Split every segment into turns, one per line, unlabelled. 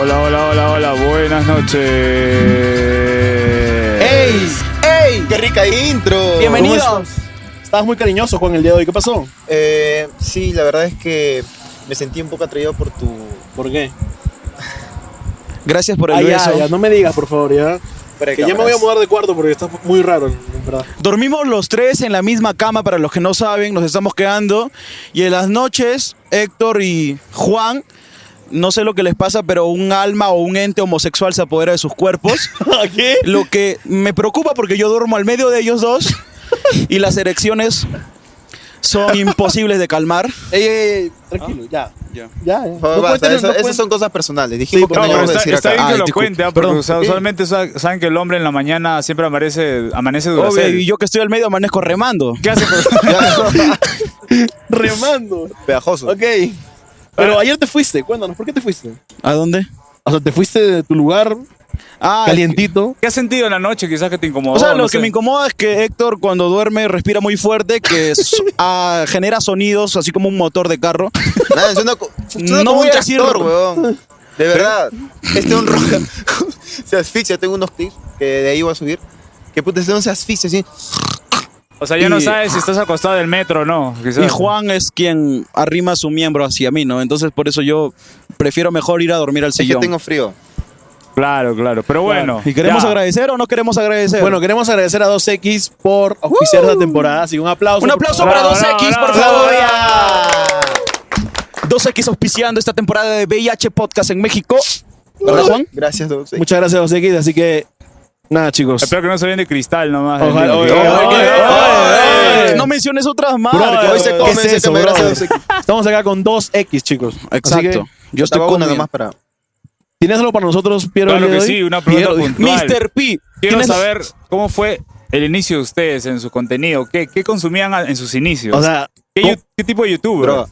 Hola, hola, hola, hola, buenas noches.
¡Ey! ¡Ey!
¡Qué rica intro!
Bienvenidos. Estabas muy cariñoso, Juan, el día de hoy. ¿Qué pasó?
Eh, sí, la verdad es que me sentí un poco atraído por tu...
¿Por qué?
Gracias por el
Ah,
beso.
ya, ya, no me digas, por favor, ya.
Fuera de
Que ya me voy a
cámaras.
mudar de cuarto porque estás muy raro, en verdad.
Dormimos los tres en la misma cama, para los que no saben, nos estamos quedando. Y en las noches, Héctor y Juan, no sé lo que les pasa, pero un alma o un ente homosexual se apodera de sus cuerpos.
¿Qué?
lo que me preocupa porque yo duermo al medio de ellos dos y las erecciones son imposibles de calmar.
Ey, ey, ey, tranquilo, Ah, ya.
Ya.
Ya, ya.
Por favor,
No
basta,
cuenten,
eso-
no
esas
cuenten.
son cosas personales. Dijimos que
No,
no
pero
íbamos a
está,
decir
está
acá.
bien que
Ay,
lo
disculpa.
cuente, ah, porque
Perdón. Eh.
usa- usualmente sa- saben que el hombre en la mañana siempre amanece, amanece
Obvio,
duracel.
y yo que estoy al medio amanezco remando.
¿Qué hace?
Ya,
Remando.
Pegajoso.
Ok. Pero ayer te fuiste, cuéntanos, ¿por qué te fuiste?
¿A dónde?
O sea, te fuiste de tu lugar
Ah,
calientito.
¿Qué has sentido en la noche? Quizás que te incomodó.
O sea, lo
no sé.
que me incomoda es que Héctor cuando duerme respira muy fuerte, que s- ah, genera sonidos así como un motor de carro.
Nada, suena, co- suena
No
como un
voy a decir-
actor, weón. De verdad. Este es un roja. se asfixia. Tengo unos tips que de ahí voy a subir. Que puta, este no se asfixia, sí.
O sea, ya no
y-
sabes si estás acostado del metro o no. quizás.
Y Juan es quien arrima su miembro hacia mí, ¿no? Entonces por eso yo prefiero mejor ir a dormir al
Es que
sillón.
tengo frío.
Claro, claro. Pero bueno.
¿Y queremos
ya.
agradecer o no queremos agradecer?
Bueno, queremos agradecer a 2X por auspiciar esta temporada, así que un aplauso.
un
por
aplauso
favor.
para
Bravo,
2X,
bravo,
por
bravo,
favor.
bravo.
2X auspiciando esta temporada de VIH Podcast en México. ¿Verdad,
Gracias,
Juan?
Gracias, Doc. Sí.
Muchas gracias, 2X, así que nada, chicos.
Espero que no se viene de cristal nomás.
Ojalá-
Oye,
oye,
oye,
oye,
oye,
oye,
oye.
oye.
No menciones otras
Brother,
marcas.
Hoy se
¿qué
come,
es
se
eso,
come, gracias,
brother? Estamos acá con 2X, chicos. Así que,
Exacto. Yo estoy
Estaba
con
una nomás para.
¿Tienes algo para nosotros, Piero? el
Claro
día
que
de
sí,
hoy?
una pregunta
Piero,
puntual.
Mr. P.
Quiero
¿tienes-
saber cómo fue el inicio de ustedes en su contenido. ¿Qué, qué consumían a- en sus inicios?
O sea,
¿Qué, yu- qué tipo de youtuber?
Droga.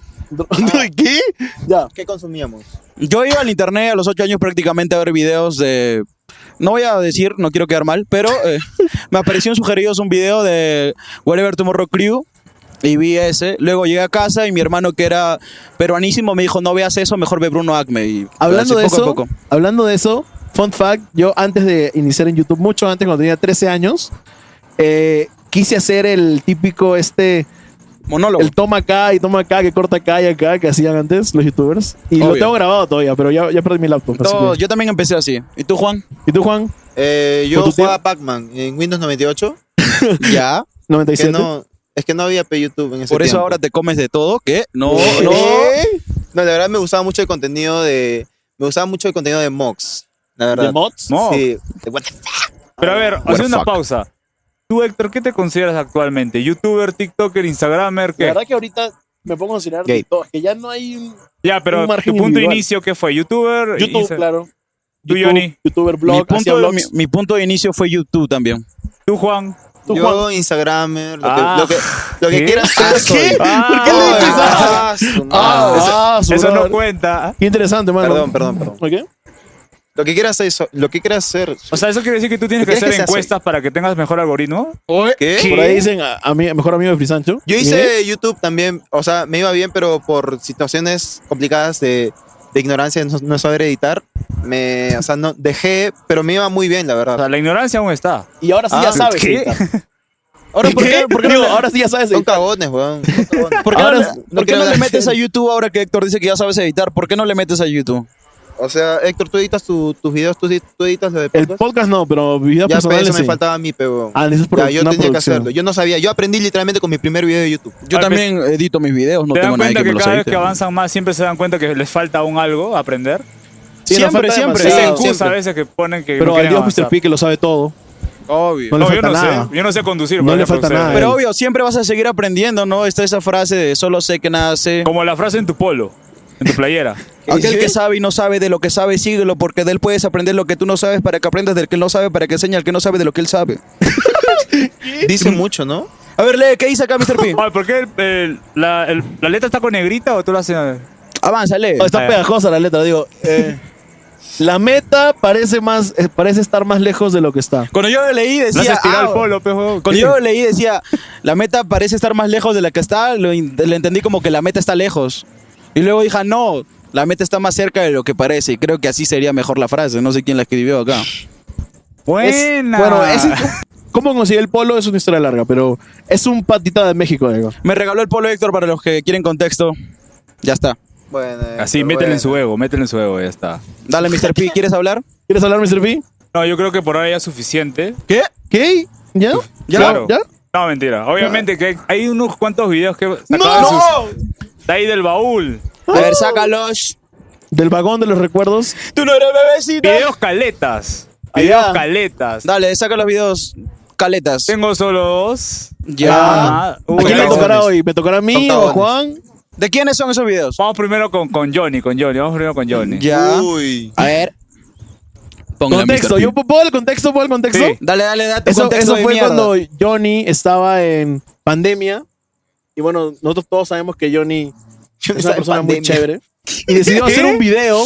¿qué? Ya.
¿Qué consumíamos?
Yo iba al internet a los 8 años prácticamente a ver videos de. No voy a decir, no quiero quedar mal, pero eh, me apareció en sugeridos un video de Whatever Tomorrow Crew y vi ese. Luego llegué a casa y mi hermano, que era peruanísimo, me dijo: No veas eso, mejor ve Bruno Acme. Y
Hablando de
así,
eso,
poco a poco.
hablando de eso, fun fact, yo antes de iniciar en YouTube, mucho antes, cuando tenía 13 años, eh, quise hacer el típico este,
Monólogo.
el toma acá y toma acá, que corta acá y acá, que hacían antes los youtubers. Y lo
Obvio.
tengo grabado todavía, pero ya, ya perdí mi laptop. así
Todo-
que-
yo también empecé así. ¿Y tú, Juan?
¿Y tú, Juan?
Eh, yo
¿Con tu tío?
jugaba Pac-Man en Windows 98. ya. Es que
97.
no, es que no había pe YouTube en ese
Por eso
tiempo.
ahora te comes de todo, que no,
¿Qué?
no.
No, la verdad me gustaba mucho el contenido de. Me gustaba mucho el contenido de Mox. La verdad.
¿De mods?
Mo-
Sí. De what the fuck.
Pero a ver,
What
haciendo una
fuck.
pausa. Tú, Héctor, ¿qué te consideras actualmente? ¿Youtuber, TikToker, Instagramer?
La
¿Qué?
verdad que ahorita me pongo a considerar
Gay.
de todo, que ya no hay un
Ya, pero
un
tu punto
margen
de
individual.
inicio, ¿qué fue? ¿Youtuber?
YouTube,
Insta-
claro.
Tú,
YouTube,
Johnny.
YouTuber blog,
mi,
hacía
punto, mi,
blogs.
mi punto de inicio fue YouTube también.
¿Tú, Juan?
Tú,
yo,
Juan.
Instagramer, lo,
Ah.
que, lo que, lo que
¿Qué?
quieras ser, soy.
Ah,
¿Por qué le
Ay,
dices eso?
ah, su madre. Ese-
Ah, su
Eso no
brother.
cuenta.
Qué interesante, mano.
Perdón, perdón, perdón.
¿Ok?
Lo que quieras ser, soy- lo que quieras ser.
O sea, ¿eso quiere decir que tú tienes que
¿Crees que
hacer
sea
encuestas para que tengas mejor algoritmo?
¿Qué?
Por ahí dicen a, a mi mejor amigo de Frisancho.
Yo hice YouTube también, o sea, me iba bien, pero por situaciones complicadas de, de ignorancia, no, no saber editar, me, o sea, no, dejé, pero me iba muy bien, la
O
verdad.
sea, la ignorancia aún está.
Y ahora sí
Ah,
ya sabes.
¿qué?
editar. Ahora, ¿por qué? ¿Por qué no le- ahora sí ya sabes.
Son
editar.
cagones, weón. son cagones.
¿Por qué,
Ahora
no,
es-
no
le- por qué no
quiero
le
hablar.
metes a YouTube ahora que Héctor dice que ya sabes editar? ¿Por qué no le metes a YouTube?
O sea, Héctor, tú editas tu- tus videos, tú, tú editas lo de
El
podcast.
podcast no, pero vida
ya, pero
personal
eso me
sí.
faltaba a mí, pero.
Ah, eso es por
ya, yo
una
tenía que
producción.
hacerlo. Yo no sabía. Yo aprendí literalmente con mi primer video de YouTube.
Yo
Al
también edito mis videos, no
¿Te dan
tengo nadie
cuenta
que,
que,
me los
cada vez
edite.
que avanzan más siempre se dan cuenta que les falta aún algo a aprender?
Sí, nos
siempre,
falta
siempre.
demasiado.
Dicen
siempre.
Qs a veces que ponen que no
Pero al
quieren
Dios
avanzar.
Mr. P que lo sabe todo.
Obvio.
No le
No, yo
falta
no
nada.
sé. Yo no sé conducir.
No
por
le
ejemplo,
falta
o sea,
nada.
Pero obvio, siempre vas a seguir aprendiendo, ¿no? Está esa frase de solo sé que nada sé.
Como la frase en tu polo, en tu playera.
Aquel
Sí.
que sabe y no sabe de lo que sabe, síguelo, porque de él puedes aprender lo que tú no sabes para que aprendas del que no sabe, para que enseñe al que no sabe de lo que él sabe.
Dice mucho, ¿no?
A ver, lee, ¿qué dice acá Mr. P?
Ay, ¿Por qué el- el- la, el- la letra está con negrita o tú la haces?
Avanza, lee.
Oh, está
Ah, ya.
pegajosa la letra, digo. eh, la meta parece más eh, parece estar más lejos de lo que está.
Cuando yo lo leí
La
decía...
haces tirar
ah,
al polo, pejo.
Cuando yo lo leí decía, la meta parece estar más lejos de la que está, lo, in- le entendí como que la meta está lejos. Y luego dije, "Ah, no, La meta está más cerca de lo que parece. Y creo que así sería mejor la frase. No sé quién la escribió acá.
Buena.
Bueno, ese- ¿cómo consiguió el polo? Es una historia larga, pero es un patita de México, digo.
Me regaló el polo Héctor para los que quieren contexto. Ya está.
Bueno,
Así,
pero
métele
bueno.
en su ego, métele en su ego, ya está.
Dale, Mr. P, ¿quieres hablar?
¿Quieres hablar, Mr. P?
No, yo creo que por ahora ya es suficiente.
¿Qué?
¿Qué? ¿Ya?
¿Ya? Claro.
¿Ya?
No, mentira. Obviamente que hay unos cuantos videos que sacaban sus- de ahí del baúl.
A ver, sácalos.
Del vagón de los recuerdos.
Tú no eres bebecito.
Videos caletas.
Ahí
Videos
va.
caletas.
Dale, saca los videos caletas.
Tengo solo dos.
Ya.
Ah,
¿A
uy,
quién me
no.
tocará hoy? ¿Me tocará a mí
Son
o a
tabones.
Juan?
¿De quiénes son esos videos?
Vamos primero con, con Johnny, con Johnny. Vamos primero con Johnny.
Ya.
Uy.
A ver. Pongan
Contexto, yo puedo el contexto, puedo el contexto.
Sí.
Dale, dale, date
Eso,
contexto
eso
de
fue
mierda.
cuando Johnny estaba en pandemia. Y bueno, nosotros todos sabemos que Johnny es una persona muy chévere. Y decidió hacer un video.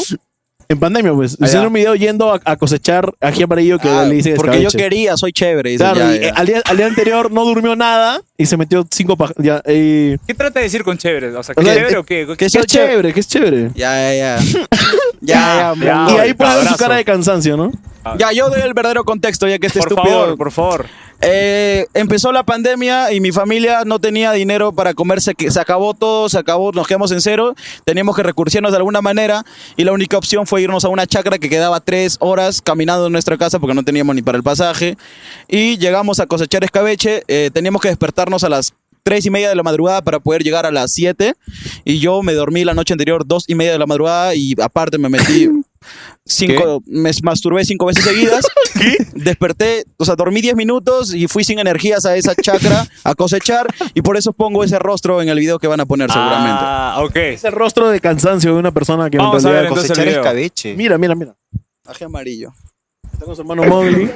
En pandemia, pues. Decidió hacer un video yendo a, a cosechar ají amarillo que
Ah,
le dice
porque yo
escabeche.
quería, soy chévere. dice,
Claro,
ya,
y,
ya.
eh, Al, día, al día anterior no durmió nada y se metió cinco pajas. ya, eh,
¿Qué trata de decir con chévere? O sea,
O sea,
¿chévere
eh,
o qué?
que es chévere, que es chévere.
Ya, ya, ya. ya, ya,
Ya,
y
ya,
ahí puede ver su
abrazo.
cara de cansancio, ¿no?
Ya, yo doy el verdadero contexto, ya que este
Por
estúpido.
favor, por favor.
Eh, empezó la pandemia y mi familia no tenía dinero para comer, se, se acabó todo, se acabó, nos quedamos en cero, teníamos que recursiarnos de alguna manera y la única opción fue irnos a una chacra que quedaba tres horas caminando de nuestra casa porque no teníamos ni para el pasaje y llegamos a cosechar escabeche, eh, teníamos que despertarnos a las tres y media de la madrugada para poder llegar a las 7 y yo me dormí la noche anterior dos y media de la madrugada y aparte me metí cinco, me masturbé cinco veces seguidas desperté, o sea, dormí 10 minutos y fui sin energías a esa chacra a cosechar y por eso pongo ese rostro en el video que van a poner seguramente.
Ah, ok.
Ese rostro de cansancio de una persona que
Vamos a
en realidad
ver, entonces,
Cosechar
el video.
escabeche.
Mira, mira, mira.
Aje amarillo.
Está con su hermano
Eh,
móvil.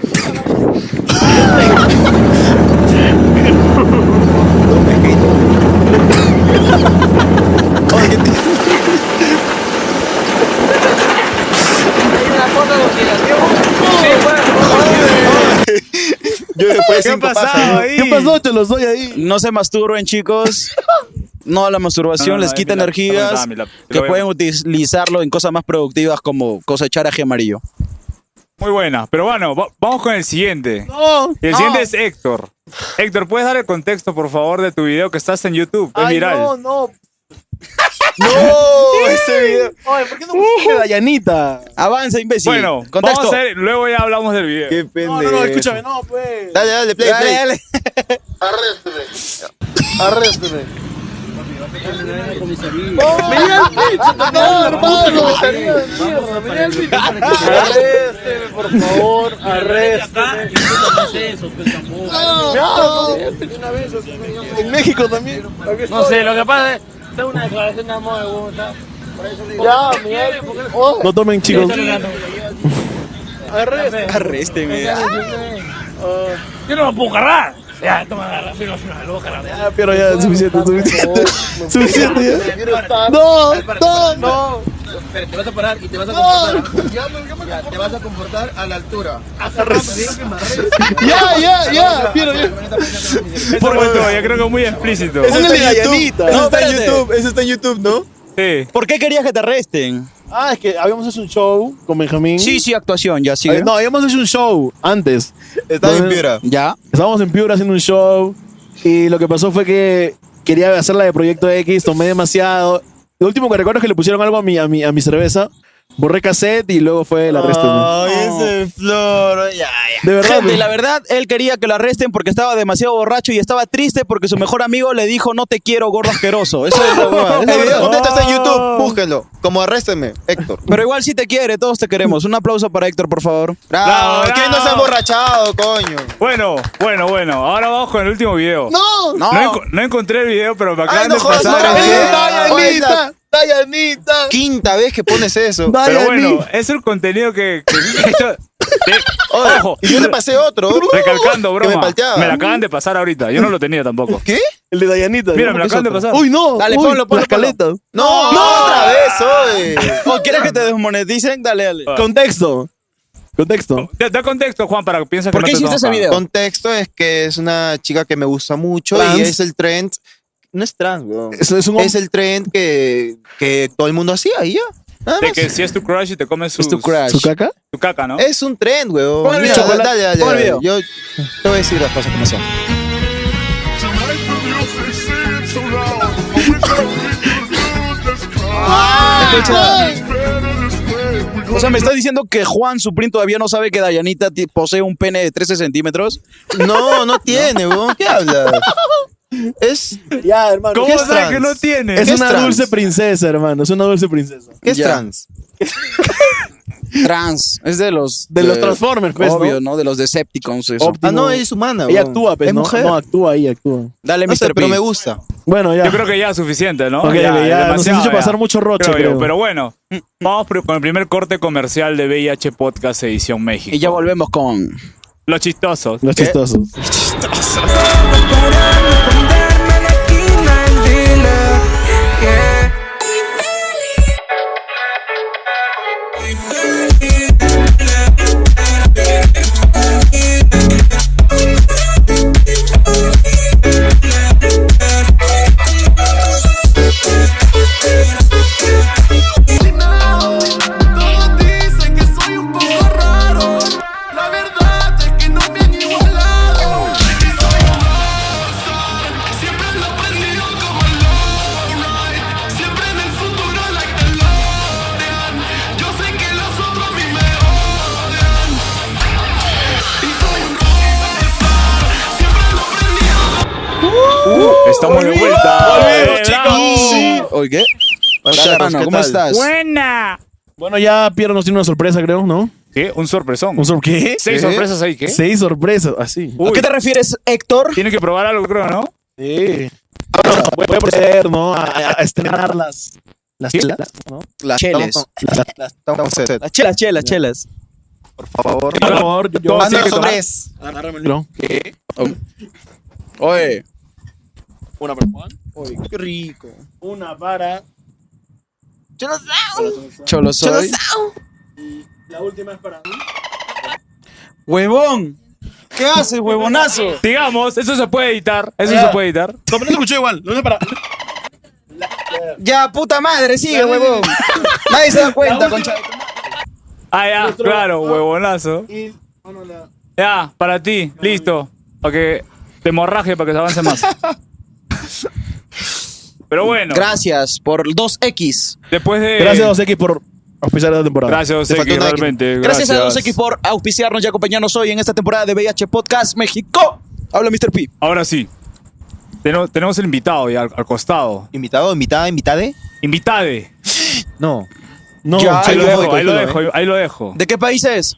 Yo después
¿Qué ha pasado ahí?
¿Qué pasó? Te lo doy ahí.
No se masturben, chicos. No a la masturbación,
No, no,
les
no,
quita
mi lap-
energías
perdón, mi lap-
que
lo veo.
pueden utilizarlo en cosas más productivas como cosechar aje amarillo.
Muy buena. Pero bueno, va- vamos con el siguiente.
No.
Y el siguiente es Héctor. Héctor, ¿puedes dar el contexto, por favor, de tu video que estás en YouTube? Es
Ay,
viral.
no, no.
No, ese video.
Ay, ¿por qué no pusiste Dayanita?
Avanza, imbécil.
bueno,
contexto.
vamos a hacer, luego ya hablamos del video.
Qué pendejo.
No, no, no, escúchame, no, pues.
Dale, dale, play,
Dale,
play.
dale.
Arrésteme. Me llega el pinche, no, hermano. Me llega el pinche. Arrésteme, este, por favor, arrésteme. No, no. En México también.
No sé, lo que pasa es que es una declaración de amor de huevón, ¿sabes?
Ya, Oh. mierda. No tomen, chicos.
Arrésteme.
Yo no lo puedo agarrar. Ya, toma, agarra, filo, filo, lo voy a agarrar.
Ah, pero ya, suficiente, suficiente. Suficiente, ya. No, no, no.
Te vas a parar y te vas a comportar. Ya, te vas a comportar a la altura.
Ah, Ya, ya, ya. Piero, ya.
Eso fue todo, yo creo que muy explícito.
Eso está en
Póngale
YouTube.
YouTube.
No,
Eso está en
espérate.
YouTube. Eso está en YouTube, ¿no?
Sí.
¿Por qué querías que te arresten?
Ah, es que habíamos hecho un show con Benjamín.
Sí, sí, actuación, ya sigue.
Eh, No, habíamos hecho un show antes.
Está en
Entonces,
Piura.
Ya.
Estábamos en Piura haciendo un show y lo que pasó fue que quería hacer la de Proyecto X, tomé demasiado. Lo último que recuerdo es que le pusieron algo a mi, a mi, a mi cerveza, borré cassette y luego fue el arresto.
Ay, ese flor. Ya, ya.
de verdad.
Gente, la verdad, él quería que lo arresten porque estaba demasiado borracho y estaba triste porque su mejor amigo le dijo, no te quiero, gordo asqueroso. Eso es la ¿eh? huevada, es la
El video
verdad.
completo está en YouTube. Búsquenlo. Como arrésteme, Héctor.
Pero igual sí te quiere, todos te queremos. Un aplauso para Héctor, por favor.
Bravo.
Bravo,
¿Quién no se ha
bravo.
emborrachado, coño?
Bueno, bueno, bueno. Ahora vamos con el último video.
No.
No,
No,
enco- no encontré el video, pero me acaban
Ay, no
de
jodas
pasar.
otra
el video.
vez.
Dayanita, Dayanita.
Quinta vez que pones eso.
Pero
Dayanita.
bueno, es el contenido que... que- yo- de-
Oye,
ojo,
y yo le pasé otro.
recalcando,
Que me
broma.
palteaba.
me la acaban de pasar ahorita. Yo no lo tenía tampoco.
¿Qué?
El de Dayanita.
Mira,
¿no?
me lo
Porque
acaban de
es otro.
pasar.
Uy, no.
Dale,
uy,
ponlo, ponlo,
Las
ponlo.
caletas.
No, otra vez, oye.
¿O quieres que te desmoneticen? Dale, dale.
Contexto. Contexto.
Da, da contexto, Juan, para que pienses que
¿Por
no
qué
te
hiciste ese
conozcan.
video?
Contexto es que es una chica que me gusta mucho
Trans.
y es el trend no es trans, weón.
Es, es un
Es el tren que, que todo el mundo hacía y ya. Nada
De
más.
que si es tu crush y te comes sus-
Es tu crush. Eh,
¿Su caca?
tu caca, ¿no?
Es un tren, weón.
Pon el
Mira,
video,
dale,
dale,
dale,
pon el
dale.
video.
Yo te voy a decir las cosas como son.
O sea, ¿me estás diciendo que Juan Suprín todavía no sabe que Dayanita ti- posee un pene de 13 centímetros?
No, no tiene, weón. ¿Qué hablas? Es.
Ya, hermano.
¿Cómo
¿qué es
sabes
trans?
que no tiene?
Es
¿Qué
una
trans?
dulce princesa, hermano. Es una dulce princesa.
¿Qué es
Ya.
trans?
Trans. Es de los.
De los Transformers, pues,
Eh, Obvio,
¿no?
¿no? De los Decepticons. eso.
Optimus.
Ah, no, es humana,
Ella
weón.
actúa, pues,
Es
¿no?
mujer.
No, actúa ahí, actúa.
Dale,
No sé,
Mr. P.
pero me gusta.
Bueno, ya.
Yo creo que ya es suficiente, ¿no?
Ok, ya, nos has hecho pasar mucho roche,
Creo yo,
creo.
Pero bueno,
Mm,
vamos pr- con el primer corte comercial de VIH Podcast Edición México.
Y ya volvemos con.
Los chistosos.
Los chistosos.
Todos dicen que soy un poco raro. La verdad es que no me han igualado. Que soy un monster. Siempre lo perdido como el Lord. Siempre en el futuro la caloran. Yo sé que los otros a mí me odian. Y soy un rockstar. Siempre lo perdido
Estamos de vuelta.
Volvimos,
Eh,
chicos.
bravo.
Sí. Oye, ¿qué?
Buenas
Hola,
tardes,
hermano,
¿qué
¿cómo
tal?
estás?
Buena.
Bueno, ya Piero nos tiene una sorpresa, creo, ¿no?
Sí, un sorpresón.
¿Un sor- ¿Qué?
Seis
¿Qué?
sorpresas ahí, ¿qué?
Seis sorpresas, ah, así.
Uy,
¿A qué te refieres, Héctor?
Tiene que probar algo, creo, ¿no?
Sí. Bueno, voy, voy a proceder, ¿no? A, a- a estrenar las, las telas, ¿no?
Las chelas.
Estamos
Las-
con- estamos con set,
Las chelas, chelas, chelas.
por favor.
por favor, yo, yo
Todas tienen que tomar.
tres.
Agárrame el micro.
Oye,
Una para Juan. qué rico. Una para...
cholo soy.
La última es para mí.
¡Huevón! ¿Qué haces, huevonazo?
Digamos, eso se puede editar. Eso se puede editar.
No, pero no escuché igual. La última para...
Ya, puta madre, sigue, huevón. Nadie se da cuenta, concha.
Ah, ya,
Nuestro-
claro, huevonazo.
Y... No, no, la...
Ya, para ti, listo. Para que te morraje, para que se avance más. Pero bueno,
Gracias por 2X.
después de.
Gracias a 2X por auspiciar la temporada.
Gracias, Dos
Te faltó
X,
una X.
realmente.
Gracias, a 2X por auspiciarnos y acompañarnos hoy en esta temporada de VIH Podcast México. Habla Mr. P.
Ahora sí. Tenemos, tenemos el invitado ya al, al costado.
¿Invitado, invitada, invitade?
Invitade.
No.
No,
Ya,
Ahí
sí,
lo
voy,
dejo, ahí lo
calculo,
dejo, ahí lo dejo.
¿De qué país es?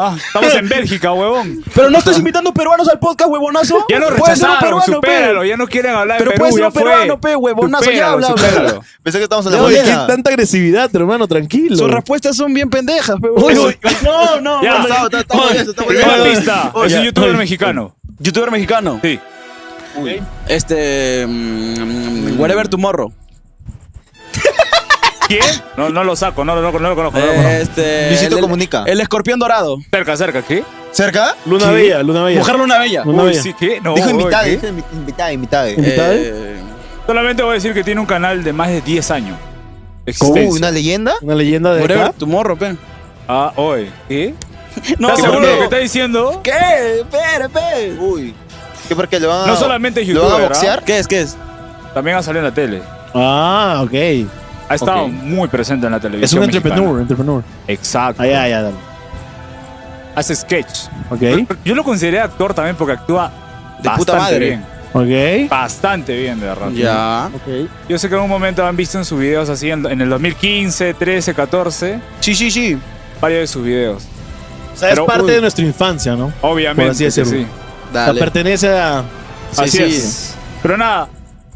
Ah, estamos en Bélgica, huevón.
Pero no estás invitando peruanos al podcast, huevonazo.
Ya lo
Puedes ser un
rechazaron,
peruano, pues. pe.
supéralo. Ya no quieren hablar de
Pero
Perú,
puedes ser
ya
un peruano,
fue.
pe, huevonazo, ya
Supéralo,
habla,
supéralo.
Pensé que estábamos en la
Oye, qué
moneda.
tanta agresividad, hermano, tranquilo.
Sus respuestas son bien pendejas, pe.
Uy, uy.
No, no.
Ya,
Está- está- está bueno eso, está bueno
primera
eso.
pista. Es un youtuber mexicano.
Youtuber mexicano.
Sí.
Este. mm, whatever tomorrow.
¿Quién? No, no lo saco, no, no, no lo conozco, no lo conozco.
Este.
Luisito
el-
Comunica.
El escorpión dorado.
Cerca, cerca, ¿qué?
¿Cerca?
Luna
¿Qué?
Bella, Luna Bella.
Mujer Luna Bella.
Luna
Uy,
Bella.
sí, ¿qué? No,
Dijo
uy,
invitade.
¿qué?
Dijo invi- invitade, invitade.
¿Invitado?
Eh,
Solamente voy a decir que tiene un canal de más de 10 años. de
Uh,
Existencia.
¿Una leyenda?
Una leyenda de
Whatever
acá.
tomorrow, pe.
Ah, hoy. ¿Qué?
No,
¿Estás seguro
pe.
de lo que está diciendo?
¿Qué? Espera, pe.
Uy. ¿Qué porque lo van a...
No solamente es
¿Lo van a
youtuber, ¿ah?
boxear?
¿Qué es? ¿Qué es?
También ha salido en la tele.
Ah, ok.
Ha estado
Ok.
muy presente en la
Es
televisión.
un
mexicana.
entrepreneur, entrepreneur.
Exacto.
Ah, ya, ya, dale.
Hace sketch.
Ok,
Yo lo consideré actor también porque actúa
De
bastante
puta madre.
bien.
ok.
Bastante bien, de verdad.
Ya.
Ok.
Yo sé que en un momento han visto en sus videos así, en, en el 2015, 13, 14,
Sí, sí, sí.
varios de sus videos.
O sea, es
Pero,
parte
uy.
de nuestra infancia, ¿no?
Obviamente.
así
que
decirlo.
sí.
O sea,
Dale.
pertenece a
Sí,
así
sí.
es. Pero nada,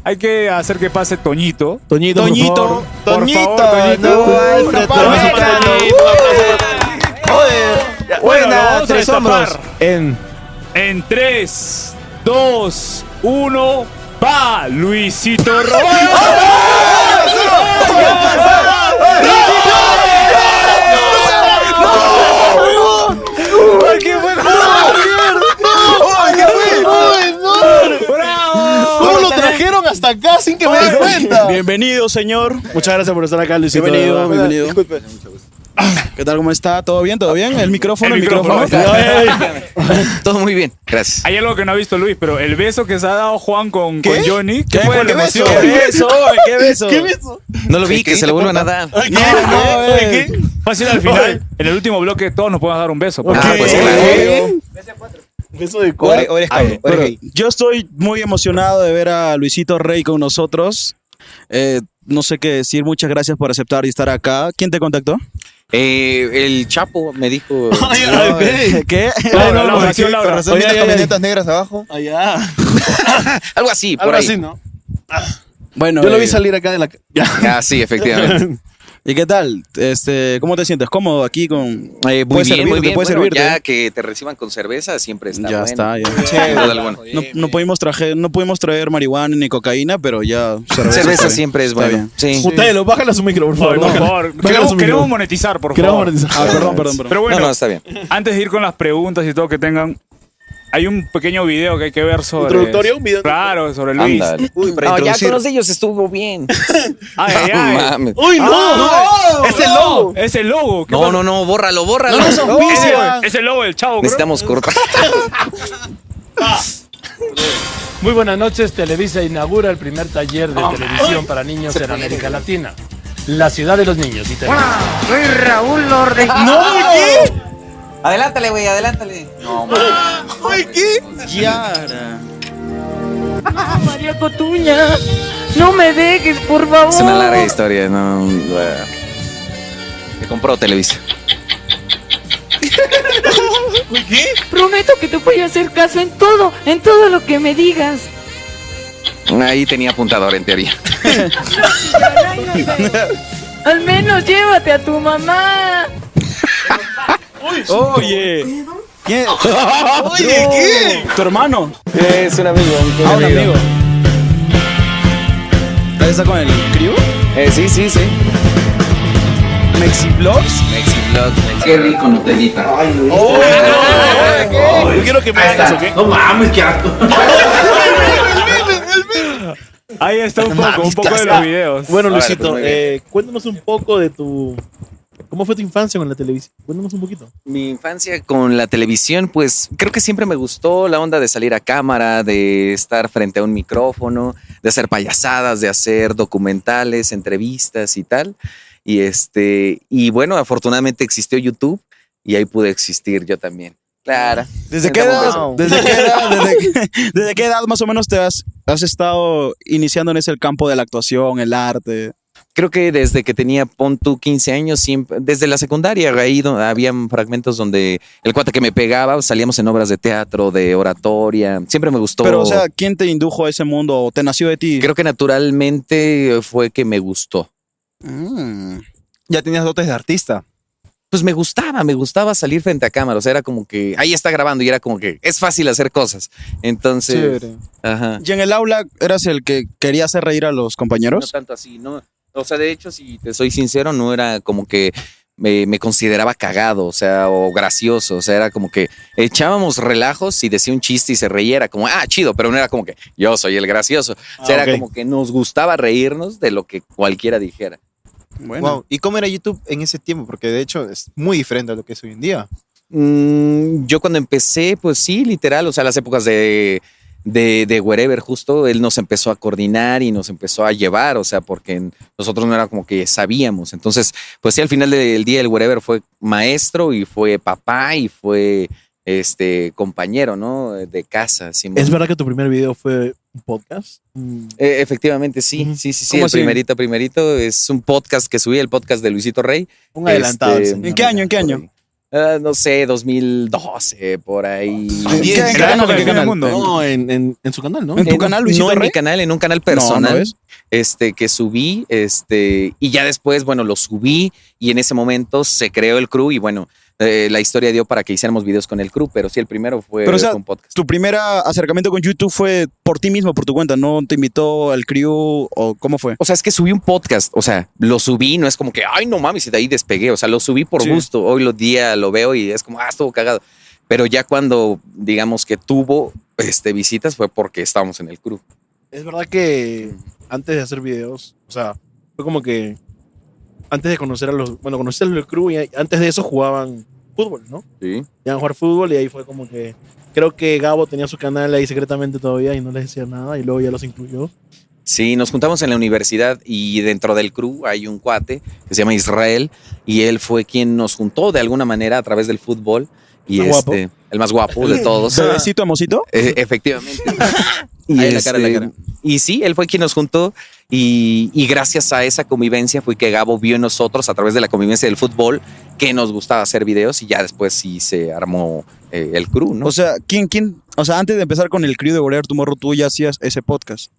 hay que hacer que pase Toñito.
Toñito. por favor.
Toñito.
Por
Toñito,
favor, Toñito.
no hay
Un aplauso
fraternidad.
para Toñito.
Oye,
Bueno, lo
buena,
vamos a
tres
destapar.
hombros.
En.
En 3, 2, 1, va Luisito Roberto.
¡Uy, qué fue!
¡Bravo!
¿Cómo lo trajeron
Bienvenido, señor.
Muchas gracias por estar acá, Luisito.
Bienvenido,
de verdad.
bienvenido. Ah,
Disculpe.
¿Qué tal? ¿Cómo está? ¿Todo bien? ¿Todo bien? ¿El micrófono?
El
¿El micrófono? eh.
micrófono.
Ay, ay, ay.
Todo muy bien, gracias.
Hay algo que no ha visto Luis, pero el beso que se ha dado Juan con, con Johnny. ¿Qué,
¿Qué,
fue
¿Qué,
la
beso?
emoción?
¿Qué beso? ¿Qué beso? ¿Qué
No lo vi, que se lo vuelvan a dar.
No, no,
Oye,
eh.
¿qué? Fácil al final, en el último bloque todos nos podemos dar un beso.
Ok.
Ah, pues
claro.
Beso de
O
cuatro.
eres- o eres cabrón, o eres
Pero
gay.
yo estoy muy emocionado de ver a Luisito Rey con nosotros. Eh, no sé qué decir, muchas gracias por aceptar y estar acá. ¿Quién te contactó?
Eh, el Chapo me dijo.
¿Qué?
Laura,
No, no,
Laura,
¿por
sí,
qué?
Laura.
Son
Oye,
estas
ay, ay,
camionetas negras abajo.
Allá.
Algo así, por
Algo
ahí.
así, ¿no?
Bueno,
Yo lo vi
eh,
salir acá de la. ca- Ya.
Ah, sí, efectivamente.
¿Y qué tal? Este, ¿Cómo te sientes? ¿Cómodo aquí con...?
Eh, muy
Puede
bien,
servirte,
muy bien.
puede
Bueno,
servirte. ¿eh?
ya que te reciban con cerveza, siempre está
Ya
bueno.
está, ya.
Sin duda alguna.
No, no pudimos traje- no pudimos traer marihuana ni cocaína, pero ya cerveza, está
Cerveza
bien.
siempre es
Está
bueno.
bien.
Sí.
Búscalo, bájale a su micro, por favor.
Por
bájale.
favor,
Bájale a
queremos,
su
queremos
micro.
monetizar, por
Queremos
favor.
monetizar.
Ah, perdón, perdón, perdón.
Pero bueno,
No, no, está bien.
antes de ir con las preguntas y todo que tengan, hay un pequeño video que hay que ver sobre.
¿Introductorio? ¿Un video?
Claro, sobre Luis.
Ándale.
Uy, para
No, ya
introducir.
con los ellos estuvo bien.
Ay, ay,
No
ay.
mames.
¡Uy, no!
¡No! ¡Es el logo! ¡Es el logo! ¿Qué
No,
pasa?
no, no, bórralo, bórralo.
Es el- Es el logo del chavo, bro.
Necesitamos cortar.
Muy buenas noches, Televisa inaugura el primer taller de televisión para niños en América Latina. La ciudad de los niños. y Televisa.
Soy Raúl Lorde.
¡No! ¿Qué?
Adelántale, güey, adelántale. No, mames.
¡Ay, qué!
María Cotuña. No me dejes, por favor.
Es una larga historia, no. bueno. Me compró Televisa.
Prometo que te voy a hacer caso en todo, en todo lo que me digas.
Ahí tenía apuntador en teoría.
Al menos llévate a tu mamá.
Oye. ¿Quién? Oye, ¿qué? ¿Tu hermano?
Es un amigo.
Ah, un amigo. ¿Ahí está con el crew?
Eh, sí, sí, sí.
¿Mexi Vlogs?
Qué rico, Nutelita.
Yo quiero que me hagas, ¿ok?
Ahí está un poco, un poco de los videos.
Bueno,
Órale,
Luisito,
pues, muy bien.
eh, cuéntanos un poco de tu. ¿Cómo fue tu infancia con la televisión? Cuéntanos un poquito.
Mi infancia con la televisión, pues creo que siempre me gustó la onda de salir a cámara, de estar frente a un micrófono, de hacer payasadas, de hacer documentales, entrevistas y tal. Y este, y bueno, afortunadamente existió YouTube y ahí pude existir yo también. Claro.
¿Desde qué, edad, desde, qué edad, desde, desde qué edad más o menos te has, has estado iniciando en ese campo de la actuación, el arte?
Creo que desde que tenía pon tú 15 años, siempre, desde la secundaria, ahí do- habían fragmentos donde el cuate que me pegaba, salíamos en obras de teatro, de oratoria, siempre me gustó.
Pero, o sea, ¿quién te indujo a ese mundo o te nació de ti?
creo que naturalmente fue que me gustó.
Mm.
Ya tenías dotes de artista.
Pues me gustaba, me gustaba salir frente a cámara, o sea, era como que ahí está grabando y era como que es fácil hacer cosas. Entonces, ajá.
¿Y en el aula eras el que quería hacer reír a los
No
compañeros?
tanto así, no. O sea, de hecho, si te soy sincero, no era como que me, me consideraba cagado, o sea, o gracioso. O sea, era como que echábamos relajos y decía un chiste y se reía. Era como, ah, chido, pero no era como que yo soy el gracioso. O sea,
Ah,
era
ok.
como que nos gustaba reírnos de lo que cualquiera dijera.
Bueno.
Wow. ¿Y cómo era YouTube en ese tiempo? Porque de hecho es muy diferente a lo que es hoy en día.
Mm, yo cuando empecé, pues sí, literal, o sea, las épocas de, de, de Wherever, justo, él nos empezó a coordinar y nos empezó a llevar, o sea, porque en- nosotros no era como que sabíamos. Entonces, pues sí, al final del día el Wherever fue maestro y fue papá y fue este compañero, ¿no? De casa. Simón.
¿Es verdad que tu primer video fue un podcast? Mm.
Eh, efectivamente, sí,
Ujú.
sí, sí, sí.
¿Cómo
El
así?
primerito, primerito es un podcast que subí, el podcast de Luisito Rey.
Un adelantado.
Este,
el señor.
¿En qué año? ¿En qué año?
Ah, no sé, 2012, por ahí.
¿En qué- en
¿En la
qué canal?
época
¿En
del
qué
fin del
canal?
mundo?
No, en, en, en su canal, ¿no?
¿En tu
Eh, no,
canal, Luisito
No en
Rey?
mi canal, en un canal
No,
personal
¿no es?
este, que subí, este, y ya después, bueno, lo subí y en ese momento se creó el crew y bueno, eh, la historia dio para que hiciéramos videos con el crew, pero sí, el primero fue
Pero, o sea,
con podcast.
¿Tu primer acercamiento con YouTube fue por ti mismo, por tu cuenta? ¿No te invitó al crew o cómo fue?
O sea, es que subí un podcast, o sea, lo subí, no es como que, ay, no mames, y de ahí despegué, o sea, lo subí por
Sí.
gusto, hoy los día lo veo y es como, ah, estuvo cagado. Pero ya cuando, digamos que tuvo este, visitas fue porque estábamos en el crew.
Es verdad que antes de hacer videos, o sea, fue como que antes de conocer a los, bueno, conocí al crew y antes de eso jugaban fútbol, ¿no?
Sí.
Iban a jugar fútbol y ahí fue como que creo que Gabo tenía su canal ahí secretamente todavía y no les decía nada y luego ya los incluyó.
Sí, nos juntamos en la universidad y dentro del crew hay un cuate que se llama Israel y él fue quien nos juntó de alguna manera a través del fútbol y
¿El más guapo?
este, el más guapo de todos.
Bebecito, amosito.
E- efectivamente. Ahí en la cara, en la
este,
cara. Y sí, él fue quien nos juntó y, y gracias a esa convivencia fue que Gabo vio en nosotros a través de la convivencia del fútbol que nos gustaba hacer videos y ya después sí se armó eh, el crew, ¿no?
O sea, ¿quién, quién? O sea, antes de empezar con el crew de Whatever Tomorrow, tú ya hacías ese podcast.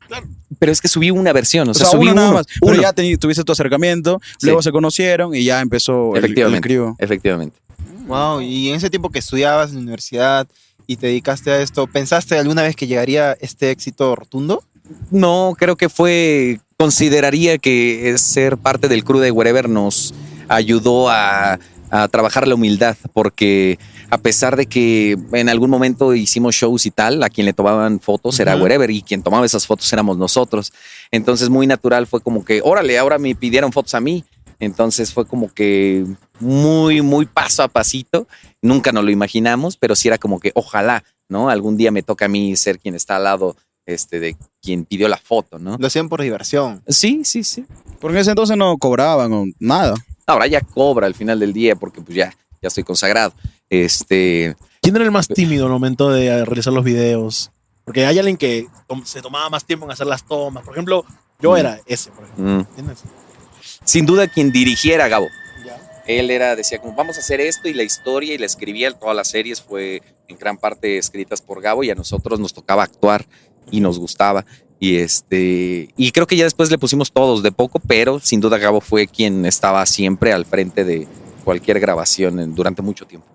pero es que subí una versión, o,
O
sea,
sea,
subí
uno nada
uno,
más. Pero
uno.
ya teni- tuviste tu acercamiento,
Sí.
luego se conocieron y ya empezó el, el
efectivamente,
crew.
efectivamente.
Wow, y en ese tiempo que estudiabas en la universidad y te dedicaste a esto, ¿pensaste alguna vez que llegaría este éxito rotundo?
No, creo que fue, consideraría que es ser parte del crew de Wherever nos ayudó a, a trabajar la humildad, porque a pesar de que en algún momento hicimos shows y tal, a quien le tomaban fotos era Wherever y quien tomaba esas fotos éramos nosotros. Entonces muy natural fue como que, órale, ahora me pidieron fotos a mí. Entonces fue como que muy, muy paso a pasito. Nunca nos lo imaginamos, pero sí era como que ojalá, ¿no? Algún día me toca a mí ser quien está al lado este, de quien pidió la foto, ¿no?
Lo hacían por diversión.
Sí, sí, sí.
Porque en ese entonces no cobraban o nada.
Ahora ya cobra al final del día porque pues ya, ya estoy consagrado. Este,
¿Quién era el más tímido en el momento de eh, realizar los videos? Porque hay alguien que tom- se tomaba más tiempo en hacer las tomas. Por ejemplo, yo
Mm.
era ese, por ejemplo.
mm,
¿Entiendes?
sin duda quien dirigiera Gabo. Él era, decía como vamos a hacer esto y la historia y la escribía, todas las series fue en gran parte escritas por Gabo y a nosotros nos tocaba actuar y nos gustaba. Y este, y creo que ya después le pusimos todos de poco, pero sin duda Gabo fue quien estaba siempre al frente de cualquier grabación en- durante mucho tiempo.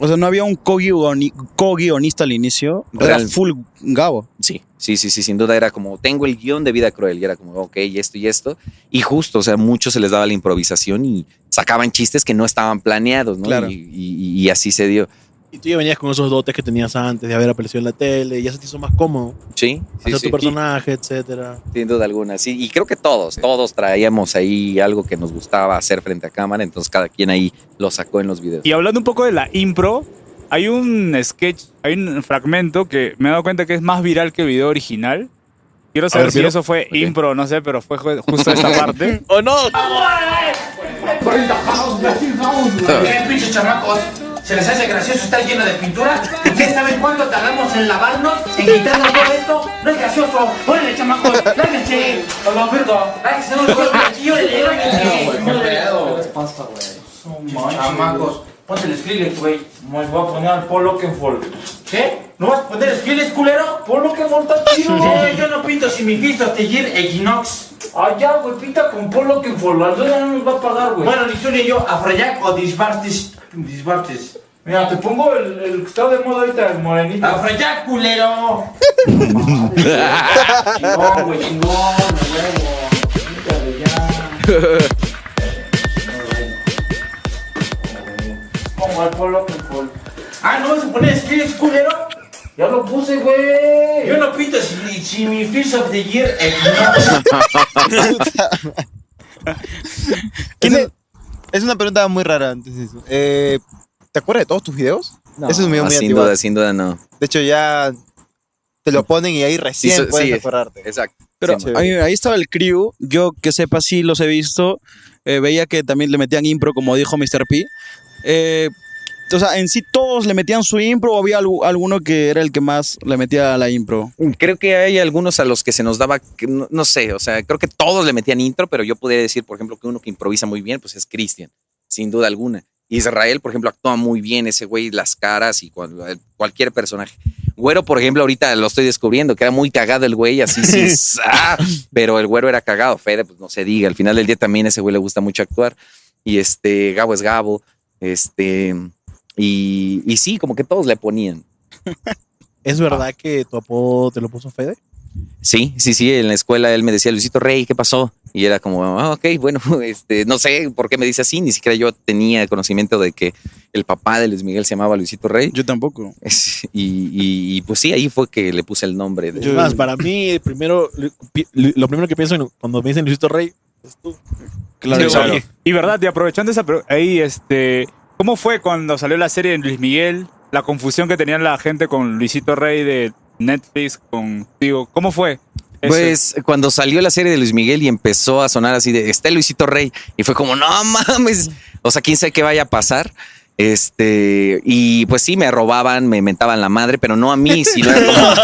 O sea, no había un co-guioni- co-guionista al inicio. Era
Real.
full Gabo.
Sí, sí, sí, sí, sin duda era como, tengo el guión de Vida Cruel y era como, ok, y esto y esto. Y justo, o sea, muchos se les daba la improvisación y sacaban chistes que no estaban planeados, ¿no?
Claro.
Y, y- y así se dio.
Y tú ya venías con esos dotes que tenías antes de haber aparecido en la tele. Ya se te hizo más cómodo
Sí, sí,
hacer
sí.
tu personaje, etcétera.
Y- sin duda alguna, sí. Y creo que todos, todos traíamos ahí algo que nos gustaba hacer frente a cámara, entonces cada quien ahí lo sacó en los videos.
Y hablando un poco de la impro, hay un sketch, hay un fragmento que me he dado cuenta que es más viral que el video original. Quiero saber
ver,
si
Piro.
eso fue impro, no sé, pero fue ju- justo esta parte.
¡Oh, no!
Miren, pinches chamacos, se les hace gracioso estar lleno de pintura. ¿Ustedes saben cuánto tardamos en lavarnos, en quitarnos todo esto? No es gracioso. Órale, chamacos, lárguense. Por lo vergo, lárguense unos dos aquí, órale, lárguense. Chamacos, ponte el Skrillex, güey. Me voy a poner al Polo Kenfold. ¿Qué? ¿No vas a poner Skrillex, culero? Polo Kenfold está chido. No, yo no pinto sin mi pisto, te Equinox. Ah, ya, güey, pinta con Polo Kenfold. La dueña no nos va a pagar, güey. Bueno, ni tú ni yo, Afrojack o Disbartis. Disbartis. Mira, te pongo el, el que está de moda ahorita, el morenito. ¡Afrojack, culero! chingón, güey, Oh, chingón, huevo. Como al Polo Kenfold. Ah, no, se pone Skrillex, culero. Ya lo puse, güey. Yo no pinto si, si mi Fist of the Year Equinox.
Es, es una pregunta muy rara antes de eso. Eh, ¿Te acuerdas de todos tus videos? Ese es un video
No,
muy
Ah, sin
antiguo.
duda, sin duda, no.
De hecho, ya te lo ponen y ahí recién
Sí, so-
puedes
sí.
acordarte.
Exacto.
Pero
Sí,
ahí, ahí estaba el crew. Yo que sepa sí los he visto. Eh, veía que también le metían impro, como dijo Mr. P. Eh, o sea, en sí todos le metían su impro o había algu- alguno que era el que más le metía a la impro.
Creo que hay algunos a los que se nos daba, que no, no sé, o sea, creo que todos le metían intro, pero yo podría decir, por ejemplo, que uno que improvisa muy bien, pues es Cristian, sin duda alguna. Israel, por ejemplo, actúa muy bien ese güey, las caras y cual- cualquier personaje. Güero, por ejemplo, ahorita lo estoy descubriendo, que era muy cagado el güey, así sí, ¡ah! pero el güero era cagado. Fede, pues no se diga, al final del día también ese güey le gusta mucho actuar. Y este, Gabo es Gabo, este, y, y sí, como que todos le ponían.
¿Es verdad que tu apodo te lo puso Fede?
Sí, sí, sí, en la escuela él me decía, Luisito Rey, ¿qué pasó? Y era como, ah, ok, bueno, este, no sé por qué me dice así, ni siquiera yo tenía conocimiento de que el papá de Luis Miguel se llamaba Luisito Rey.
Yo tampoco.
Es- y, y- y, pues sí, ahí fue que le puse el nombre. de-
Es más, para mí, el primero, pi- lo primero que pienso en- cuando me dicen Luisito Rey es tú.
Claro,
Sí,
claro.
oye, Y verdad, y aprovechando esa pre- ahí, este, ¿cómo fue cuando salió la serie de Luis Miguel? La confusión que tenían la gente con Luisito Rey de Netflix, con digo, ¿cómo fue? Eso.
Pues cuando salió la serie de Luis Miguel y empezó a sonar así de está Luisito Rey y fue como no mames, o sea, quién sabe qué vaya a pasar. Este, y pues sí, me robaban, me mentaban la madre, pero no a mí, sino era como,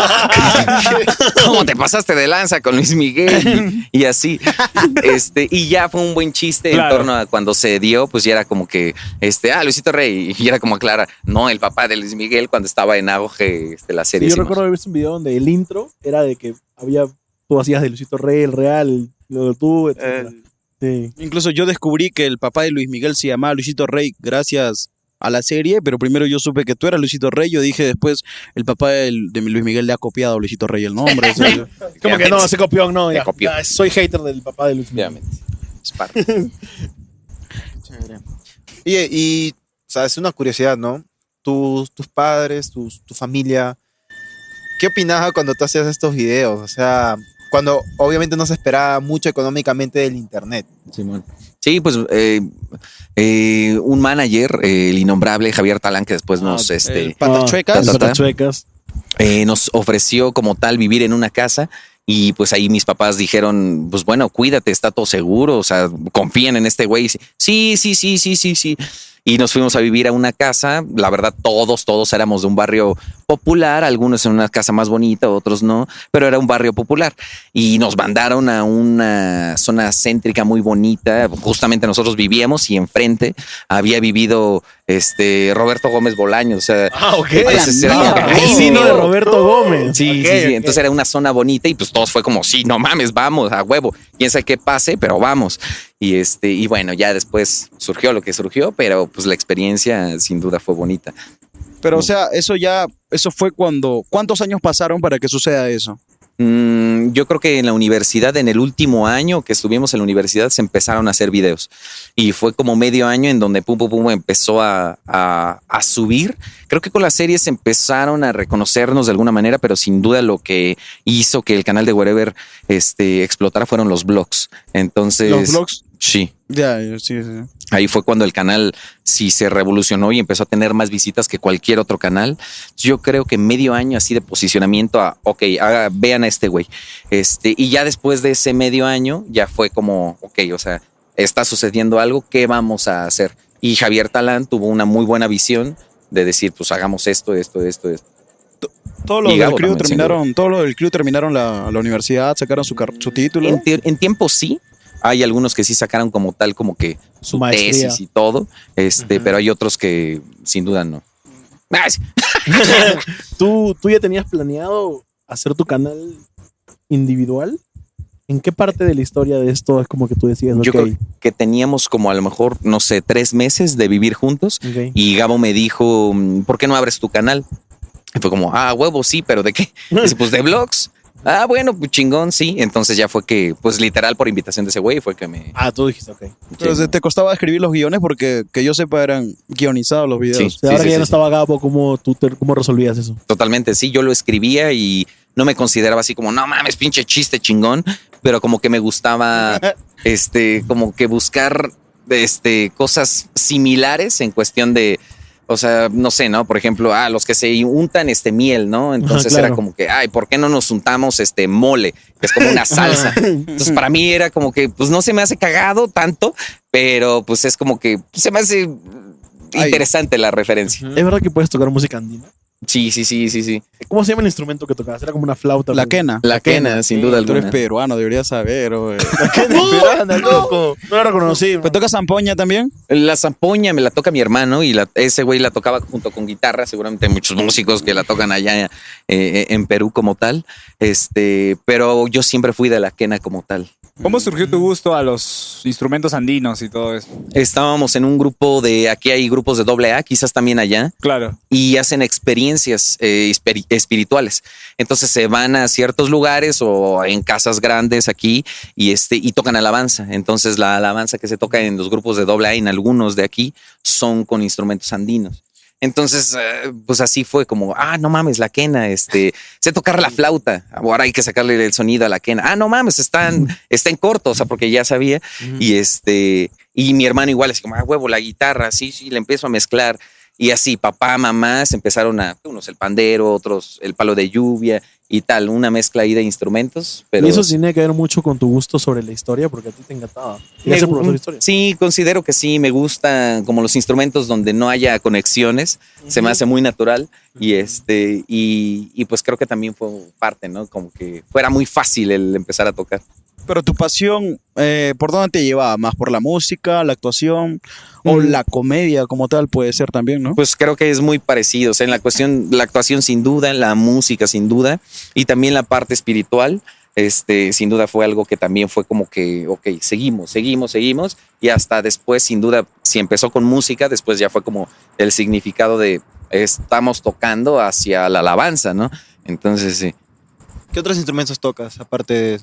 ¿cómo te pasaste de lanza con Luis Miguel? Y, y así. Este, y ya fue un buen chiste
Claro.
en torno a cuando se dio, pues ya era como que, este, ah, Luisito Rey, y era como Clara, no, el papá de Luis Miguel cuando estaba en auge este, la serie.
yo
sí,
recuerdo haber visto un video donde el intro era de que había, tú hacías de Luisito Rey, el real, el- lo de tú, etc. sí.
Incluso yo descubrí que el papá de Luis Miguel se llamaba Luisito Rey gracias a la serie, pero primero yo supe que tú eras Luisito Rey, yo dije después, el papá del- de Luis Miguel le ha copiado a Luisito Rey el nombre. o sea,
Como que no, se copió, no,
Se
ya.
copió.
Ya, soy hater del papá de Luis Miguel.
obviamente. Es parte.
Oye, y, o sea, es una curiosidad, ¿no? Tus, tus padres, tus, tu familia, ¿qué opinaba cuando tú hacías estos videos? O sea, cuando obviamente no se esperaba mucho económicamente del internet.
Sí, pues eh, eh, un manager, eh, el innombrable Javier Talán, que después nos,
el
este,
patachuecas.
Ah,
Las chuecas.
eh, nos ofreció como tal vivir en una casa. Y pues ahí mis papás dijeron, pues bueno, cuídate, está todo seguro, o sea, confíen en este güey. Y Sí, sí, sí, sí, sí, sí. Y nos fuimos a vivir a una casa, la verdad todos, todos éramos de un barrio popular, algunos en una casa más bonita, otros no, pero era un barrio popular. Y nos mandaron a una zona céntrica muy bonita, justamente nosotros vivíamos y enfrente había vivido este Roberto Gómez Bolaños, o sea,
Ah, ok.
Entonces era como que,
Ah,
ay,
el vecino
no.
de Roberto Gómez.
Sí,
Ok,
sí, sí.
ok.
Entonces era una zona bonita y pues todos fue como, sí, no mames, vamos, a huevo. Quién sabe qué pase, pero vamos. Y este, y bueno, ya después surgió lo que surgió, pero pues la experiencia sin duda fue bonita. Mm.
Pero o sea, eso ya, eso fue cuando, ¿cuántos años pasaron para que suceda eso?
Mm, yo creo que en la universidad, en el último año que estuvimos en la universidad, se empezaron a hacer videos. Y fue como medio año en donde Pum Pum Pum empezó a, a- a subir. Creo que con las series empezaron a reconocernos de alguna manera, pero sin duda lo que hizo que el canal de Wherever este, explotara fueron los blogs. Entonces...
Los blogs.
Sí,
Ya, ya, sí, sí.
Ahí fue cuando el canal sí se revolucionó y empezó a tener más visitas que cualquier otro canal. Yo creo que medio año así de posicionamiento a, ok, haga- vean a este güey. Este, y ya después de ese medio año, ya fue como, ok, o sea, está sucediendo algo, ¿qué vamos a hacer? Y Javier Talán tuvo una muy buena visión de decir, pues hagamos esto, esto, esto, esto.
Todos los
Y
del
Gabo
crew
también, sin
terminaron, todos los del crew terminaron la, la universidad, sacaron su, car- su título.
En, teo- en tiempo sí, hay algunos que sí sacaron como tal, como que
Su
tesis y todo, este, pero hay otros que sin duda no. Ah, sí.
¿Tú, ¿Tú ya tenías planeado hacer tu canal individual? ¿En qué parte de la historia de esto es como que tú decías, ok?
Yo creo que teníamos como a lo mejor, no sé, tres meses de vivir juntos
ok.
y Gabo me dijo, mm, ¿por qué no abres tu canal? Y fue como, ah, huevo, sí, pero ¿de qué? Dice, pues de blogs. Ah, bueno, pues chingón, sí. Entonces ya fue que, pues literal por invitación de ese güey fue que me...
Ah, tú dijiste, ok.
Pero se- te costaba escribir los guiones porque, que yo sepa, eran guionizados los videos.
Sí.
O sea, ahora que ya
sí,
no
sí.
estaba Gabo, ¿cómo, tú te- ¿cómo resolvías eso?
Totalmente, sí, yo lo escribía y no me consideraba así como, no mames, pinche chiste chingón, pero como que me gustaba, este, como que buscar, este, cosas similares en cuestión de, o sea, no sé, ¿no? Por ejemplo, ah, los que se untan, este, miel, ¿no? Entonces
claro.
era como que, ay, ¿por qué no nos untamos, este, mole? Que es como una salsa. Entonces para mí era como que, pues no se me hace cagado tanto, pero pues es como que se me hace...
Ay.
Interesante la referencia.
¿Es verdad que puedes tocar música andina?
Sí, sí, sí, sí, sí.
¿Cómo se llama el instrumento que tocabas? Era como una flauta.
La
pero-
quena.
La quena, sin
Tú
duda
eres
alguna.
peruano, deberías saber. oye.
¡No! ¡No! No la reconocí.
¿Pero toca zampoña también?
La zampoña me la toca mi hermano y la- ese güey la tocaba junto con guitarra. Seguramente hay muchos músicos que la tocan allá eh, eh, en Perú como tal. Este, pero yo siempre fui de la quena como tal.
¿Cómo surgió tu gusto a los instrumentos andinos y todo eso?
Estábamos en un grupo de aquí hay grupos de doble A, quizás también allá,
Claro.
y hacen experiencias eh, espiri- espirituales. Entonces se van a ciertos lugares o en casas grandes aquí y, este, y tocan alabanza. Entonces la alabanza que se toca en los grupos de doble A, en algunos de aquí, son con instrumentos andinos. Entonces, eh, pues así fue como, ah, no mames, la quena, este, sé tocar la flauta, ahora hay que sacarle el sonido a la quena. Ah, no mames, están, está en corto, o sea, porque ya sabía. Y este, y mi hermano igual, así como, ah, huevo, la guitarra, sí, sí, le empiezo a mezclar. Y así, papá, mamá, se empezaron a, unos el pandero, otros el palo de lluvia y tal, una mezcla ahí de instrumentos. Pero
y eso sí tiene que ver mucho con tu gusto sobre la historia, porque a ti te encantaba. Y
me
eres el
gu- mm,
profesor de historia.
Sí, considero que sí, me gustan como los instrumentos donde no haya conexiones, se me hace muy natural y este y, y pues creo que también fue parte, ¿no? Como que fuera muy fácil el empezar a tocar.
Pero tu pasión, eh, ¿por dónde te llevaba? ¿Más por la música, la actuación o
Mm.
la comedia como tal puede ser también, no?
Pues creo que es muy parecido, o sea, en la cuestión la actuación sin duda, la música sin duda y también la parte espiritual. Este, sin duda fue algo que también fue como que, ok, seguimos, seguimos, seguimos. Y hasta después, sin duda, si empezó con música, después ya fue como el significado de estamos tocando hacia la alabanza, ¿no? Entonces, sí.
¿Qué otros instrumentos tocas aparte de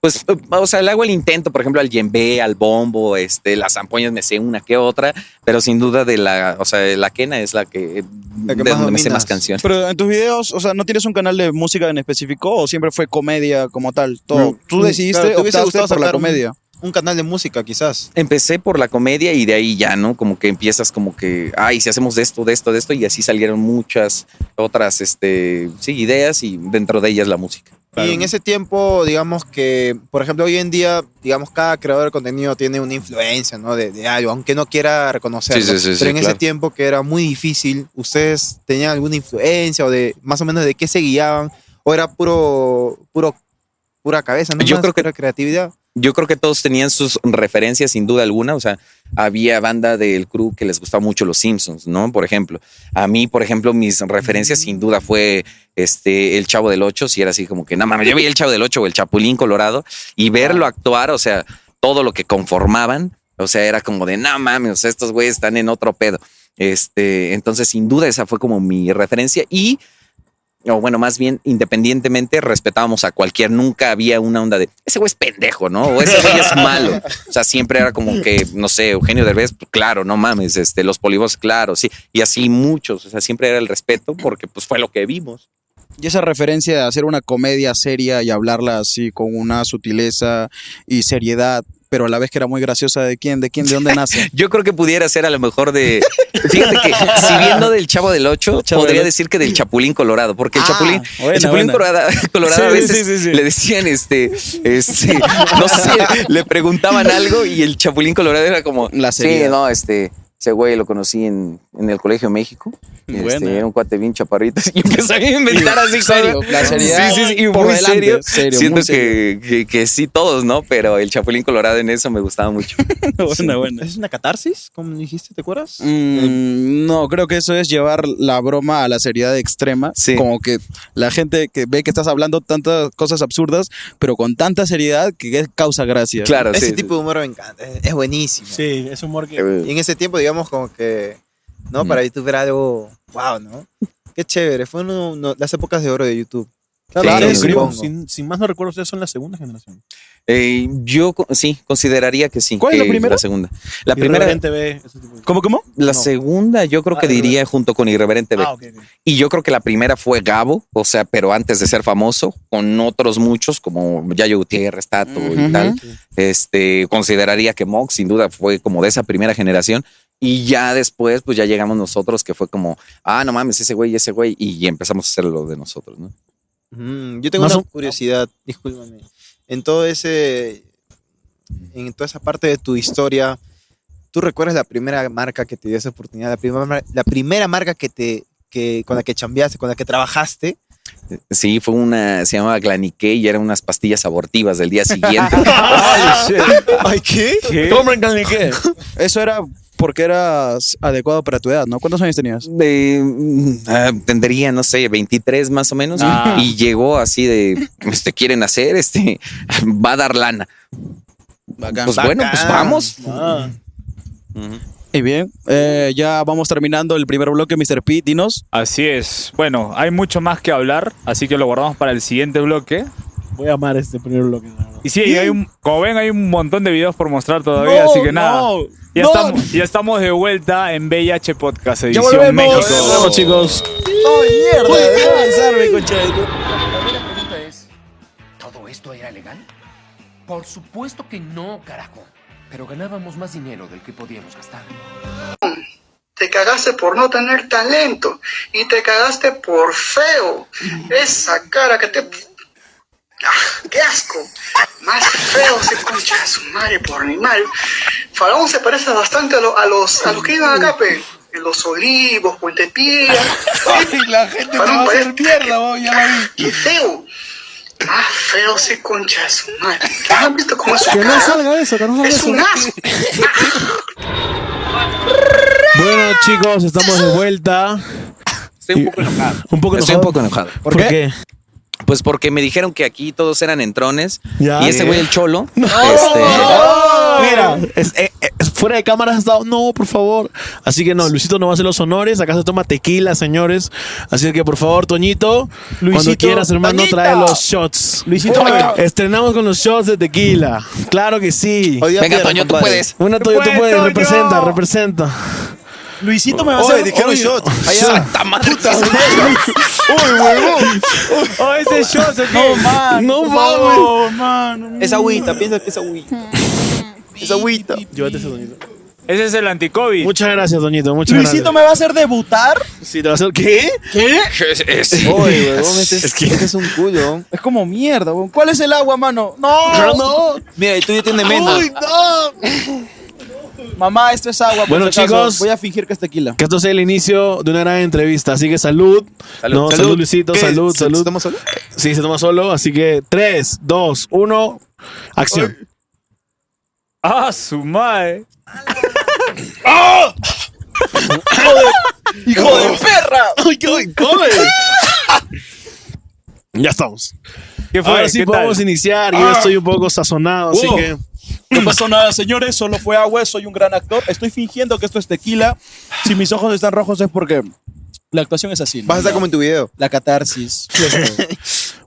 Pues, eh, o sea, le hago el intento, por ejemplo, al yembe, al bombo, este, las zampoñas me sé una que otra, pero sin duda de la, o sea, la quena es la que,
La que
de
más
donde me sé
dominas.
más canciones.
Pero en tus videos, o sea, ¿no tienes un canal de música en específico o siempre fue comedia como tal? Todo.
No.
mm,
Tú decidiste,
Claro, te hubiese
optaste
gustado
por la
sacar un-
comedia.
un canal de música quizás?
Empecé por la comedia y de ahí ya, ¿no? Como que empiezas como que, ay, si hacemos de esto, de esto, de esto, y así salieron muchas otras, este, sí, ideas y dentro de ellas la música.
Y en ese tiempo, digamos que, por ejemplo, hoy en día, digamos, cada creador de contenido tiene una influencia, ¿no? De, de algo, aunque no quiera reconocerlo.
Sí, sí, sí,
pero
sí,
en ese
claro.
tiempo que era muy difícil, ¿ustedes tenían alguna influencia o de más o menos de qué se guiaban? ¿O era puro, puro, pura cabeza, no?
Yo creo que-
era creatividad.
yo creo que todos tenían sus referencias sin duda alguna. O sea, había banda del crew que les gustaba mucho los Simpsons, ¿no? Por ejemplo. A mí, por ejemplo, mis referencias sin duda fue este El Chavo del Ocho. Si era así como que, no mames, yo veía El Chavo del Ocho o El Chapulín Colorado y verlo actuar, o sea, todo lo que conformaban. O sea, era como de, no mames, o sea, estos güeyes están en otro pedo. Este, entonces, sin duda, esa fue como mi referencia. Y o bueno, más bien independientemente respetábamos a cualquier, nunca había una onda de ese güey es pendejo, ¿no? O ese güey es malo. O sea, siempre era como que, no sé, Eugenio Derbez, pues, claro, no mames, este, los polivos, claro, sí, y así muchos, o sea, siempre era el respeto porque pues fue lo que vimos.
Y esa referencia de hacer una comedia seria y hablarla así con una sutileza y seriedad, pero a la vez que era muy graciosa, ¿de quién? ¿De quién? ¿De dónde nace?
Yo creo que pudiera ser a lo mejor de, fíjate que si viendo del Chavo del Ocho,
Chavo del
podría
Ocho.
decir que del Chapulín Colorado, porque el
Ah,
Chapulín,
buena,
el Chapulín
buena.
Colorado, Colorado a
Sí, sí,
veces
sí, sí, sí.
le decían, este, este, no sé, le preguntaban algo y el Chapulín Colorado era como,
La
sí,
seriedad.
no, este, ese güey lo conocí en, en el Colegio México. Este,
Buena.
era un cuate bien chaparrito y empezó a inventar así
Serio,
cosas.
la seriedad
Sí, sí, sí, y
por
muy
delante,
serio.
serio,
Siento
muy serio.
Que, que, que sí todos, ¿no? Pero el Chapulín Colorado en eso me gustaba mucho.
buena, buena.
¿Es una catarsis, como dijiste, te acuerdas?
Mm, no, creo que eso es llevar la broma a la seriedad extrema.
Sí.
Como que la gente que ve que estás hablando tantas cosas absurdas, pero con tanta seriedad que causa gracia.
Claro,
Ese
Ah, sí.
tipo de humor me encanta, es, es buenísimo.
Sí, es humor que.
Y en ese tiempo, digamos, como que, ¿no?
Mm.
Para YouTube era algo, wow, ¿no? Qué chévere, fue uno- uno- las épocas de oro de YouTube.
Claro,
Sí,
ustedes,
supongo.
sin, sin más no recuerdo, ustedes son la segunda generación.
Eh, yo co- sí, consideraría que sí.
¿Cuál es la
que
primera?
segunda. La primera,
Irreverente ve ese tipo de-
¿Cómo, cómo?
la
no.
segunda yo creo
Ah,
que diría junto con Irreverente B.
Ah, ok, ok.
Y yo creo que la primera fue Gabo, o sea, pero antes de ser famoso, con otros muchos como Yayo Gutiérrez, Tato
Ujú.
y tal. Este, consideraría que Mox sin duda fue como de esa primera generación. Y ya después, pues ya llegamos nosotros, que fue como, ah, no mames, ese güey, ese güey, y empezamos a hacer lo de nosotros, ¿no?
Mm, yo tengo
Más
una
o-
curiosidad, discúlpame. En todo ese. En toda esa parte de tu historia, ¿tú recuerdas la primera marca que te dio esa oportunidad? La primera, mar- la primera marca que te. Que, con la que chambeaste, con la que trabajaste.
Sí, fue una, se llamaba Glanique y eran unas pastillas abortivas del día siguiente.
Ay, ¿qué?
Compren carne, ¿qué?
Eso era porque eras adecuado para tu edad, ¿no? ¿Cuántos años tenías?
de, mm, ah, tendría, no sé, 23 más o menos.
Ah.
Y llegó así de, este, quieren hacer, este,
Ah,
va a dar lana. Pues bueno, pues vamos. Ujú.
Y bien, eh, ya vamos terminando el primer bloque, Mr. P. Dinos.
Así es. Bueno, hay mucho más que hablar, así que lo guardamos para el siguiente bloque.
Voy a amar este primer bloque. la verdad.
Y sí, y hay un, como ven, hay un montón de videos por mostrar todavía, así que nada. ya,
no.
Estamos, ya estamos de vuelta en BH Podcast Edición México.
Nos vemos, chicos.
La pregunta es, ¿todo esto era legal? Por supuesto que no, carajo. Pero ganábamos más dinero del que podíamos gastar.
Te cagaste por no tener talento y te cagaste por feo. Esa cara que te... ¡Ah, ¡Qué asco! Más feo se escucha a su madre por animal. Faraón se parece bastante a, lo- a los, a los que iban acá, pe. Los olivos, Puente Piedra.
la gente te va a hacer mierda, vos, ya la vi.
¡Qué feo! Más feo se concha de su madre. ¿Han visto cómo es su
Que no
cara?
salga eso, que no salga
Es
eso.
un asco.
Bueno, chicos, estamos de vuelta.
Estoy un poco enojado.
Un poco
Estoy
enojado.
un poco enojado.
¿Por qué?
Pues porque me dijeron que aquí todos eran entrones.
Ya.
Y ese güey, el cholo.
Mira, es- eh, eh, fuera de cámara has dado. No, por favor. Así que no, Luisito no va a hacer los honores. Acá se toma tequila, señores. Así que por favor, Toñito, cuando quieras, hermano, trae los shots. Luisito, estrenamos con los shots de tequila. Claro que sí.
Hoy día
Venga,
pierdo,
Toño, tú
compadre.
puedes.
Bueno, Toño, tú
Pues,
puedes.
Toño.
Representa, representa. Luisito me va
Oye, dijeron shot.
¡Santa madre!
Uy, huevón.
Oh, ese show se No, man.
No mames.
Es agüita, piensa que es agüita. Es agüita.
Llévate ese, Toñito.
Ese es el anticovid.
Muchas gracias, Toñito. Muchas
Luisito me va a hacer debutar.
gracias. Sí, te va a hacer. ¿Qué?
Uy, huevón, este es, este es un culo.
Es como mierda, weón. ¿Cuál es el agua, mano? No,
No.
Mira, el tuyo tiene menos.
Uy, no.
mamá, esto es agua. por
Bueno,
si acaso.
chicos.
voy a fingir que es tequila.
Que esto sea el inicio de una gran entrevista. Así que salud.
Salud.
No, salud, Luisito.
¿Qué?
Salud,
¿Se-
salud.
¿Estamos solos?
Sí, se toma solo. Así que 3, 2, 1. Acción.
Ah, su madre.
¡Hijo de perra! ¡Ay, qué hoy Ya estamos.
¿Qué fue?
Ahora sí
¿Qué tal?
podemos iniciar. Yo ya estoy un poco sazonado, así
Wow.
que.
No pasó nada, señores. Solo fue agua. Soy un gran actor. Estoy fingiendo que esto es tequila. Si mis ojos están rojos es porque la actuación es así. ¿no?
Vas a estar como en tu video.
La catarsis.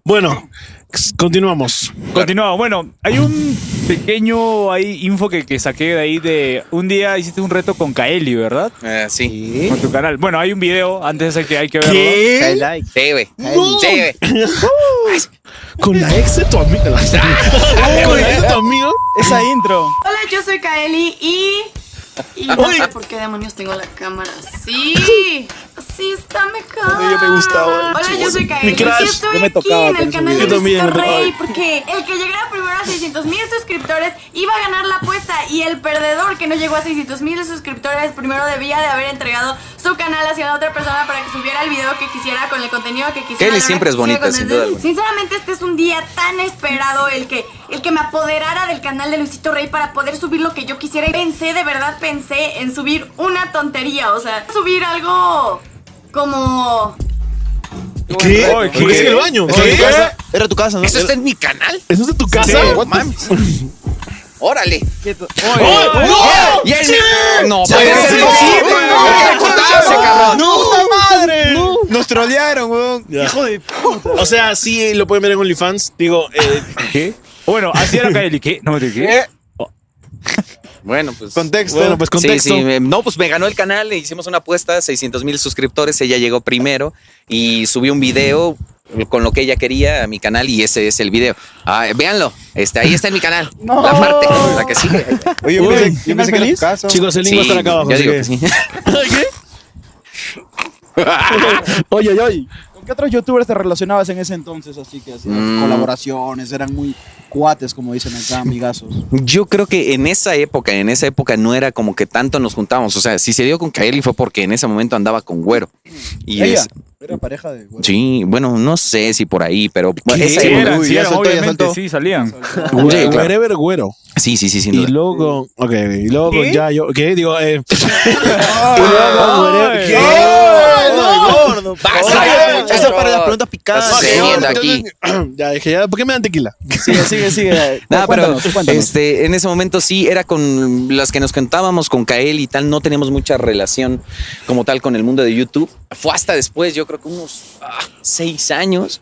Bueno, c- continuamos.
Continuamos. Bueno, hay un pequeño ahí, info que, que saqué de ahí de... Un día hiciste un reto con Kaeli, ¿verdad?
Eh, sí.
Con tu canal. Bueno, hay un video, antes de ese que hay que verlo.
Cae like.
Sí, güey.
No.
Sí, güey.
Con la ex de tu amigo. Con la ex de tu amigo.
Esa intro.
Hola, yo soy Kaeli y. Y no sé por qué demonios tengo la cámara así. Así está mejor.
Yo me gustaba.
Hola, yo soy Kaeli.
Mi crush.
y estoy
Yo me
aquí
tocaba
en
con
el
ese
canal de
video. Yo también
Luisito
me tocaba.
Rey porque el que llegara primero a 600 mil suscriptores iba a ganar la apuesta y el perdedor que no llegó a 600 mil suscriptores primero debía de haber entregado su canal hacia la otra persona para que subiera el video que quisiera con el contenido que quisiera.
Kaeli
la hora que
siempre es
quisiera,
bonita,
con
sin
el-
duda alguna.
Sinceramente este es un día tan esperado el que el que me apoderara del canal de Luisito Rey para poder subir lo que yo quisiera. Y Pensé, de verdad pensé en subir una tontería, o sea, subir algo como
¿Qué?
Ay,
¿Por qué
¿qué?
es en el baño?
Era tu
¿Qué?
casa. Era tu casa, ¿no?
¿Eso está en mi canal?
¿Eso es de tu casa?
Sí, what mames. Órale.
¡No!
Y el- No, puede
¡No!
ser
¡No!
posible.
¡No!
¿Por qué cortarse, cabrón?
¡No! madre! Nos trolearon, weón.
Hijo de O sea, sí lo pueden ver en OnlyFans. Digo, eh,
¿Qué? Bueno, así era Kaeli. ¿Qué? No, ¿de qué?
Bueno, pues.
Contexto.
bueno, pues contexto.
Sí, sí, me- no, pues me ganó el canal, le hicimos una apuesta, 600 mil suscriptores, ella llegó primero y subí un video con lo que ella quería a mi canal y ese es el video. Ah, véanlo, este, ahí está en mi canal, la parte, la que sigue.
Oye, yo
Uy,
pensé, yo
¿final
pensé que era tu
feliz?
casa.
Chicos, el link va a estar acá abajo.
yo
así
digo
que-
que sí.
Oye, oye, oye.
¿Con qué otros youtubers te relacionabas en ese entonces? Así que hacías
Mm.
colaboraciones, eran muy cuates, como dicen acá, amigazos.
Yo creo que en esa época, en esa época no era como que tanto nos juntábamos, o sea, si se dio con Kaeli fue porque en ese momento andaba con Güero. Y
¿Ella?
es-
Era pareja de.
Sí, bueno, no sé si por ahí, pero. bueno,
Sí,
esa-
eran,
Uy,
sí,
ya
eran,
soltó, ya
obviamente,
soltó.
sí, salían.
Sí, claro.
Wherever güero.
Sí, sí, sí, sin
Y
duda.
luego con. Ok, y luego con
¿Qué?
Yayo. ¿Qué? Digo, eh.
Ay,
gordo! Eso es para las preguntas picadas.
Estás cediendo aquí.
ya dije, ya, ¿por qué me dan tequila?
Sigue, sigue, sigue.
Nada, pero
Cuéntanos, tú cuéntanos.
este, en ese momento sí, era con las que nos contábamos con Kael y tal, no teníamos mucha relación como tal con el mundo de YouTube. Fue hasta después, yo creo que unos ah, seis años,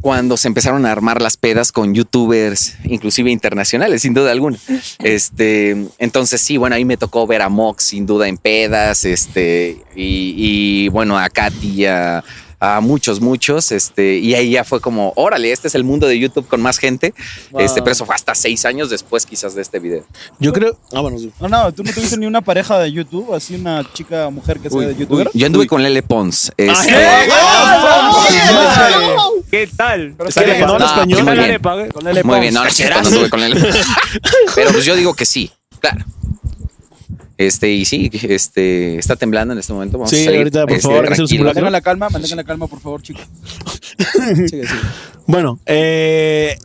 cuando se empezaron a armar las pedas con youtubers, inclusive internacionales, sin duda alguna. Este, entonces sí, bueno, ahí me tocó ver a Mox, sin duda, en pedas, este, y, y, bueno, a Katy, a, a muchos, muchos, este, y ahí ya fue como, órale, este es el mundo de YouTube con más gente, este, pero eso fue hasta seis años después quizás de este video.
Yo creo. Ah, bueno, sí.
No, no, tú no tuviste ni una pareja de YouTube, así una chica mujer que sea de YouTube.
Yo anduve con Lele Pons. este,
¿Qué tal?
¿Sabes que no habla
Ah, pues,
español?
muy bien.
Con el
Muy bien, no, no es cierto, no anduve con él. Pero pues yo digo que sí, claro. Este, y sí, este, está temblando en este momento. Vamos
Sí,
a salir,
ahorita, por
este,
favor, hay que hacer un
tranquilos.
simulacro.
Mantengan la calma, mantengan la calma, por favor, chicos. Sigue, sigue.
Bueno, eh,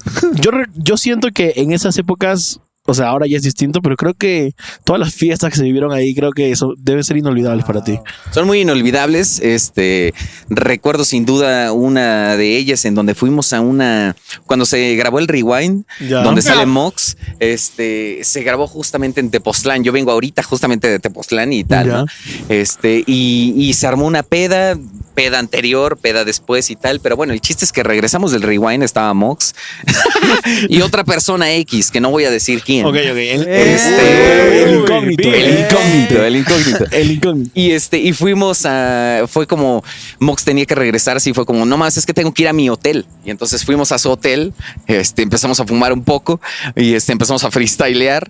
yo, re- yo siento que en esas épocas, o sea, ahora ya es distinto, pero creo que todas las fiestas que se vivieron ahí, creo que eso deben ser inolvidables para ti.
Son muy inolvidables. Este recuerdo sin duda una de ellas en donde fuimos a una cuando se grabó el rewind,
Ya.
donde sale Mox. Este se grabó justamente en Tepoztlán. Yo vengo ahorita justamente de Tepoztlán y tal.
Ya.
¿no? Este y, y se armó una peda, peda anterior, peda después y tal. Pero bueno, el chiste es que regresamos del rewind estaba Mox y otra persona X que no voy a decir quién.
Ok, ok. El,
Este-
el incógnito.
El incógnito, el incógnito.
El incógnito.
Y este, y fuimos a. Fue como Mox tenía que regresar, y fue como, no más, es que tengo que ir a mi hotel. Y entonces fuimos a su hotel, este, empezamos a fumar un poco y este, empezamos a freestylear.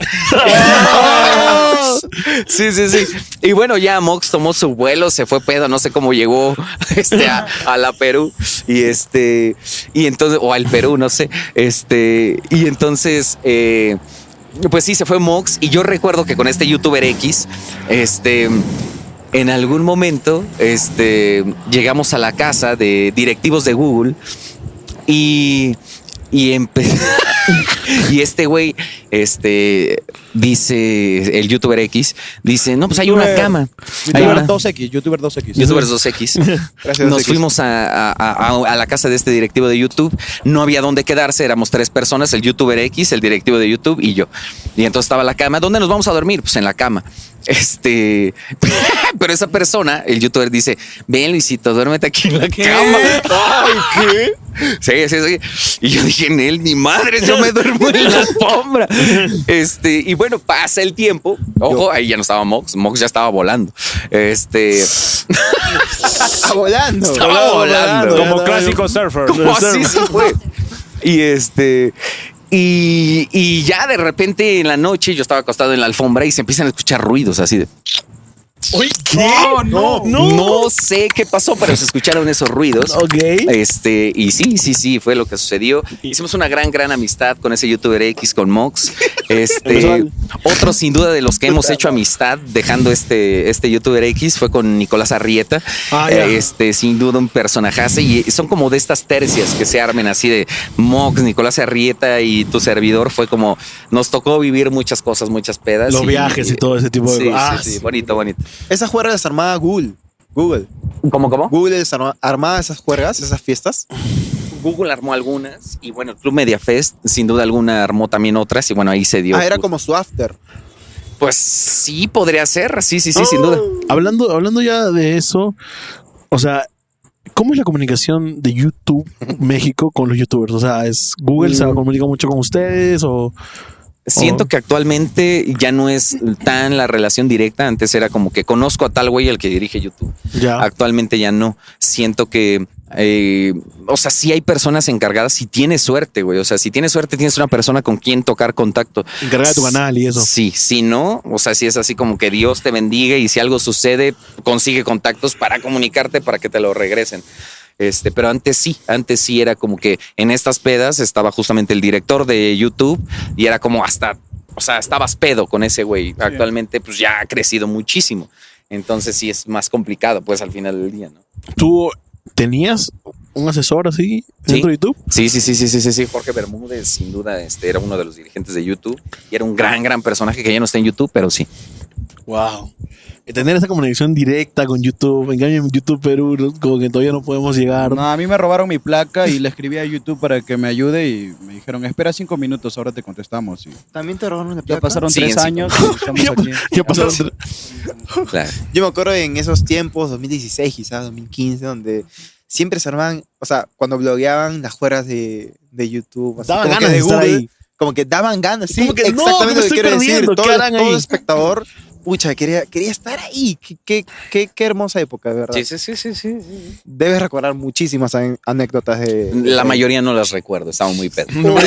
sí, sí, sí. Y bueno, ya Mox tomó su vuelo, se fue pedo, no sé cómo llegó este, a, a la Perú. Y este, y entonces, o al Perú, no sé. Este, y entonces. eh, pues sí, se fue Mox y yo recuerdo que con este youtuber X, este, en algún momento, este, llegamos a la casa de directivos de Google y y empe- y este güey, este, dice el youtuber X, dice, no, pues hay una
Youtuber-
cama, hay
Youtuber
una.
2X, YouTuber 2X.
Youtubers 2X.
Gracias,
Nos
2X.
fuimos a, a- a- a la casa de este directivo de YouTube. No había dónde quedarse. Éramos tres personas: el youtuber X, el directivo de YouTube y yo. Y entonces estaba la cama. ¿Dónde nos vamos a dormir? Pues en la cama. Este, pero esa persona, el youtuber, dice: Ven, Luisito, duérmete aquí en la cama. Sí, sí, sí. Y yo dije, en él, ni madre, yo me duermo en la alfombra. Este, y bueno, pasa el tiempo. Ojo, ahí ya no estaba Mox. Mox ya estaba volando. Este.
Está volando.
Estaba volando.
Como clásico surfer.
Como así se fue. Y este. Y, y ya de repente en la noche yo estaba acostado en la alfombra y se empiezan a escuchar ruidos así de.
no,
No, sé qué pasó, pero se escucharon esos ruidos.
Ok.
Este, y sí, sí, sí, fue lo que sucedió. Hicimos una gran, gran amistad con ese youtuber X, con Mox. Este, otro sin duda de los que hemos hecho amistad dejando este, este youtuber X fue con Nicolás Arrieta.
Ah,
Eh,
ya.
Este, sin duda un personajazo y son como de estas tercias que se armen así de Mox, Nicolás Arrieta y tu servidor. Fue como, nos tocó vivir muchas cosas, muchas pedas.
Los viajes y todo Ah, ese tipo de
sí,
cosas.
sí, sí, bonito, bonito.
Esa juerga desarmada Google. Google.
¿Cómo, cómo?
Google desarma- armada esas juergas, esas fiestas.
Google armó algunas y bueno, el Club Media Fest sin duda alguna armó también otras y bueno, ahí se dio.
Ah, era
justo.
como su after.
Pues sí, podría ser, sí, sí, sí, sin duda.
Oh. Hablando, hablando ya de eso, o sea, ¿cómo es la comunicación de YouTube México con los youtubers? O sea, ¿es Google se comunica mucho con ustedes o...?
Siento
Oh.
que actualmente ya no es tan la relación directa, antes era como que conozco a tal güey el que dirige YouTube.
Ya.
Actualmente ya no. Siento que, eh, o sea, sí hay personas encargadas, si tienes suerte, güey, o sea, si tienes suerte tienes una persona con quien tocar contacto.
Encargada de tu canal y eso.
Sí, si no, o sea, si es así como que Dios te bendiga y si algo sucede, consigue contactos para comunicarte para que te lo regresen. Este, pero antes sí, antes sí era como que en estas pedas estaba justamente el director de YouTube y era como hasta, o sea, estabas pedo con ese güey. Actualmente pues ya ha crecido muchísimo. Entonces sí es más complicado pues al final del día, ¿no?
Tú ¿Tenías un asesor así dentro de YouTube?
Sí, sí, sí, sí, sí, sí, sí. Jorge Bermúdez, sin duda, este, era uno de los dirigentes de YouTube y era un gran, gran personaje que ya no está en YouTube, pero sí.
Wow. Y Tener esa comunicación directa con YouTube. En cambio, en YouTube Perú, ¿no? como que todavía no podemos llegar.
No, a mí me robaron mi placa y le escribí a YouTube para que me ayude y me dijeron, espera cinco minutos, ahora te contestamos. Y
También te robaron una
ya pasaron
Sí,
tres
en cinco.
años y estamos aquí.
Ya pasaron
Claro.
Yo me acuerdo en esos tiempos, 2016 quizás, 2015, donde siempre se armaban, o sea, cuando blogueaban las juegas de, de YouTube, así,
Daban
como
ganas
que
de
de
estar
Google,
ahí.
como que daban ganas, sí,
Como que, no, me
exactamente lo que
estoy
quiero decir,
perdiendo,
todo,
¿qué harán
todo
ahí?
espectador, pucha, quería, quería estar ahí, qué, qué, qué, qué hermosa época, de verdad.
Sí, sí, sí, sí, sí.
Debes recordar muchísimas an- anécdotas de...
La
de-
mayoría no las recuerdo, estaba muy pedo.
Ok,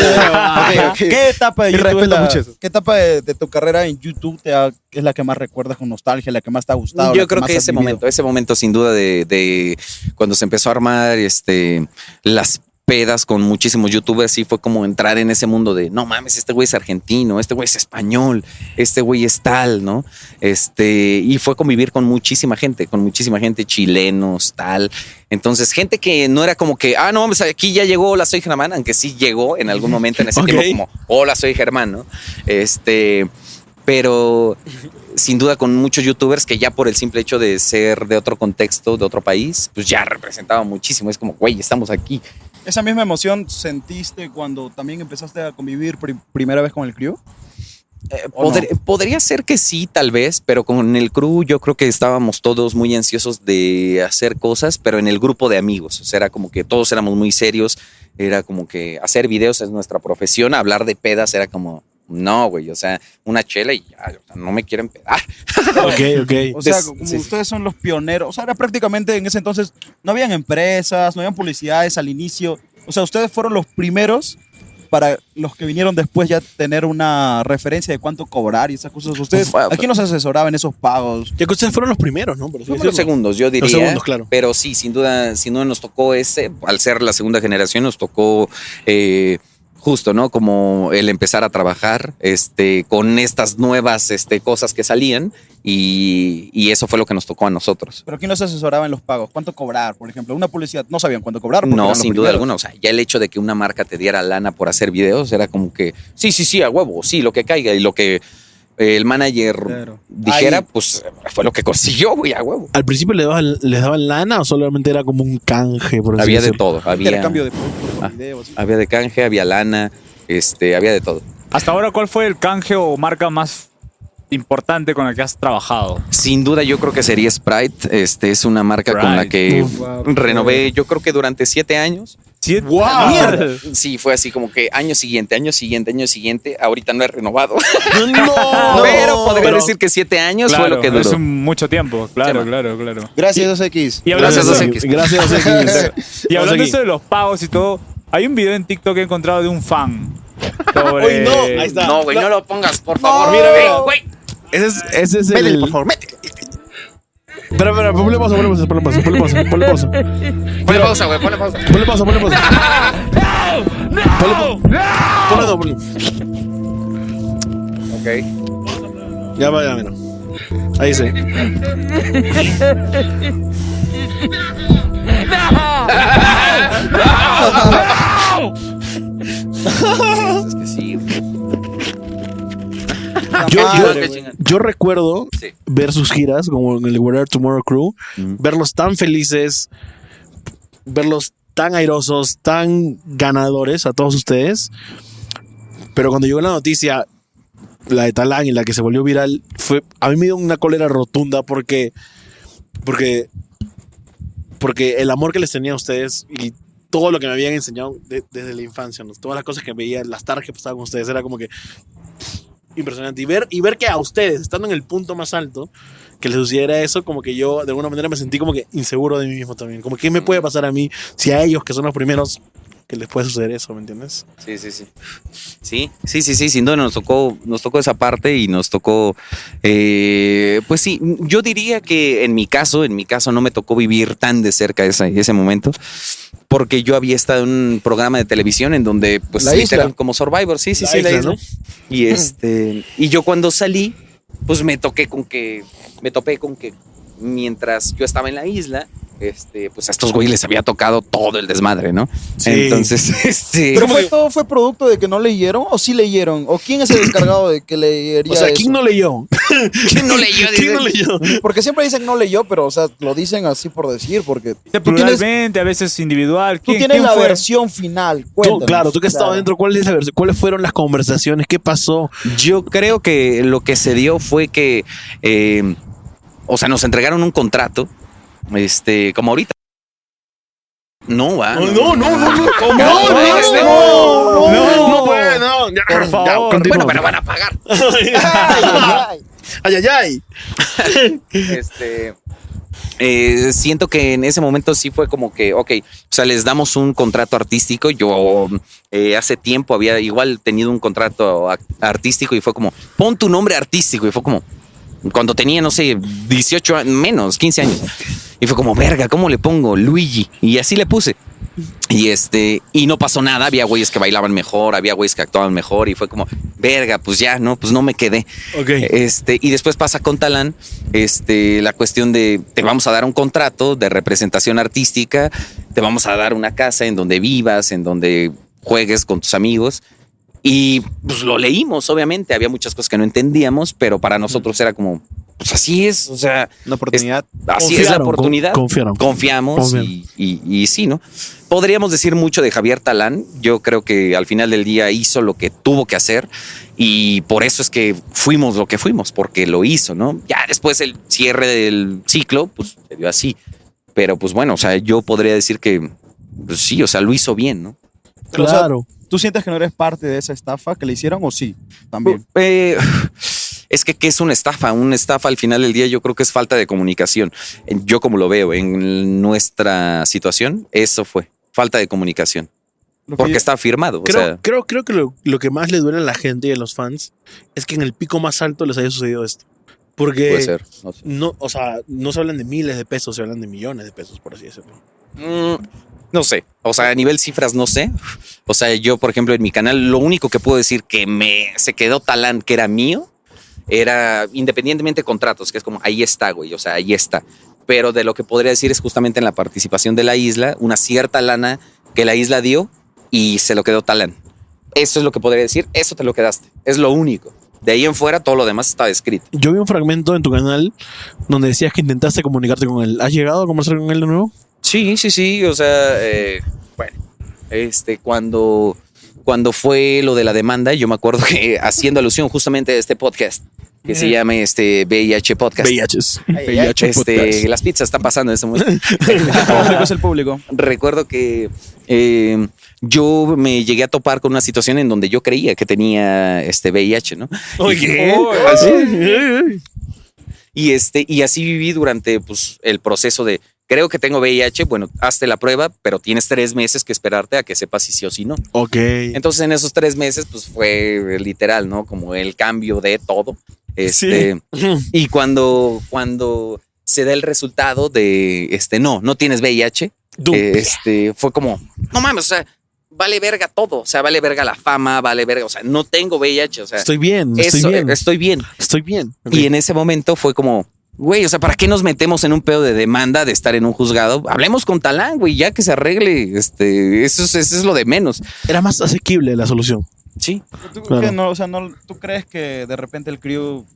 ok.
¿Qué etapa de
Y
YouTube es
respeto
la-
mucho eso.
¿Qué etapa de, de tu carrera en YouTube te ha- es la que más recuerdas con nostalgia, la que más te ha gustado? la
Yo creo
más
que
has
ese
vivido?
momento, ese momento sin duda de, de cuando se empezó a armar este, las pedas con muchísimos youtubers, sí fue como entrar en ese mundo de, no mames, este güey es argentino, este güey es español, este güey es tal, ¿no? Este, y fue convivir con muchísima gente, con muchísima gente, chilenos, tal. Entonces, gente que no era como que, ah, no, pues aquí ya llegó, hola, soy Germán, aunque sí llegó en algún momento en ese
Ok.
tiempo como, hola, soy Germán, ¿no? Este, pero sin duda con muchos youtubers que ya por el simple hecho de ser de otro contexto, de otro país, pues ya representaba muchísimo. Es como, güey, estamos aquí.
¿Esa misma emoción sentiste cuando también empezaste a convivir pri- primera vez con el crew? ¿O
Podr-
no?
Podría ser que sí, tal vez, pero con el crew yo creo que estábamos todos muy ansiosos de hacer cosas, pero en el grupo de amigos. O sea, era como que todos éramos muy serios. Era como que hacer videos es nuestra profesión, hablar de pedas era como, no, güey, o sea, una chela y ya, o sea, no me quieren pedar.
Ok, ok.
O sea,
Des-
como
sí, sí.
ustedes son los pioneros. O sea, era prácticamente en ese entonces no habían empresas, no habían publicidades al inicio. O sea, ustedes fueron los primeros para los que vinieron después ya tener una referencia de cuánto cobrar y esas cosas. Ustedes,
Fue-
¿a quién los asesoraban esos pagos?
Ya que ustedes fueron los primeros, ¿no? Por así
Fuimos
decirlo.
los segundos, yo diría.
segundos, claro.
Pero sí, sin duda, sin duda nos tocó ese. Al ser la segunda generación, nos tocó eh, justo, ¿no? Como el empezar a trabajar este, con estas nuevas este, cosas que salían. Y, y eso fue lo que nos tocó a nosotros.
¿Pero quién los asesoraba en los pagos? ¿Cuánto cobrar? Por ejemplo, una publicidad, no sabían cuánto cobrar. porque eran
No,
los
sin duda
primeros.
alguna. O sea, ya el hecho de que una marca te diera lana por hacer videos era como que, sí, sí, sí, a huevo, sí, lo que caiga y lo que eh, el manager
Claro.
dijera,
Ahí.
pues fue lo que consiguió, güey, a huevo.
¿Al principio les daban, les daban lana o solamente era como un canje? Por así
Había de
decirlo?
todo. Había,
Intercambio de productos, por
Ah.
video, así.
Había de canje, había lana, este, había de todo.
Hasta ahora, ¿cuál fue el canje o marca más importante con la que has trabajado?
Sin duda, yo creo que sería Sprite. Este es una marca con la que renové, yo creo que durante siete años.
¿Sí?
¡Guau!
Mierda.
Sí, fue así como que año siguiente, año siguiente, año siguiente. Ahorita no he renovado,
¡No!
pero podría decir que siete años
Claro,
fue lo que
Es
duró.
un mucho tiempo, claro, claro, claro.
Gracias, 2X.
Y hablando
Gracias,
de-
2X.
Gracias, 2X.
Y hablando de
Vamos
eso de los pagos y todo, hay un video en TikTok que he encontrado de un fan. Sobre...
Uy, no, ahí está.
No, güey, no lo pongas, por favor.
Mira,
Güey,
mira.
güey.
Ese es, ese es
Métele,
el...
por favor, métele.
Espera, espera, ponle pausa, ponle pausa, ponle pausa, ponle pausa, ponle pausa.
Ponle pausa, güey, ponle pausa.
Ponle pausa, ponle pausa. Ponle pausa. Ponle pausa, ponle pausa.
Ok.
Ya va, ya, mira. Ahí sí.
Es que sí.
Yo, yo,
qué chingada.
yo recuerdo
Sí.
ver sus giras, como en el Whatever Tomorrow Crew, verlos tan felices, verlos tan airosos, tan ganadores a todos ustedes. Pero cuando llegó la noticia, la de Talán y la que se volvió viral, fue, a mí me dio una cólera rotunda porque, porque, porque el amor que les tenía a ustedes y todo lo que me habían enseñado de- desde la infancia, ¿no? todas las cosas que veía, las tardes que pasaba con ustedes, era como que impresionante. Y ver, y ver que a ustedes, estando en el punto más alto, que les sucediera eso, como que yo de alguna manera me sentí como que inseguro de mí mismo también. Como, ¿qué me puede pasar a mí si a ellos, que son los primeros, que les puede suceder eso, ¿me entiendes?
Sí, sí, sí. Sí, sí, sí, sí, sin duda nos tocó, nos tocó esa parte y nos tocó, eh, pues sí, yo diría que en mi caso, en mi caso no me tocó vivir tan de cerca ese, ese momento, porque yo había estado en un programa de televisión en donde, pues,
La
literal,
Isla.
como Survivor, sí, sí,
La
sí, la
Isla,
isla.
¿no?
Y este, y yo cuando salí, pues me toqué con que, me topé con que mientras yo estaba en la isla, este, pues a estos güeyes les había tocado todo el desmadre, ¿no? Entonces, este.
¿Pero fue, todo fue producto de que no leyeron o sí leyeron? ¿O quién es el encargado de que leyería
O sea, ¿quién
eso?
no leyó?
¿Quién no leyó?
¿Quién no leyó?
Porque siempre dicen no leyó, pero o sea, lo dicen así por decir, porque
Dice
tú tienes, tú
pluralmente, a veces individual. ¿Quién,
tienes
quién
la
fue?
versión final.
Tú,
Cuéntanos.
claro, tú que has estado
Claro.
adentro, ¿cuál es la vers- ¿cuáles fueron las conversaciones? ¿Qué pasó?
Yo creo que lo que se dio fue que, eh, o sea, nos entregaron un contrato, este, como ahorita. No, va.
No, no, no, no.
¿Cómo?
No, no,
Este-
no, no, no puede, no. Ya,
Por
ya,
favor.
continúa.
bueno, pero van a pagar.
Ay, ay,
Ay, ay, ay.
Este, eh, siento que en ese momento sí fue como que, ok, o sea, les damos un contrato artístico. Yo eh, hace tiempo había igual tenido un contrato ac- artístico y fue como, pon tu nombre artístico. Y fue como, cuando tenía, no sé, 18 años, menos, 15 años. Y fue como, verga, ¿cómo le pongo? Luigi. Y así le puse. Y este, y no pasó nada. Había güeyes que bailaban mejor, había güeyes que actuaban mejor. Y fue como, verga, pues ya, no, pues no me quedé.
Ok.
Eh,
Este, y después pasa con Talán este, la cuestión de te vamos a dar un contrato de representación artística, te vamos a dar una casa en donde vivas, en donde juegues con tus amigos. Y pues lo leímos, obviamente. Había muchas cosas que no entendíamos, pero para
Mm.
nosotros era como, pues así es, o sea,
Una oportunidad.
así es
Confiaron,
la
con-
oportunidad.
confiaron.
Confiamos y, y- y sí, ¿no? Podríamos decir mucho de Javier Talán. Yo creo que al final del día hizo lo que tuvo que hacer y por eso es que fuimos lo que fuimos, porque lo hizo, ¿no? Ya después el cierre del ciclo, pues se dio así. Pero pues bueno, o sea, yo podría decir que pues, sí, o sea, lo hizo bien, ¿no?
Pero, o sea,
Claro.
¿Tú sientes que no eres parte de esa estafa que le hicieron o sí? También.
Eh, es que ¿qué es una estafa? Una estafa al final del día yo creo que es falta de comunicación. Eh, Yo como lo veo en nuestra situación, eso fue falta de comunicación.
Lo que
Porque
yo-
está firmado. o
Creo,
sea,
creo, creo que lo, lo que más le duele a la gente y a los fans es que en el pico más alto les haya sucedido esto. Porque
puede ser. no sé.
no, o sea, no se hablan de miles de pesos, se hablan de millones de pesos, por así decirlo.
Mm, no sé. O sea, a nivel cifras no sé. O sea, yo, por ejemplo, en mi canal, lo único que puedo decir que me se quedó talán que era mío, era independientemente de contratos, que es como ahí está, güey. O sea, ahí está. Pero de lo que podría decir es justamente en la participación de la isla, una cierta lana que la isla dio y se lo quedó talán. Eso es lo que podría decir. Eso te lo quedaste. Es lo único. De ahí en fuera, todo lo demás está escrito.
Yo vi un fragmento en tu canal donde decías que intentaste comunicarte con él. ¿Has llegado a conversar con él de nuevo?
Sí, sí, sí. O sea, eh, bueno, este, cuando, cuando fue lo de la demanda, yo me acuerdo que haciendo alusión justamente a este podcast que se llama este VIH Podcast.
VIHs.
este, Las pizzas están pasando en este momento.
público es el público.
Recuerdo que eh, yo me llegué a topar con una situación en donde yo creía que tenía este VIH, ¿no? "Oh",
Oye, Eh,
Y este, y así viví durante pues, el proceso de creo que tengo VIH, bueno, hazte la prueba, pero tienes tres meses que esperarte a que sepas si sí o si no.
Ok.
Entonces en esos tres meses, pues fue literal, ¿no? Como el cambio de todo. Este, Y cuando, cuando se da el resultado de este, no, no tienes VIH, eh, este, fue como, no mames, o sea, vale verga todo. O sea, vale verga la fama, vale verga, o sea, no tengo VIH, o sea,
Estoy bien,
eso,
estoy bien.
estoy bien.
Estoy bien.
Y en ese momento fue como, güey, o sea, ¿para qué nos metemos en un pedo de demanda de estar en un juzgado? Hablemos con Talán, güey, ya que se arregle. Este, eso, es, eso es lo de menos.
Era más asequible la solución.
Sí.
¿Tú,
Claro.
que no, o sea, no- ¿Tú crees que de repente el crew,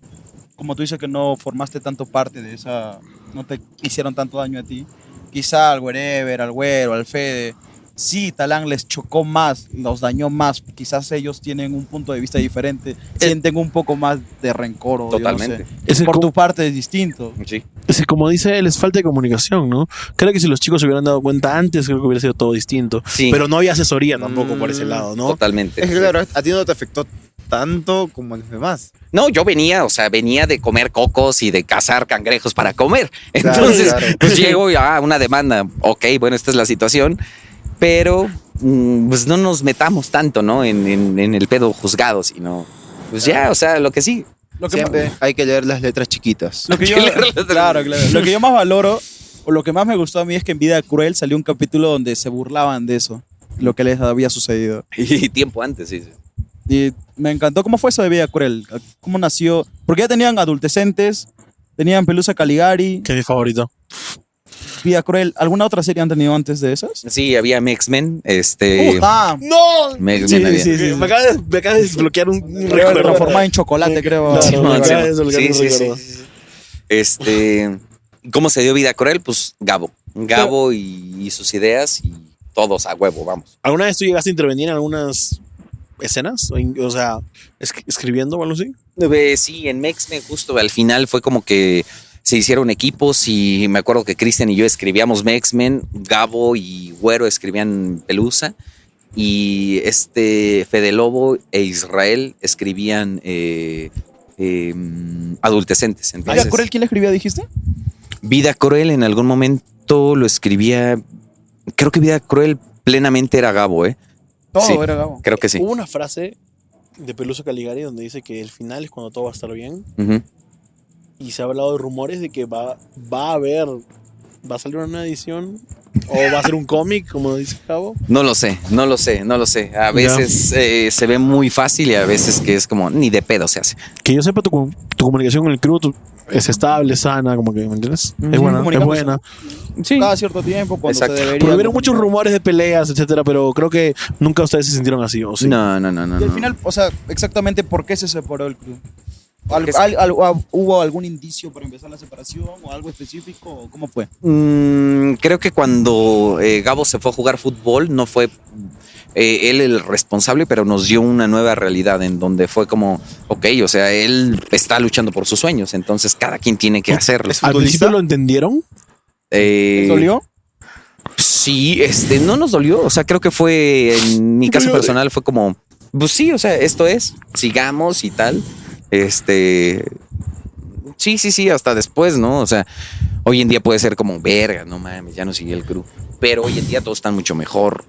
como tú dices que no formaste tanto parte de esa, no te hicieron tanto daño a ti? Quizá al Wherever, al Güero, al Fede, sí, Talán les chocó más, los dañó más. Quizás ellos tienen un punto de vista diferente, sienten un poco más de rencor o yo no
Totalmente.
sé.
Ese
Por
co-
tu parte es distinto.
Sí.
Sí, como dice él, es falta de comunicación, ¿no? Creo que si los chicos se hubieran dado cuenta antes, creo que hubiera sido todo distinto.
Sí. Mm,
Pero no había asesoría tampoco por ese lado, ¿no?
Totalmente.
Es que claro, a ti no te afectó tanto como a los demás.
No, yo venía, o sea, venía de comer cocos y de cazar cangrejos para comer. Entonces,
claro.
pues llego y ah, una demanda. Ok, bueno, esta es la situación, pero mm, pues no nos metamos tanto, ¿no? En, en- en el pedo juzgado, sino pues ya, o sea, lo que sí.
Lo que
Siempre hay que leer las letras chiquitas.
Lo que yo, claro, claro. Lo que yo más valoro, o lo que más me gustó a mí es que en Vida Cruel salió un capítulo donde se burlaban de eso, lo que les había sucedido.
Y tiempo antes, sí. sí.
Y me encantó cómo fue eso de Vida Cruel, cómo nació. Porque ya tenían adolescentes, tenían Pelusa Caligari,
Que es mi favorito.
Vida Cruel. ¿Alguna otra serie han tenido antes de esas?
Sí, había X-Men. Este.
Uh,
¡Ah!
¡No!
X-Men
Sí,
había.
sí, sí. Me acaba de, me acaba de desbloquear un, un recuerdo.
Transformada en chocolate, creo.
Claro, me acaba de
Simón,
desbloquear
sí,
un
sí, sí,
recuerdo.
sí. Este, ¿cómo se dio vida cruel? Pues Gabo. Gabo y, y sus ideas y todos a huevo, vamos.
¿Alguna vez tú llegaste a intervenir en algunas escenas? O, en- o sea, es- escribiendo o algo así.
Eh, sí, en Mexmen justo al final fue como que se hicieron equipos y me acuerdo que Cristian y yo escribíamos Mexmen, Gabo y Güero escribían Pelusa y este Fede Lobo e Israel escribían eh, eh, adultecentes.
¿Vida
Entonces,
Cruel quién la escribía, dijiste?
Vida Cruel en algún momento lo escribía. Creo que Vida Cruel plenamente era Gabo, ¿eh?
Todo
Sí,
era Gabo.
Creo que sí.
Hubo una frase de Peluso Caligari donde dice que el final es cuando todo va a estar bien.
Ujú.
Y se ha hablado de rumores de que va, va a haber. ¿Va a salir una edición? ¿O va a ser un cómic, como dice Cabo?
No lo sé, no lo sé, no lo sé. A
Ya.
veces eh, se ve muy fácil y a veces que es como ni de pedo se hace.
Que yo sepa, tu, com- tu comunicación con el crew tu- es estable, sana, como que, ¿me entiendes?
Mm,
Es buena, es
comunicamos.
buena.
Cada cierto tiempo, cuando
Exacto.
se debería.
Porque hubieron muchos rumores de peleas, etcétera, pero creo que nunca ustedes se sintieron así, ¿o sí?
No, no, no, no.
Y al
no.
final, o sea, exactamente por qué se separó el club. ¿Al-
Porque es-
al- al- a- ¿Hubo algún indicio para empezar la separación o algo específico? ¿O ¿Cómo fue?
Mm, creo que cuando eh, Gabo se fue a jugar fútbol, no fue eh, él el responsable, pero nos dio una nueva realidad en donde fue como, ok, o sea, él está luchando por sus sueños, entonces cada quien tiene que hacerlo.
¿Al principio lo entendieron?
Eh,
¿Les dolió?
Sí, este, no nos dolió. O sea, creo que fue, en mi caso personal, fue como, pues sí, o sea, esto es, sigamos y tal. Este, sí, sí, sí, hasta después, ¿no? O sea, hoy en día puede ser como, verga, no mames, ya no sigue el crew. Pero hoy en día todos están mucho mejor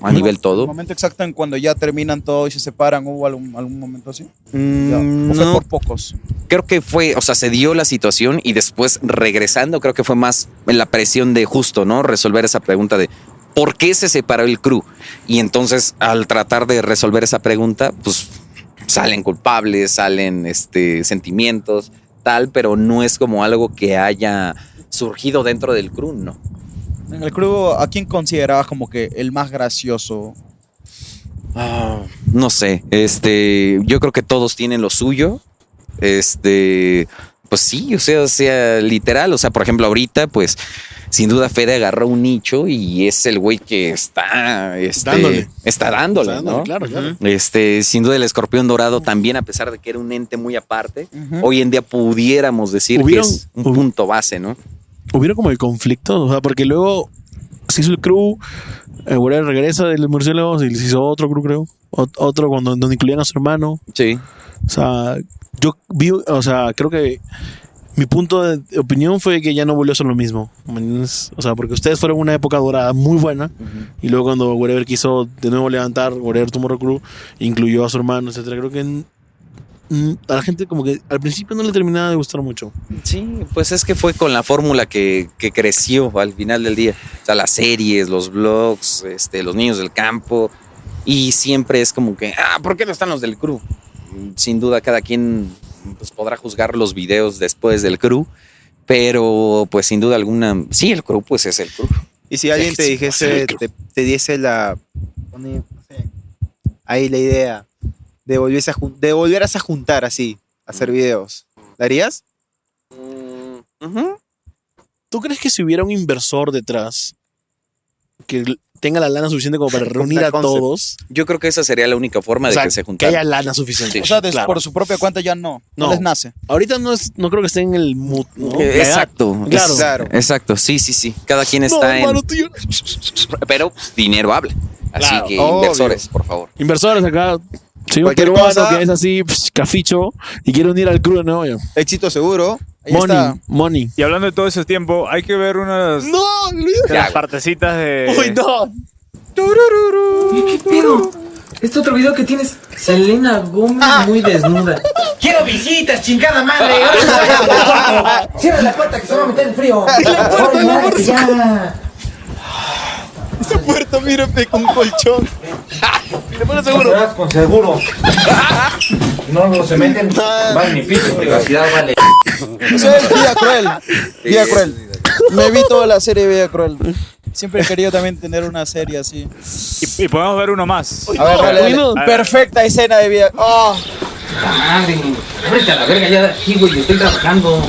a nivel
El
todo.
momento exacto en cuando ya terminan todo y se separan, ¿hubo algún, algún momento así? Ya.
Mm,
¿O fue
no,
por pocos?
creo que fue, o sea, se dio la situación y después regresando, creo que fue más la presión de justo, ¿no? Resolver esa pregunta de por qué se separó el crew. Y entonces, al tratar de resolver esa pregunta, pues salen culpables, salen este, sentimientos, tal, pero no es como algo que haya surgido dentro del crew, ¿no?
En el club, ¿a quién considerabas como que el más gracioso?
No sé, este, yo creo que todos tienen lo suyo. Este, pues sí, o sea, o sea, literal, o sea, por ejemplo, ahorita, pues, sin duda Fede agarró un nicho y es el güey que está, este,
Dándole.
está dándole, ¿no?
Claro, claro.
Este, sin duda el escorpión dorado también, a pesar de que era un ente muy aparte, hoy en día pudiéramos decir
Hubieron-
que es un
hub-
punto base, ¿no?
¿Hubieron como el conflicto? O sea, porque luego se hizo el crew, eh, Guerrero regresa del murciélago y se hizo otro crew, creo. Ot- otro cuando, donde incluían a su hermano.
Sí.
O sea, yo vi, o sea, creo que mi punto de opinión fue que ya no volvió a ser lo mismo. ¿me entiendes? O sea, porque ustedes fueron una época dorada muy buena. Y luego cuando Whatever quiso de nuevo levantar Whatever Tomorrow Crew, incluyó a su hermano, etcétera. Creo que mm, a la gente como que al principio no le terminaba de gustar mucho.
Sí, pues es que fue con la fórmula que, que creció al final del día. O sea, las series, los blogs, este, los niños del campo. Y siempre es como que, ah, ¿por qué no están los del crew? Mm, Sin duda, cada quien pues, podrá juzgar los videos después del crew. Pero, pues sin duda alguna, sí, el crew, pues es el crew.
Y si alguien te
Sí,
dijese, te, te diese la. pone, no sé, ahí la idea de, volviese a jun- de volvieras a juntar así, a hacer videos, ¿la harías?
¿Tú crees que si hubiera un inversor detrás que l- tenga la lana suficiente como para reunir a
Concept.
todos?
Yo creo que esa sería la única forma
O
de
sea,
que se
que
juntaran.
haya lana suficiente.
Sí.
O sea, des-
Claro.
por su propia cuenta ya no. No,
No.
les nace.
Ahorita no, es, no creo que esté en el mood. ¿no?
Eh,
La edad.
Exacto,
Claro.
es-
Claro.
exacto, sí, sí, sí. Cada quien
No,
está
hermano,
en.
tú ya-
Pero dinero habla. Así
Claro,
que,
obvio.
inversores, por favor.
Inversores acá. Si un
Cualquier
peruano
cosa.
que es así, psh, caficho, y quiere unir al club de Nueva York.
Éxito seguro.
Ahí
Money,
está.
money.
Y hablando de todo ese tiempo, hay que ver unas de
¡No!
las
Ya.
partecitas de.
¡Uy, no!
¿Qué pedo? Este otro video que tienes, Selena Gómez muy desnuda. Ah. Quiero visitas, chingada madre. Cierra la puerta que se va a meter el frío. La puerta, la puerta.
Esta puerta, mírate con colchón.
Seguro. Con seguro. No, no se meten. Vale, ni piso, privacidad, vale.
Eso es Vida Cruel. Vida Cruel. Me vi toda la serie Bella Cruel. Siempre he querido también tener una serie así.
Y, y podemos ver uno más.
A ver, dale, dale.
A ver.
Perfecta escena de Bella ¡Oh!
Madre, ábrete a la verga ya de aquí, güey, yo estoy trabajando.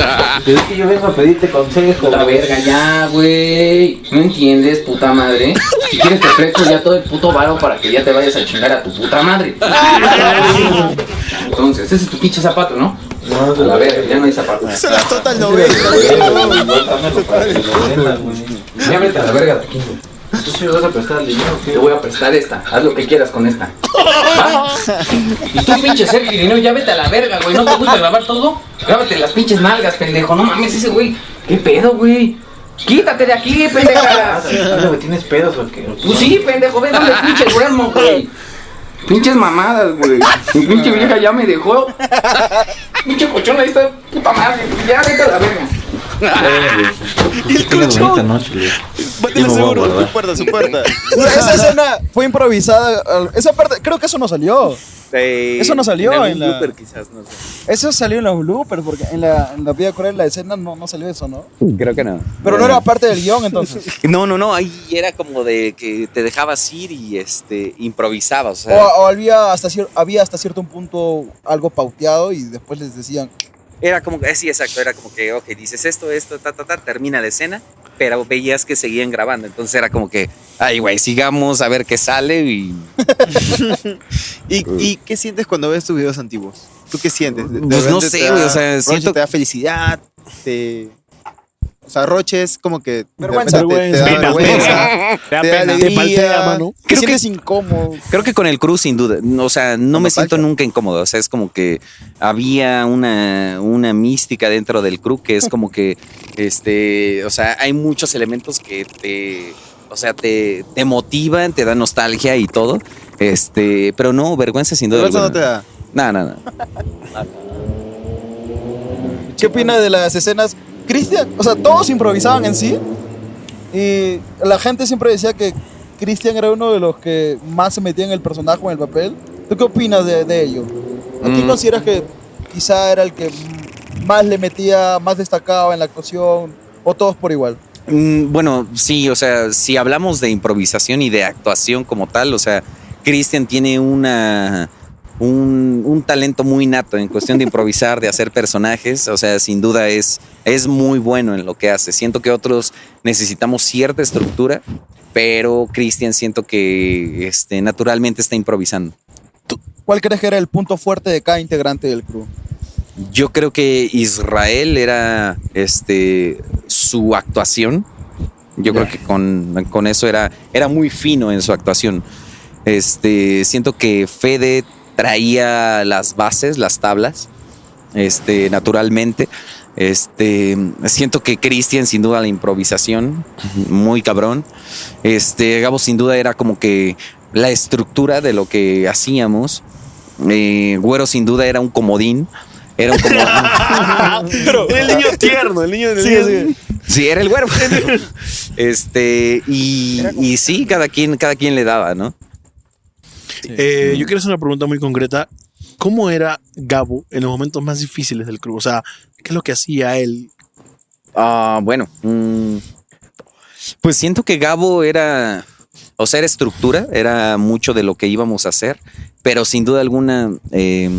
Es que yo vengo a pedirte consejo. La verga ya, güey. ¿No entiendes, puta madre? Si quieres te presto ya todo el puto varo para que ya te vayas a chingar a tu puta madre. Entonces, ese es tu pinche zapato, ¿no? No, a la verga, ya no hay zapato.
Se las total no
Ya vete a la verga de aquí, güey. Tú sí me vas a prestar el dinero, Te voy a prestar esta. Haz lo que quieras con esta. Y tú, pinche Sergio Guineo, ya vete a la verga, güey. ¿No te gusta grabar todo? Grábate las pinches nalgas, pendejo. No mames, ese güey. ¿Qué pedo, güey? Quítate de aquí, pendeja. ¿Tienes pedos o qué? Pues sí, pendejo. Ve dónde pinche duermo, güey. Pinches mamadas, güey. Mi pinche vieja ya me dejó. Pinche colchón ahí está, puta madre. Ya vete a la verga.
Y el colchón.
Métele seguro. Su puerta, su puerta. Esa escena fue improvisada. al- Esa parte, creo que eso no salió. Eso no salió en, la-
quizás, no sé.
Eso salió en los bloopers, porque en la, en la vida cruel la escena no, no salió eso, ¿no?
Creo que no.
Pero no era parte del guión, entonces.
No, no, no. Ahí era como de que te dejabas ir y este improvisabas. O
O,
sea,
o había, hasta cier- había hasta cierto punto algo pauteado y después les decían,
Era como que, eh, sí, exacto. Era como que, ok, dices esto, esto, ta, ta, ta, termina la escena. Pero veías que seguían grabando. Entonces era como que, ay, güey, sigamos a ver qué sale y.
¿Y, y qué sientes cuando ves tus videos antiguos? ¿Tú qué sientes? De- de
Pues no
repente
sé,
te da
güey, o sea,
roche,
siento-
te da felicidad, te... O sea, Roche es como que... de
Vergüenza.
repente te- Te, da
Pena,
vergüenza.
pena.
Te da alegría.
Te paltea, mano.
¿qué sientes incómodo?
Creo que con el cruz, sin duda. O sea, no me siento nunca incómodo. O sea, es como que había una, una mística dentro del crew que es como que, este, o sea, hay muchos elementos que te, o sea, te, te motivan, te dan nostalgia y todo. Este, pero no, vergüenza sin duda.
Vergüenza no te
alguna.
da.
No, no, no.
¿Qué opina de las escenas? Cristian, o sea, todos improvisaban en sí. Y la gente siempre decía que Cristian era uno de los que más se metía en el personaje, o en el papel. ¿Tú qué opinas de, de ello? ¿A quién
Mm.
consideras que quizá era el que m- más le metía, más destacaba en la actuación? ¿O todos por igual?
Mm, Bueno, sí, o sea, si hablamos de improvisación y de actuación como tal, o sea, Christian tiene una un, un talento muy nato en cuestión de improvisar, de hacer personajes, o sea, sin duda es, es muy bueno en lo que hace. Siento que otros necesitamos cierta estructura, pero Christian siento que este, naturalmente está improvisando.
¿Cuál crees que era el punto fuerte de cada integrante del crew?
Yo creo que Israel era este su actuación. Yo creo que con, con eso era, era muy fino en su actuación. Este, siento que Fede traía las bases, las tablas, este, naturalmente. Este, siento que Cristian, sin duda, la improvisación, muy cabrón. Este, Gabo, sin duda, era como que la estructura de lo que hacíamos. Eh, Güero, sin duda, era un comodín. Era un comodín.
Era el niño tierno, el niño. el
Sí,
niño-
Sí, era el güero. este, y, y sí, cada quien, cada quien le daba, ¿no?
Eh, yo quiero hacer una pregunta muy concreta. ¿Cómo era Gabo en los momentos más difíciles del club? O sea, ¿qué es lo que hacía él?
Ah, bueno. mm, pues siento que Gabo era, o sea, era estructura, era mucho de lo que íbamos a hacer, pero sin duda alguna, eh,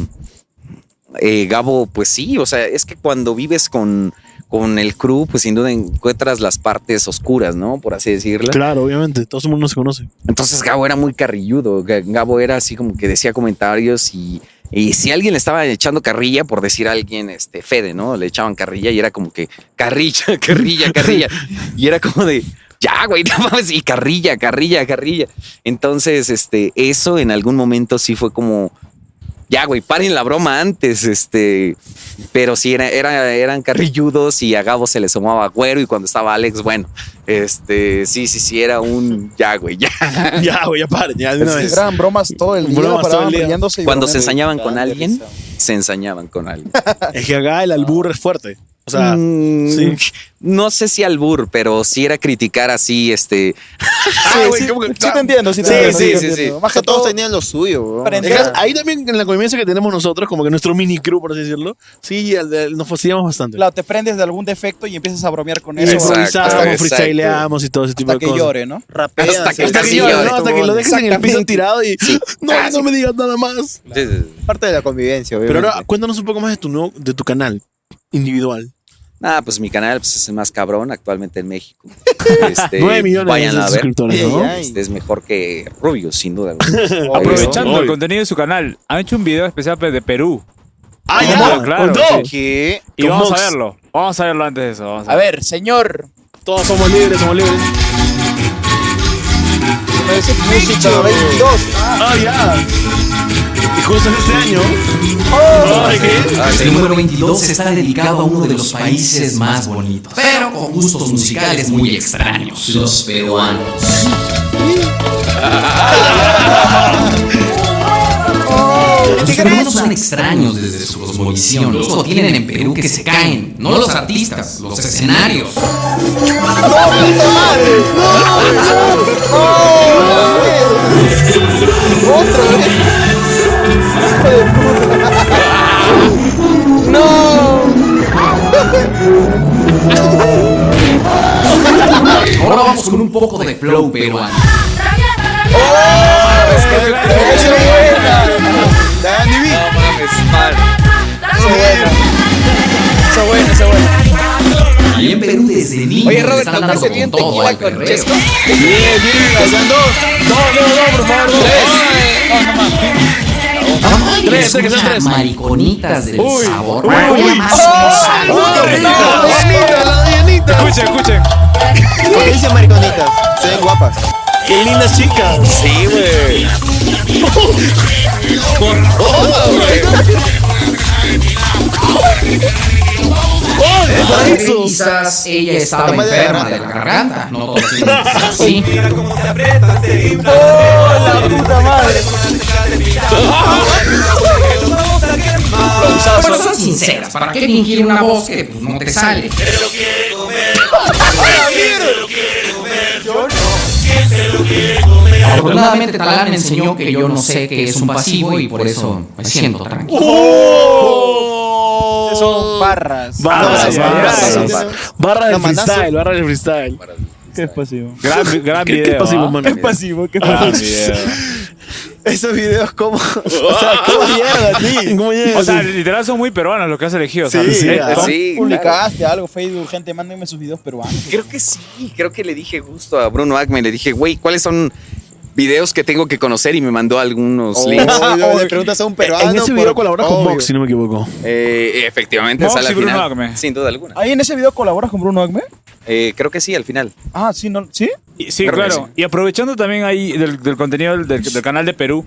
eh, Gabo, pues sí, o sea, es que cuando vives con, con el crew, pues sin duda encuentras las partes oscuras, ¿no? Por así decirlo.
Claro, obviamente, todo el mundo se conoce.
Entonces Gabo era muy carrilludo. G- Gabo era así como que decía comentarios y, y si alguien le estaba echando carrilla, por decir a alguien, este, Fede, ¿no? Le echaban carrilla y era como que carrilla, carrilla, carrilla. y era como de, ya, güey, no mames, y carrilla, carrilla, carrilla. Entonces, este, eso en algún momento sí fue como, ya, güey, paren la broma antes, este. Pero sí, era, era- eran carrilludos y a Gabo se le sumaba güero y cuando estaba Alex, bueno, Este, sí, sí, sí, era un ya, güey, ya.
Ya, güey, ya paren, ya de una vez.
Eran bromas todo el día.
Bromas todo
paraban
el día.
riéndose y
Cuando se
bromeando.
ensañaban con alguien, se ensañaban con alguien.
Es que acá el albur es fuerte. O sea,
Mm,
sí.
No sé si albur, pero sí era criticar así, este.
Sí, sí, sí
Ah.
te entiendo, sí te
Ah. Sí,
entiendo.
sí,
te
sí,
entiendo.
sí.
Más que
todos
todo,
tenían lo suyo, weón.
Prender.
Es
Es que Ahí también en la convivencia que tenemos nosotros, como que nuestro mini crew, por así decirlo, sí, al de- nos fastidiamos bastante.
claro, te prendes de algún defecto y empiezas a bromear con
Y
eso.
Exacto,
improvisamos,
exacto.
freestyleamos y todo ese tipo
Hasta
de
que
cosas.
llore, ¿no?
que rapean,
Hasta que-
se-
Hasta que
Sí,
llore,
llore,
¿no? Hasta que lo dejes en el piso
exactamente.
tirado y
Sí.
no,
Ah,
no me digas nada más.
Sí, sí, sí.
parte de la convivencia,
Pero
obviamente.
ahora cuéntanos un poco más de tu nuevo, de tu canal individual.
Ah, pues mi canal pues, es el más cabrón actualmente en México. Este,
9 millones
vayan
de
a ver.
suscriptores, ¿no?
Ay, ay.
Este es mejor que Rubio, sin duda. alguna.
Aprovechando
Hoy.
el contenido de su canal, han hecho un video especial pues, de Perú.
Ah,
ya,
ya,
claro,
contó.
¿Qué?
Y
Con
vamos
Mox.
a verlo. Vamos a verlo antes de eso. vamos a
A ver, señor.
Todos somos libres, somos libres.
Parece música 22.
Ah, ya. Y justo en este año. Ay, ¿qué?
El número 22 está dedicado a uno de los países más bonitos, pero con gustos musicales muy extraños, los peruanos. Los peruanos son extraños desde su cosmovisión. Luego tienen en Perú que se caen, no los artistas, los escenarios. Ahora vamos con un poco de flow peruano. Y en Perú desde niños
Oye,
le
Robert,
están
¿no
dando
se
con
vio
todo
tequila
al
con
perreo.
Chesco?
Ay, escucha, mariconitas del sabor. Uy,
Escuchen, escuchen.
¿Por qué dicen mariconitas? Se ven guapas.
Qué lindas chicas.
Sí, güey.
Para quizás ella estaba
Está mal de la
enferma de la garganta. No todos tienen que ser así. Oh, Pero son sinceras. ¿Para qué fingir una voz que pues, no te sale? Afortunadamente Talar me enseñó que yo no sé qué es un pasivo y por eso me siento tranquilo.
Son barras.
Barras,
No,
barras,
no, no,
barras.
no.
Barra
No,
de
mandazo.
freestyle, barra de freestyle.
¿Qué es pasivo?
Gran, gran
¿Qué,
video.
qué pasivo,
¿ah?
mano?
pasivo? ¿Qué
Gran video.
Esos videos como...
O sea, ¿cómo llegan a ti? ¿Cómo llegan
O
a
sea,
ti?
literal son muy peruanos los que has elegido.
Sí, sí,
¿sabes?
ah.
Son-
Sí, claro.
¿Publicaste algo? Facebook, gente, mándenme sus videos peruanos.
Creo que sí, creo que le dije justo a Bruno Ackman, le dije, güey, ¿cuáles son videos que tengo que conocer? Y me mandó algunos
Oh.
links.
Obvio, le preguntas a un peruano.
en ese video colaboras con Mox, si no me equivoco.
Eh, efectivamente,
Mox
sale
y
al
Bruno
final.
Acme.
Sin duda alguna.
¿Ahí en ese video colaboras con Bruno Agme?
Eh, creo que sí, al final.
Ah, sí, no, ¿sí?
Y- Sí,
Creo que
claro.
sí.
Y aprovechando también ahí del, del contenido del, del- del canal de Perú,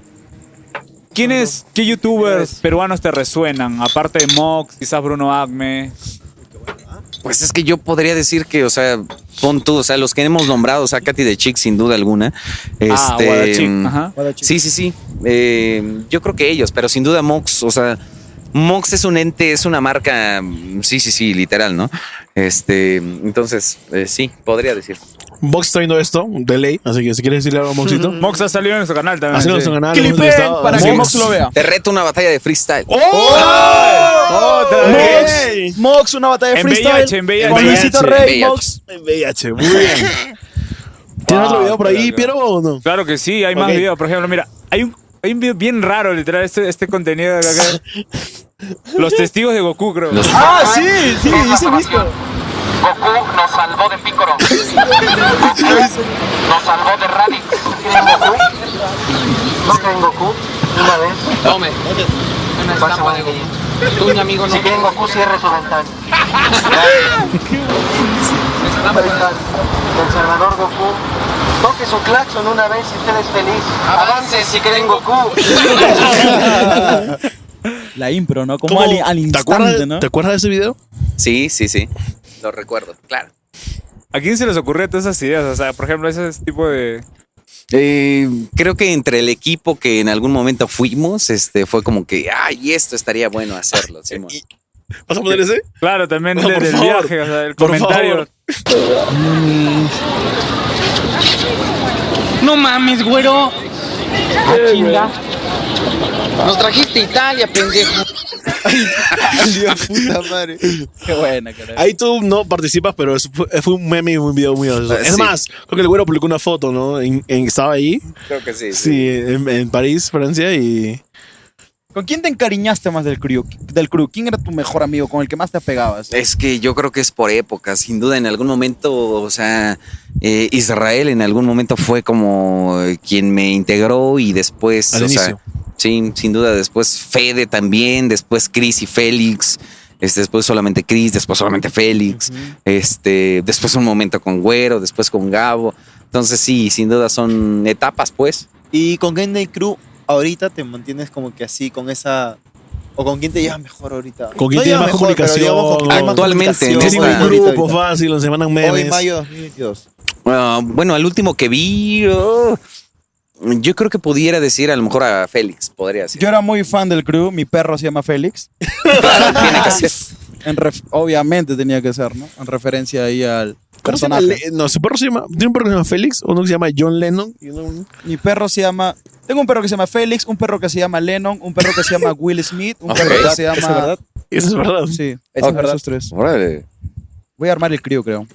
¿quiénes, qué youtubers peruanos te resuenan? Aparte de Mox, quizás Bruno Acme.
Pues es que yo podría decir que, o sea, pon tú, o sea, los que hemos nombrado, o sea, Katy de Chick, sin duda alguna. Este,
Ah, Guadachín,
mm,
ajá.
Sí, sí, sí. Eh, yo creo que ellos, pero sin duda Mox, o sea, Mox es un ente, es una marca, mm, sí, sí, sí, literal, ¿no? Este, entonces, eh, sí, podría decir.
Mox está viendo esto, de ley, así que si quieres decirle algo a Moxito,
Mox ha salido en nuestro canal también.
hacelo en
sí.
su canal.
Clipen
hemos entrevistado a
para que
Mox.
Mox lo vea. Oh,
Te reto una batalla de freestyle.
¡Oh! ¡Otra
Mox,
vez!
Mox, una batalla de
En
freestyle.
VIH, en VIH.
Con Luisito
En
Rey,
VIH.
Mox.
En VIH, muy bien. Ah, ¿Tienes otro video por ahí, Piero, o no?
Claro que sí, hay más
Ok.
videos. Por ejemplo, mira, hay un, hay un video bien raro, literal, este, este contenido de acá. Los testigos de Goku, creo.
Los-
Ah, sí, sí, ese visto.
Goku nos salvó de Piccolo. Goku nos salvó de Raditz. ¿Tienen Goku? ¿No tienen Goku? Una vez.
Tome. Una estampa de Goku. Tú, mi amigo, no
Si quieren Goku, cierre su ventana. Ventana. El Salvador Goku. Toque su claxon una vez si usted es feliz. Avance si creen Goku.
La impro, ¿no? Como al, al
¿Te acuerdas,
instante, ¿no?
¿Te acuerdas de ese video?
Sí, sí, sí. Lo recuerdo, claro.
¿A quién se les ocurrió todas esas ideas? O sea, por ejemplo, ese tipo de...
Eh, creo que entre el equipo que en algún momento fuimos, este, fue como que, ay, esto estaría bueno hacerlo, Simón.
¿Vas a poner ese?
Claro, también
No,
de-
por
del
favor.
viaje, o sea, el
Por
comentario.
favor.
No mames, güero. Ah, chinga. Nos trajiste a Italia, pendejo.
Dios, puta madre.
Qué buena, carajo.
Ahí tú no participas, pero es- fue, fue un meme y un video muy gracioso.
Eh,
Es
sí.
más, creo que el güero publicó una foto, ¿no? En, en- estaba ahí.
Creo que sí.
Sí, en, en París, Francia y...
¿Con quién te encariñaste más del crew? Del crew? ¿Quién era tu mejor amigo con el que más te pegabas?
Eh.
Es que yo creo que es por época, sin duda. En algún momento, o sea, eh, Israel en algún momento fue como eh, quien me integró y después.
Al
o sea,
inicio.
sí, sin duda. Después Fede también, después Chris y Félix. este, después solamente Chris, después solamente Félix. este, después un momento con Güero, después con Gabo. Entonces, sí, sin duda son etapas, pues.
¿Y con quién del crew ahorita te mantienes como que así, con esa... ¿O con quién te llevas mejor ahorita?
¿Con quién
No
tiene
llevas
más
mejor, pero
comunicación?
digamos, ¿con quién hay más
Actualmente, en
comunicación?
esta-
Ahorita,
grupo pues,
ahorita.
fácil, nos mandan
Hoy,
memes.
mayo 2022.
Ah, bueno, al último que vi, oh, yo creo que pudiera decir a lo mejor a Félix, podría decir.
Yo era muy fan del crew, mi perro se llama Félix. En ref- obviamente tenía que ser, ¿no? En referencia ahí al
¿Cómo se llama?
personaje.
Le- No, su perro se llama... ¿Tiene un perro que se llama Félix? ¿Uno que se llama John Lennon?
Mi perro se llama. Tengo un perro que se llama Félix, un perro que se llama Lennon, un perro que se llama Will Smith, un
Ok.
perro que
¿Eso
se
es
llama.
verdad?
¿Eso es verdad?
Sí,
Eso
esos, esos tres.
Órale.
Voy a armar el crío, creo.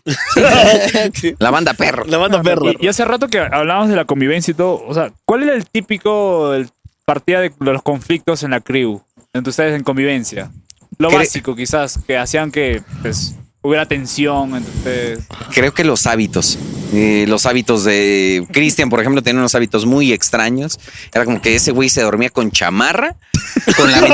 La banda perro.
La banda
Y, y hace rato que hablábamos de la convivencia y todo, o sea, ¿cuál era el típico el partida de los conflictos en la crew, entre ustedes en convivencia? Lo
Cre-
básico quizás, que hacían que pues, hubiera tensión entre ustedes.
Creo que los hábitos. eh, los hábitos de Cristian, por ejemplo, tenía unos hábitos muy extraños. Era como que ese güey se dormía con chamarra, con la, ven-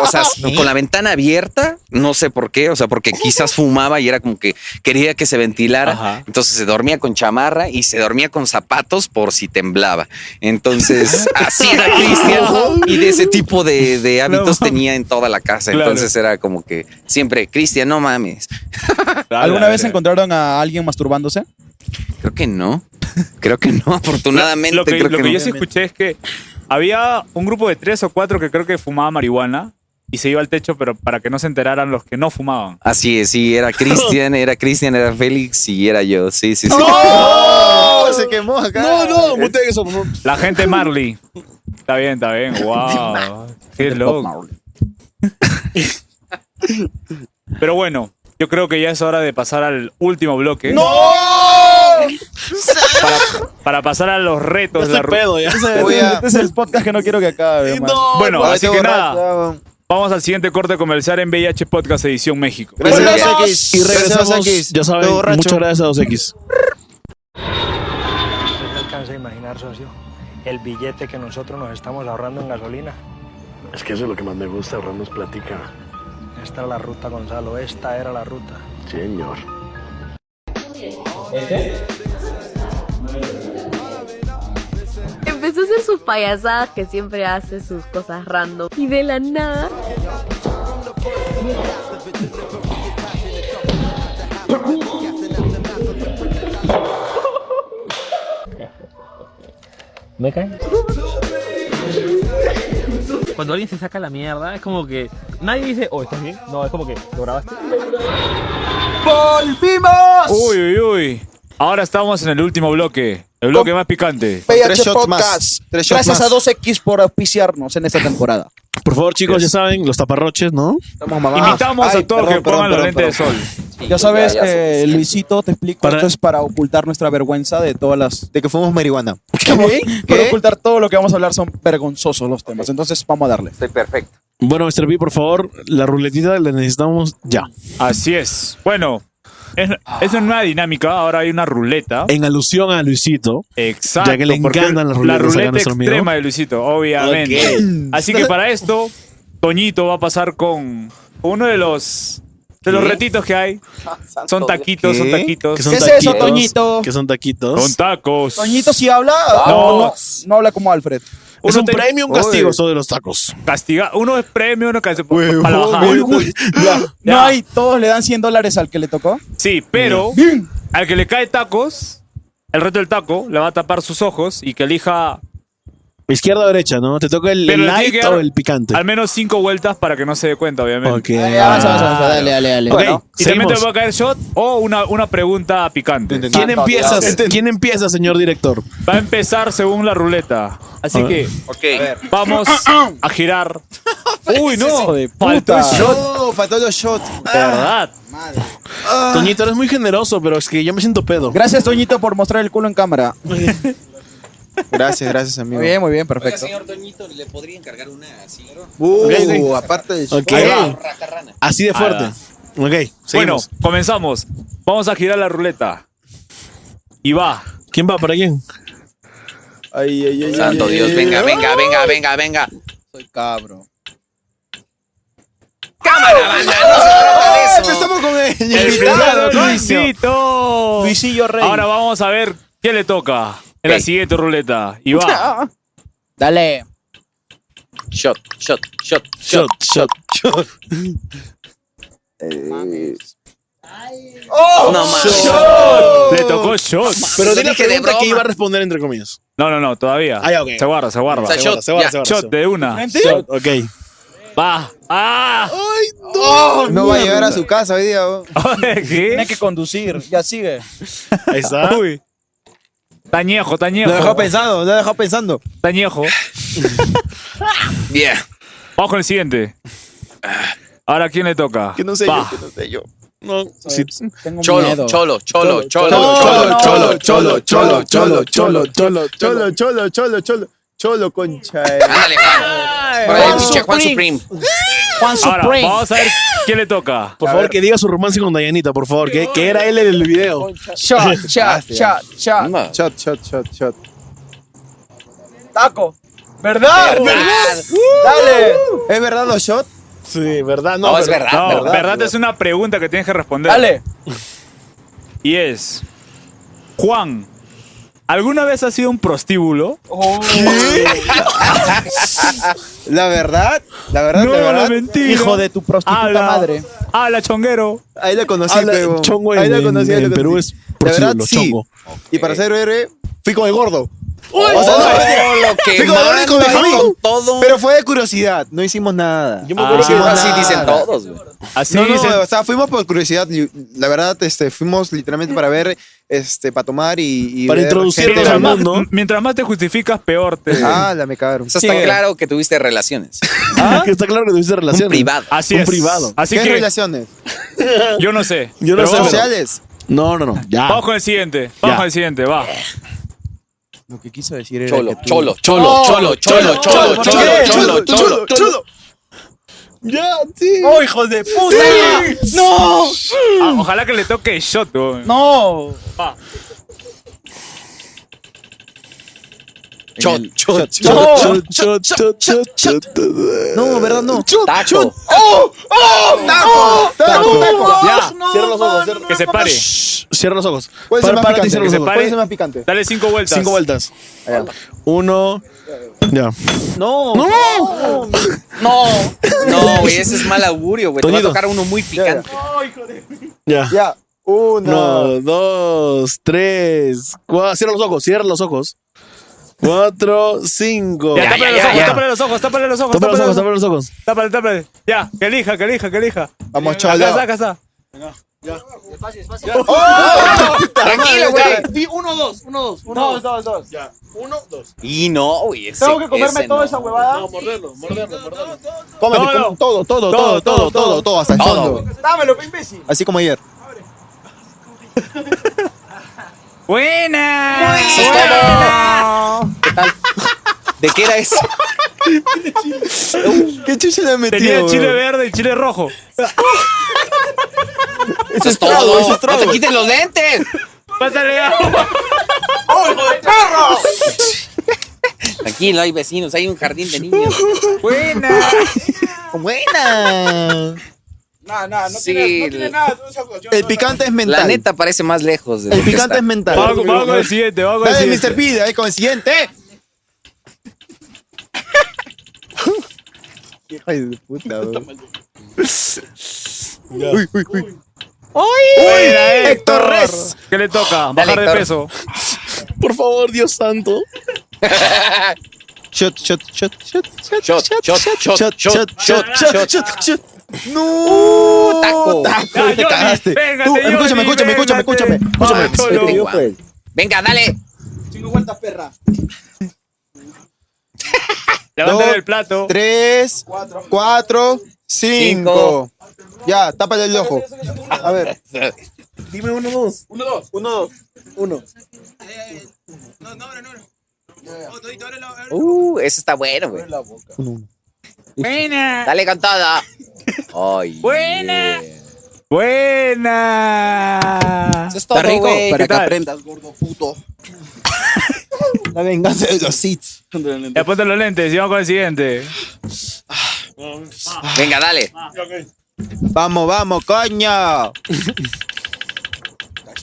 o sea, con la ventana abierta, no sé por qué, o sea, porque quizás fumaba y era como que quería que se ventilara. Entonces se dormía con chamarra y se dormía con zapatos por si temblaba. Entonces, así era Cristian y de ese tipo de, de hábitos tenía en toda la casa.
Claro.
Entonces era como que siempre, Cristian, no mames.
¿Alguna vez encontraron a alguien masturbándose?
Creo que no. Creo que no, afortunadamente.
Lo que,
creo
lo
que
que
no.
yo sí escuché es que había un grupo de tres o cuatro que creo que fumaba marihuana y se iba al techo, pero para que no se enteraran los que no fumaban.
Así es, sí, era Cristian, era Cristian, era Félix y era yo. Sí, sí, sí.
¡No! ¡Oh! Se quemó acá. No,
no, mutea eso, por favor.
La gente Marley. Está bien, está bien. Wow. Qué loco. Pero bueno, yo creo que ya es hora de pasar al último bloque.
¡Oh!
Para, para pasar a los retos. de la ru-
Este, este es el podcast que no quiero que acabe. man.
Bueno,
Ahorita
así que
borracho.
nada. Vamos al siguiente corte comercial en VIH Podcast Edición México.
Y regresamos, ya saben, muchas gracias a 2X.
Usted no alcanza a imaginar, socio, el billete que nosotros nos estamos ahorrando en gasolina.
Es que eso es lo que más me gusta, ahorrarnos platica.
Esta era la ruta, Gonzalo, esta era la ruta.
Señor.
Empezó a hacer sus payasadas que siempre hace sus cosas random. Y de la nada.
¿Me cae? Cuando alguien se saca la mierda, es como que nadie dice, oh, ¿estás bien? No, es como que lo grabaste.
¡Volvimos! Uy, uy, uy. Ahora estamos en el último bloque. El bloque más picante.
VIH Podcast. Gracias a 2X por auspiciarnos en esta temporada.
Por favor, chicos, ya saben, los taparroches, ¿no?
Ah,
Invitamos a todos que pongan los lentes de sol.
Ya sabes,
ya, ya,
eh, Luisito, te explico. Esto es para ocultar nuestra vergüenza de todas las.
De que fuimos marihuana.
Para ocultar todo lo que vamos a hablar son vergonzosos los temas. Entonces, vamos a darle.
Estoy perfecto.
Bueno, Mr. B, por favor, la ruletita la necesitamos ya.
Así es. Bueno, es, es una nueva dinámica. Ahora hay una ruleta.
En alusión a Luisito.
Exacto.
Ya que le
porque
encantan las
La
ruletas acá a
ruleta
nuestro amigo.
extrema de Luisito, obviamente.
Ok.
Así que para esto, Toñito va a pasar con uno de los de los
¿Qué?
retitos que hay. Son taquitos,
¿Qué?
son taquitos.
¿Qué son taquitos? Que son taquitos.
Son tacos.
Toñito, si habla,
No.
no, no habla como Alfred.
Es un premio, un castigo, eso
de los tacos. Castiga, uno es premio, uno es castigo. para la
Oh,
bajada.
güey, güey. No hay, todos le dan 100 dólares al que le tocó.
Sí, pero al que le cae tacos, el reto del taco le va a tapar sus ojos y que elija
Izquierda o derecha, ¿no? Te toca el,
Pero
el
le tiene
light
que dar
o el picante.
al menos cinco vueltas para que no se dé cuenta, obviamente.
Ok. Dale, avanza, avanza,
Ah,
avanza, dale, dale, dale.
Ok,
Bueno,
y también te
seguimos.
va a caer shot o una, una pregunta picante.
¿Quién empieza, ¿Quién empieza, señor director?
Va a empezar según la ruleta. Así
A ver.
que vamos a girar. Uy, no.
de
Faltó
puta.
Pues
el shot.
No, Ah, Oh, faltó los shots.
De verdad. Toñito, eres muy generoso, pero es que yo me siento pedo.
Gracias, Toñito, por mostrar el culo en cámara.
Gracias, gracias, amigo.
Muy bien, muy bien, perfecto.
señor Toñito, le podría encargar una así.
Uh,
Ok.
aparte de
Ok. Así de fuerte. Ok,
Ah, Bueno,
seguimos.
comenzamos. Vamos a girar la ruleta. Y va.
¿Quién va? ¿Para quién?
Ay, ay, ay,
Santo
ay,
Dios,
ay,
venga,
ay.
venga, venga, venga, venga.
Soy cabro.
¡Oh!
¡Ah!
Empezamos con él.
El primero
Claro,
es
coño.
Luisito.
Luisillo Rey.
Ahora vamos a ver qué le toca en la siguiente ruleta. Y va.
Dale.
Shot, shot, shot,
shot, shot, shot.
¡Oh!
No
más.
Oh, Le tocó shot.
Pero di la pregunta que iba a responder entre comillas.
No, no, no, todavía.
Ah, ya, ok.
Se guarda, se guarda.
O sea,
Se
shot,
guarda, se guarda,
ya.
se guarda. Shot de una.
¿Frente?
Shot,
ok.
Va. ¡Ah!
¡Ay,
No va a llegar a su casa hoy día. oh.
Tiene que conducir. Ya sigue.
Ahí está.
Uy. Tañejo, tañejo.
Lo dejó pensando, lo dejó pensando.
Tañejo.
Bien.
Vamos con el siguiente. Ahora, ¿quién le toca?
Que no sé
Va.
yo, que no sé yo.
No, sí.
Cholo,
miedo.
cholo, cholo, cholo,
Cholo,
cholo,
cholo,
cholo,
cholo, cholo, cholo, cholo, cholo, cholo, cholo, cholo, cholo, cholo, concha. eh.
Ándale, Juan. Por el pinche Juan Supreme.
Juan
Ahora,
Supreme.
vamos a ver quién le toca.
Por favor, que diga su romance con Dayanita, por favor, que, que era él en el video.
Shot, shot,
Gracias.
shot, shot.
Shot, shot, shot, shot.
Taco. ¿Verdad?
¿Verdad?
Uh,
Dale.
¿Es verdad los shots?
Sí, verdad, no.
No, es
pero-
verdad,
No,
verdad.
verdad, es una pregunta que tienes que responder.
Dale.
Y es. Juan, ¿alguna vez has sido un prostíbulo?
La verdad, la verdad,
No,
la
la
verdad.
mentira.
Hijo de tu prostituta
Habla.
madre.
Habla, chonguero.
Ahí la conocí,
Habla-
pero-
chongo
Ahí
en,
la conocí,
en-
ahí la
en
conocí.
Perú es
La
prostíbulo,
verdad, sí.
chongo.
Y para ser héroe, fui con el gordo.
Oh,
O sea, no, mentira.
lo que
Fui con el gordo y con
manda
Benjamín.
con todo.
Pero fue de curiosidad, no hicimos nada.
Yo me acuerdo
Ah.
que
Hicimos
así
nada.
dicen todos, güey.
Así
no, no,
dicen-
o sea, fuimos por curiosidad. y La verdad, este, fuimos literalmente para ver, este, para tomar y. y
Para
ver gente
introducirnos
mientras,
al
hablando.
más,
mundo.
mientras más te justificas, peor te.
Ah, la me cagaron.
O sea, está
Sigue.
claro que tuviste relaciones.
Que está claro que tuviste relación.
Un privado.
Así
un
es.
privado.
Así
¿Qué
que
relaciones?
yo no sé.
Yo no
Pero
sé,
vamos-
pero-
¿Sociales?
No, no, no. Ya.
Vamos con el siguiente. Vamos
Ya.
con el siguiente, va.
Lo que quiso decir era
Cholo,
que tú-
cholo, cholo, cholo, cholo, cholo, cholo, cholo, cholo, cholo.
Ya, sí.
¡Oh, hijos de puta! ¡No!
Ah, ojalá que le toque shot, güey.
¡No!
Chot, chot,
No.
Chot, chot, chot, chot, chot, chot.
No, ¿verdad? No.
Taco.
¡Taco! ¡Taco! ¡Taco!
Ya,
Cierra los ojos, cierra,
que se pare.
Shh, cierra los ojos.
¿Cuál es el
Para-
más
párate y
picante?
cierra
que
los
se
ojos.
pare.
¿Cuál es el más picante?
Dale cinco vueltas.
Cinco vueltas. Uno. Ya.
¡No!
¡No!
¡No!
No, güey, ese es mal augurio, güey. Te va a
Toñito.
tocar uno muy picante.
Ya.
Ya. Uno.
Uno, dos, tres, cuatro. Cierra los ojos, cierra los ojos. Cuatro, cinco.
Ya,
Ya,
tápale
ya,
los
ya,
ojos,
ya.
tápale los ojos, tápale los ojos,
Tapa los
tápale
ojos, tapa los ojos.
Tápale, tápale. Ya, que elija, que elija, que elija.
Vamos,
Acá está,
cholo.
acá está.
¡Ah!
Tranquilo, güey.
uno, dos, uno, dos, uno, dos, dos, dos.
Y no, güey. ese-
Tengo que comerme
ese
toda
no.
esa huevada.
Cómete
Todo.
con todo, todo, todo, todo, todo, todo, hasta el
Todo.
fondo.
Dámelo, pe imbécil.
Así como ayer.
Buena.
¿De qué era eso?
¿Qué chucha le metió?
Tenía chile verde y chile rojo.
Eso es todo. No te quiten los lentes.
Pásale agua.
Tranquilo, hay vecinos, hay un jardín de niños.
Buena.
Buena.
No, no, no
Sí,
tiene, no tiene
el-
nada. toda esa actuación,
El
no,
picante es mental.
La neta parece más lejos. de
El
lo que
picante
está.
es mental.
Vamos, vamos con el siguiente, vamos con el
Dale,
siguiente.
Mr. P, ahí con el siguiente. Hijo de puta, weón.
Ya.
Uy, uy, uy.
¡Uy!
Mira, Héctor Res. ¿Qué le toca?
Dale,
Bajar de
Héctor.
peso.
Por favor, Dios santo.
Shot, shot, shot, shot, shot,
shot, shot, shot, shot, shot, shot,
shot, shot.
No, taco,
taco. Ya,
te
Johnny,
cagaste.
véngate,
Tú, escúchame,
Johnny,
escúchame, escúchame,
Ah,
escúchame, escúchame.
Cholo.
Este, pues,
Venga, dale.
Cinco vueltas, perra.
Levántale
dos,
el plato.
Tres, cuatro, cinco. Ya, tápale el ojo. A ver.
Dime uno, dos.
Uno, dos.
Uno, dos. Uno.
Uh, ese está bueno, güey.
Buena.
Dale con todo. Ay.
Buena. Buena.
Eso es todo, Está rico, güey. para
¿Qué
que
tal?
aprendas.
La venganza de los seats.
Ya ponte los lentes y vamos con el siguiente.
Venga, dale.
Vamos, vamos, coño.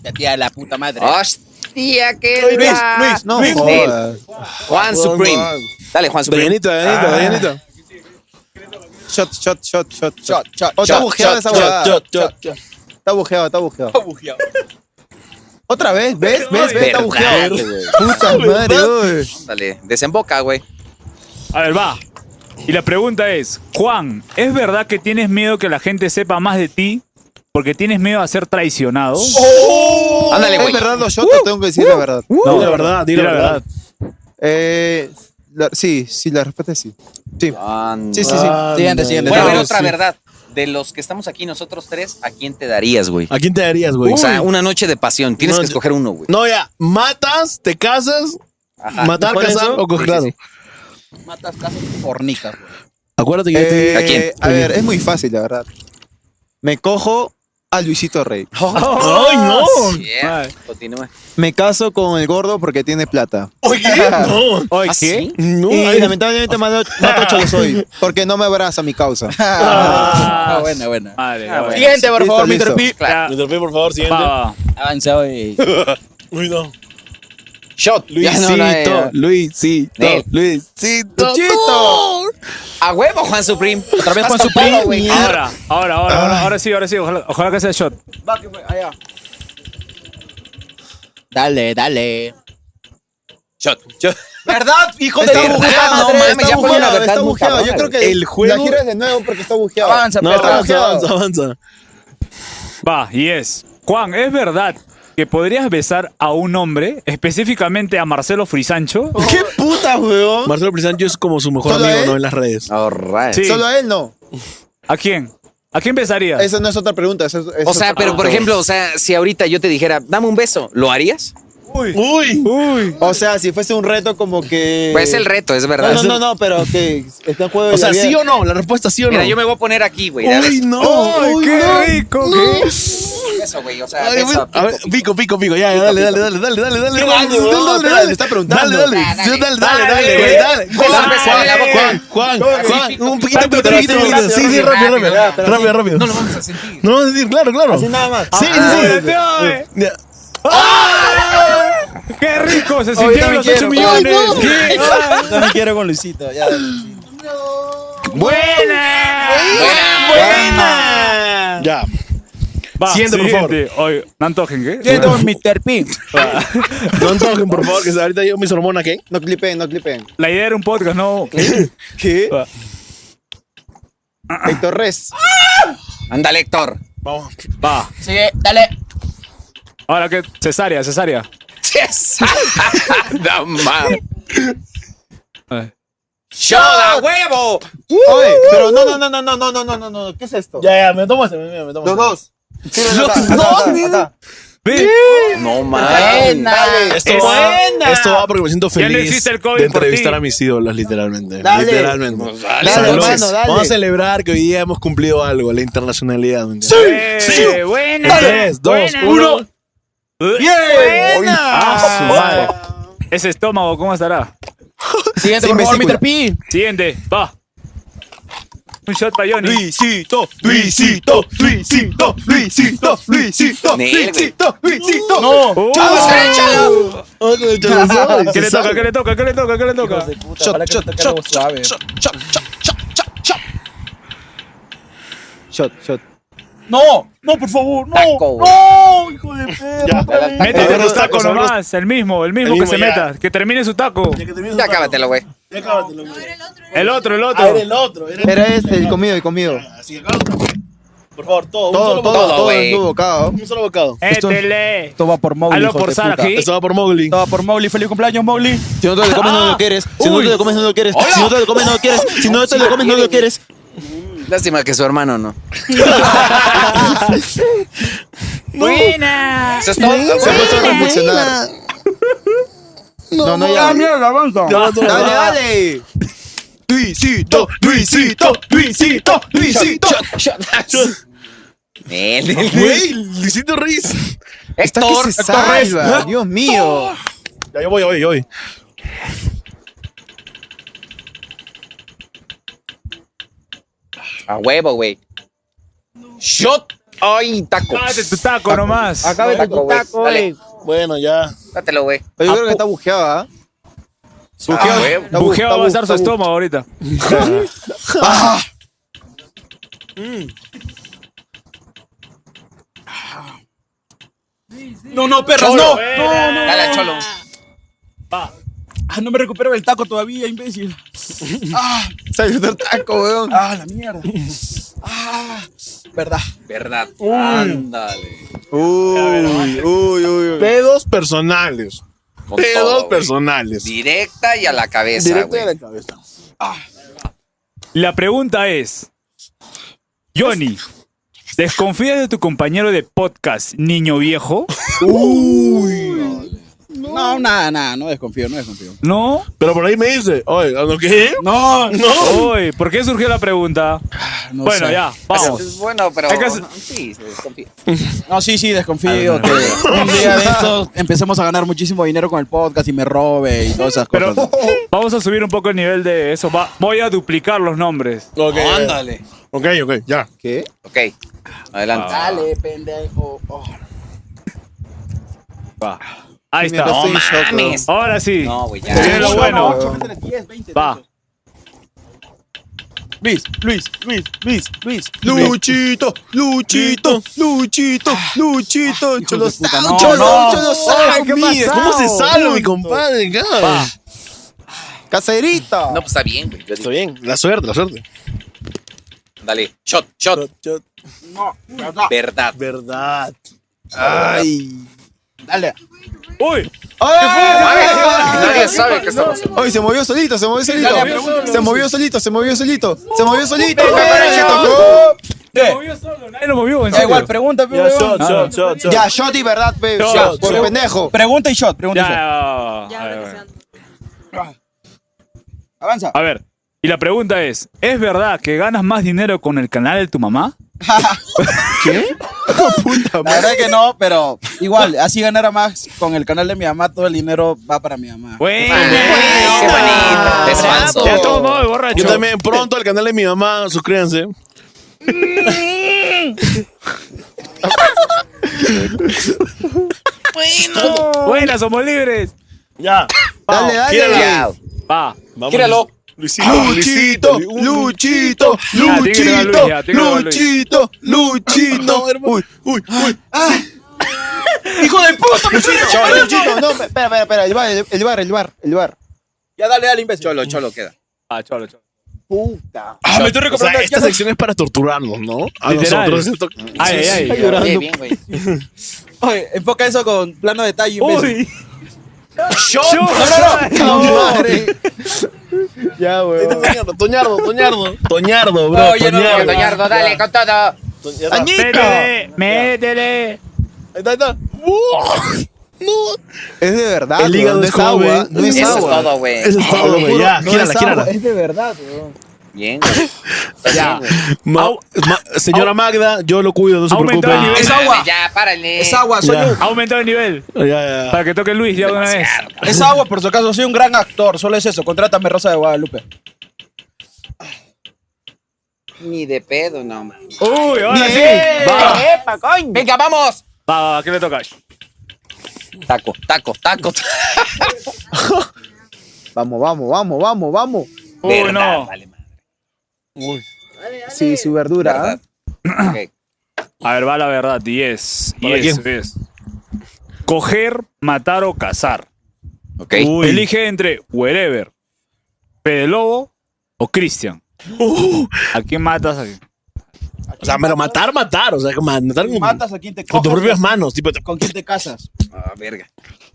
La tía de la puta madre.
Ah,
Hostia, qué
Luis,
la-
Luis, no
Del
jodas.
Juan Supreme. Dale, Juan Supreme.
Dayanito, Dayanito,
Ah.
Dayanito. Shot, shot, shot, shot, shot, shot. Oh,
shot,
está bujeado
shot,
esa
shot,
huevada.
shot,
Está bujeado, está bujeado. Otra vez, ¿ves? ¿Ves? ¿Ves? Está
Verdad,
bujeado.
güey.
Puta madre, uy.
Dale, desemboca, güey.
A ver, va. Y la pregunta es, Juan, ¿es verdad que tienes miedo que la gente sepa más de ti porque tienes miedo a ser traicionado?
Ándale, güey. Es verdad, los shots, te tengo que decir la verdad.
uh.
No, Di la verdad, di di la la verdad.
Eh, la- sí, sí, la respuesta es sí. Sí. Sí, sí, sí.
Anda.
Siguiente, siguiente.
Bueno, a ver,
Dale,
otra
sí.
verdad. De los que estamos aquí, nosotros tres, ¿a quién te darías, güey?
¿A quién te darías, güey?
O sea,
Uy.
una noche de pasión. Tienes que escoger uno, güey.
No, ya. ¿Matas? ¿Te casas?
Ajá.
¿Matar,
¿Mejor
casar
Ah, eso?
o coger? Claro.
Matas casas fornicas.
Acuérdate que yo te
Eh,
dije-
¿A, ver, es muy fácil, la verdad. Me cojo a Luisito Rey.
¡Ay, no!
Yeah. Continúa.
Me caso con el gordo porque tiene plata.
Oye, no.
Oye,
¿Ah, sí?
No,
y
ay,
lamentablemente mato mato a Cholos hoy. Porque no me abraza mi causa.
Ah, buena, buena.
bueno.
Siguiente, por
Listo,
favor,
listo.
Mr. P.
Claro.
Mr. P, por favor, siguiente.
Va.
Avanzado y.
Uy, no.
Shot.
Luisito,
eh,
eh.
Luisito,
Nel.
Luisito.
A huevo, Juan Supreme. Otra vez
Juan Supreme. Ahora, ahora, ahora, ahora, ahora sí, ahora sí. Ojalá, ojalá que sea shot.
Va, que fue. Allá. Dale, dale.
Shot.
¿Verdad, hijo
Está
de la
bujeado,
puta
no
madre?
mames,
Está
ya ponle la
bujeado,
verdad
está
muy
bujeado.
cabrona,
Yo creo
güey.
que
El juego-
la giras
de nuevo porque está bujeado.
Avanza,
No,
perro,
avanza,
avanza,
avanza,
avanza.
Va, y es. Juan, ¿es verdad que podrías besar a un hombre, específicamente a Marcelo Frisancho?
¡Qué puta, weón! Marcelo Prisancho es como su mejor
¿Solo
amigo,
él?
¿no? En las redes.
Sí.
Solo a él no.
¿A quién? ¿A quién besarías?
Esa no es otra pregunta. esa es- esa
O
es
sea,
otra
pero por
pregunta.
ejemplo, o sea, si ahorita yo te dijera, dame un beso, ¿lo harías?
Uy.
Uy.
Uy.
O sea, si fuese un reto como que.
Pues es el reto, es verdad.
No, no, no, no, pero que está en juego.
O
la
sea,
vida.
¿sí o no? La respuesta es sí o no.
Mira, yo me voy a poner aquí, güey. a
¡Uy,
ver.
no!
¡Ay,
¡Uy,
qué
no!
rico!
No.
¿qué?
Eso, güey, o sea,
Ay,
beso,
A ver, pico, pico, pico. Ya, ya, dale, dale, dale, dale, dale, dale.
¿Qué
Dale,
daño,
dale,
weón?
dale,
Espérate,
dale,
le
está preguntando. Dale, dale, sí, dale, dale,
Dale,
dale, güey, dale.
dale. Con la mesa de la boca.
Juan,
Con-
Juan, un
con-
poquito,
rápido,
un poquito,
rápido,
un poquito. Sí, sí,
rápido,
rápido,
rápido,
rápido. Rápido,
rápido.
rápido.
No lo vamos a sentir.
No lo vamos a decir, claro, claro.
Así
nada más.
Sí, sí, sí.
Ah, espérate,
Ya.
¡Ah! ¡Qué rico! Se
Oye,
sintieron
no
los
me
8
quiero.
millones.
Ay,
¿Qué?
no.
No me quiero con Luisito. Ya,
¡Buena!
¡Buena!
¡Buena!
Ya.
Va,
Siguiente, por favor.
Oye, no antojen, ¿qué?
Siguiente,
Bueno.
Mr. P.
No toquen, por favor, que ahorita yo mis hormonas, ¿qué?
No clipeen, no clipeen.
La idea era un podcast, ¿no?
¿Qué?
Va.
Héctor Res.
Ándale, Héctor.
Vamos.
Va.
Sí, dale.
Ahora que. Cesárea, cesárea.
No mames.
Ay.
¡Shoda, huevo!
Oye, pero no, no, no, no, no, no, no, no, no, no. ¿Qué es esto?
Ya, ya, me tomo ese, me, me tomo
Los dos. Sí, ven acá, acá, acá,
dos,
acá.
Ve.
No
mames. Dale.
Esto
Es-
va,
buena.
esto va porque me siento
Ya no
feliz
existe el COVID
de
por
entrevistar
ti.
a mis ídolos, literalmente.
Dale.
Literalmente.
dale,
Saludos.
hermano, dale.
Vamos a celebrar que hoy día hemos cumplido algo, la internacionalidad. ¿me entiendes?
Eh,
Sí.
buena.
En Tres, dos,
buena.
uno.
¡Bien! Ah, su madre. Ese estómago, ¿cómo estará?
Siguiente,
Sin
por favor,
vesícula.
Mr. P.
Siguiente, va. Un shot para Johnny.
Luisito, Luisito, Luisito, Luisito, Luisito, Luisito, Luisito. No.
¡Chalo!
Otro chalazo,
¿Qué le
se
toca?
sabe.
¿Qué le toca? ¿Qué le toca? ¿Qué le toca?
Shot, shot, shot, shot, shot, shot, shot, shot.
Shot, shot.
No, no, por favor, no. No, hijo de perra.
Métete
Ahora
tu
los
taco
tacos, ahora
nomás, el mismo, el
El
mismo que
mismo,
se
ya.
meta. Que termine su taco.
Ya
cábatelo, güey.
Ya cábatelo, güey.
El otro, el otro.
Ah, era el otro, era el
Era
otro.
este, el comido, el comido.
Así que cábatelo. Por favor, todo.
Todo,
un solo
todo,
bocado.
todo en tu bocado.
Un solo bocado.
Étele.
Esto va por Mowgli.
Hazlo
hijo
por
de
Sara,
puta.
¿sí?
Esto va por Mowgli. Esto va por Mowgli. Feliz cumpleaños, Mowgli.
Si no te lo comes, no
Ah.
lo quieres. Si no te lo comes, no lo quieres. Si no te lo comes, no lo quieres. Si no te lo comes, no lo quieres.
Lástima que su hermano no.
Buena.
Eso es todo.
Buena.
Se ha puesto a convulsionar.
No, no, ya.
avanza.
Dale, dale. Luisito, Luisito, Luisito, Luisito. Güey, Luisito Ruiz. Está que se
Héctor Reyes.
salva. Dios mío.
Ya, yo voy, yo voy, yo voy.
A huevo, güey. Shot. Ay, taco.
Cábate tu taco nomás.
Acabe
Cábate
taco,
tu
güey.
taco,
Dale.
Bueno, ya.
Dátelo, güey.
Yo creo que está bujeada.
Ah, huevo.
Está bu-
Bujeado
está
va a
bu-
estar su
está bu-
estómago ahorita.
Ah.
No, no, perras,
Cholo,
no.
eh,
No, no, no.
dale, cholo.
Ah, no me recupero el taco todavía, imbécil. Ah,
Salió otro taco, weón.
ah, la mierda. Ah, verdad.
Verdad.
Uy.
Ándale.
Uy,
uy, uy.
Pedos personales.
Con todo,
Pedos
güey.
personales.
Directa y a la cabeza,
Directa
güey.
y a la cabeza.
La pregunta es, Johnny, ¿desconfías de tu compañero de podcast, niño viejo?
No, nada, nada, no desconfío, no desconfío.
¿No?
Pero por ahí me dice, oye, ¿a lo qué?
No,
no.
Uy, ¿por qué surgió la pregunta? bueno,
sé.
ya,
Es
vamos.
bueno, pero.
Hay que hacer-
Sí, se desconfía.
No, sí, sí, desconfío que un día de estos empecemos a ganar muchísimo dinero con el podcast y me robe y todas esas
Pero
cosas.
vamos a subir un poco el nivel de eso. Va- voy a duplicar los nombres.
Ok.
Ándale.
Ok, ok, ya.
¿Qué?
Ok. Adelante.
Dale, pendejo. Oh.
Va. Ahí está.
No mames.
Ahora sí.
No, güey, ya.
Viene lo bueno.
Ocho, métele 10, 20.
Va.
Luis, Luis, Luis, Luis, Luis.
Luchito, Luchito, Luchito, Luchito, Cholo Sao,
no,
Cholo,
no.
Cholo Sao,
Ay, ¿qué
mire,
pasao?
¿Cómo se salva mi
Punto.
compadre? acá?
Va.
Caserita.
No, pues está bien, güey. Yo
Está
digo,
bien, la suerte, la suerte.
Dale. Shot, shot.
No, verdad.
Verdad.
Verdad.
Ay.
Dale.
¡Uy!
Nadie sabe qué está pasando.
Ay, se movió solito, se movió solito.
dale, pregúntale.
Se movió solito, se movió solito. Se movió solito.
Venga,
Ay,
venga,
tocó.
Nadie lo movió, en
Da
serio.
igual, pregunta, pe,
Ya,
huevón.
shot, shot, shot, shot.
Ah. Ya, shot y verdad, pe.
Shot,
Shot, por
shot.
pendejo.
Pregunta y shot, pregunta
Ya,
y shot.
a ver.
Avanza.
A ver, y la pregunta es, ¿es verdad que ganas más dinero con el canal de tu mamá?
¿Qué? Puta
La verdad
madre.
que no, pero igual, así ganara más con el canal de mi mamá, todo el dinero va para mi mamá.
Bueno,
Qué bonito. Es falso.
ya todo modo, borracho.
Yo también, pronto al canal de mi mamá, suscríbanse.
Buenas, somos libres.
Ya.
Dale, dale.
Quírala.
Ya.
Va.
Vamos.
Tíralo.
Luisito, Luisito.
Luchito,
Ya, tiene que grabar Luis, ya, tiene que grabar Luis.
Luchito, Luchito. Uy, uy, uy.
¡Hijo de puta!
Cholo, Luchito, no, espera, espera, espera. El bar, el bar, el bar, el bar.
Ya dale, dale, imbécil.
Cholo, cholo, queda.
Ah, cholo, cholo.
Puta.
Ah, me estoy
O sea,
recordando.
esta
esta sección es para torturarnos, ¿no? A
Literal.
nosotros. esto-
Ay, ay, ay.
Oye, bien, güey.
Oye, enfoca eso con plano detalle, imbécil.
Uy,
¡Shot!
Shot.
¡No, no, no!
Madre. Ya, weón.
Toñardo, Toñardo, Toñardo. Toñardo, bro.
Oye, no, no,
Toñardo.
Gallardo, dale, con todo.
To- ya está. Ahí
métele, métele.
está, ahí está. ¡Wow! No.
Es de verdad.
El
weón,
hígado
no
es
es
joven.
agua. No es
Eso es
agua.
todo, güey.
Eso es todo, güey. Ya,
No
gírala,
es agua,
gírala.
es de verdad, weón.
Bien, güey.
Ya.
Ma- ma- señora Magda, yo lo cuido, no se
Aumentó
preocupe.
el nivel.
Es agua.
Ya, párale.
Es agua, soy
Ya.
un...
Ha aumentado el nivel.
Ya, ya, ya.
Para que toque Luis ya de una vez.
Demasiado.
Es agua, por si acaso, soy un gran actor. Solo es eso. Contrátame, Rosa de Guadalupe.
Ni de pedo, no, man.
Uy, ahora sí. Va,
¡Epa, coño! ¡Venga, vamos!
va, va, va, ¿qué le toca?
Taco, taco, taco.
Vamos, vamos, vamos, vamos, vamos.
Uy, no.
Vale, man.
Sí, su verdura.
Verdad.
¿ah?
A ver, va la verdad. Yes. Yes, yes. Coger, matar o cazar.
Ok.
Uy. Elige entre wherever, Fede Lobo o Cristian. ¿A quién matas? A quién?
O sea, pero matar, matar. O sea, que ma- matar con,
Matas a quien te
con tus
cojas, pues,
propias manos. Tipo,
¿Con quién te casas?
Ah, verga.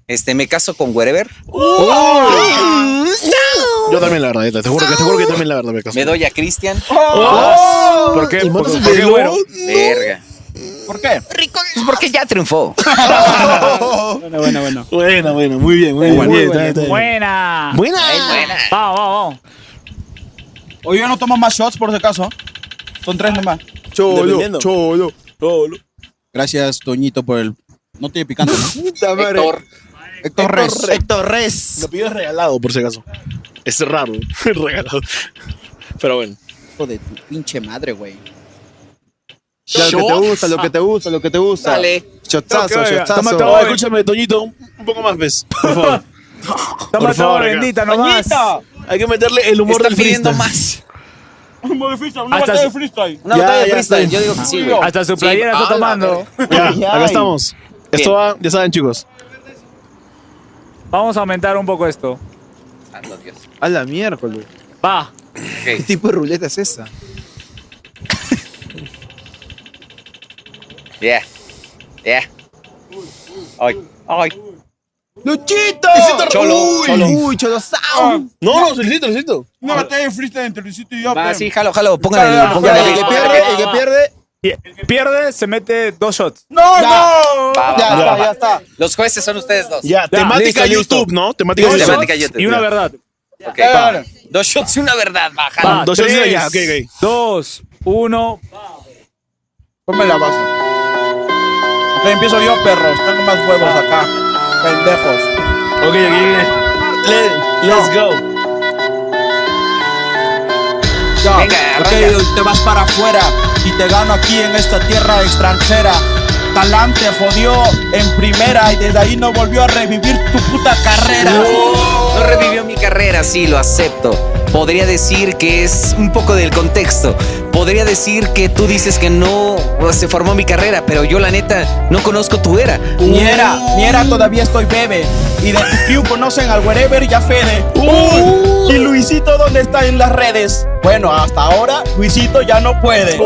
Este, me caso con Wherever.
yo también, la verdad. Te juro que, te juro que yo también, la verdad, me caso.
Me doy a Cristian.
¡Oh!
¿Por qué?
¿Y matas
¿Por,
a
por qué
Fede
güero?
Lobo?
Verga.
¿Por qué?
Pues porque ya triunfó.
Bueno, bueno, bueno.
Buena, buena, muy bien, muy bien.
Buena.
muy bien, está bien, está bien.
Buena.
Buena.
Buena. Vamos, vamos,
Oye, yo no tomo más shots por si acaso. Son tres nomás.
Cholo, cholo, cholo.
Gracias, Toñito, por el. No te picante, ¿no?
Héctor.
Héctor Res.
Héctor Res. Lo pidió regalado, por si acaso. Es raro, regalado. Pero bueno.
Hijo de tu pinche madre, güey.
Ya, Lo que te gusta, lo que te gusta, lo que te gusta.
Dale.
Shotsazo,
Ok,
shotsazo.
tómate
Oh, escúchame, Toñito, un un poco más, ¿ves? Por favor.
Toma
Por
todo,
favor, acá.
bendita nomás.
Hay que meterle el humor
Está
del
pidiendo
freestyle.
más.
Una
Hasta
batalla
su-
de freestyle.
Una
Ya,
batalla de
ya
freestyle.
está.
Yo digo que sí, güey.
Hasta su
Sí,
playera
a la
está tomando.
Ya, acá
Ay.
estamos. Esto va, ya saben, chicos.
Vamos a aumentar un poco esto.
Santo Dios.
A la miércoles.
Va.
¿Qué tipo de ruleta es esa?
Yeah. Yeah. Ay. Ay.
¡Luchito!
Cholo,
¡Uy!
cholo.
¡Uy, Cholo
Ah,
Sound!
No, no, solicito, solicito.
Una batalla de freestyle entre Luisito y yo.
Ah,
Va,
pe.
sí, jalo, jalo. Póngale
Ah,
el.
Ya,
Póngale
el que
el.
pierde, el que pierde.
Pi- Pierde, se mete dos shots.
No,
Ya.
no.
Va, va,
Ya
va,
está,
va.
ah, ya está.
Los jueces son ustedes dos.
Ya, temática
listo, listo.
YouTube, ¿no? Temática
Dos
Listo,
YouTube.
temática.
shots
yo te-
y una
ya.
verdad.
Ok,
Dale,
va.
dale.
Dos shots y una verdad. Va, jalo.
Va,
dos shots y
tres,
ya, ok, ok.
Dos, uno.
Ponme la base. Ok, empiezo yo, perros. Tengo más huevos acá. Pendejos.
Ok, ok.
Le- Let's go.
Ya.
Venga,
ok,
arranca.
hoy te vas para afuera y te gano aquí en esta tierra extranjera. Talante jodió en primera y desde ahí no volvió a revivir tu puta carrera.
No revivió mi carrera, sí, lo acepto. Podría decir que es un poco del contexto. Podría decir que tú dices que no se formó mi carrera, pero yo la neta no conozco tu era.
Ni era, ni era, todavía estoy bebé. Y de tu crew conocen al wherever y a Fede. Uy, Y Luisito, ¿dónde está en las redes? Bueno, hasta ahora Luisito ya no puede.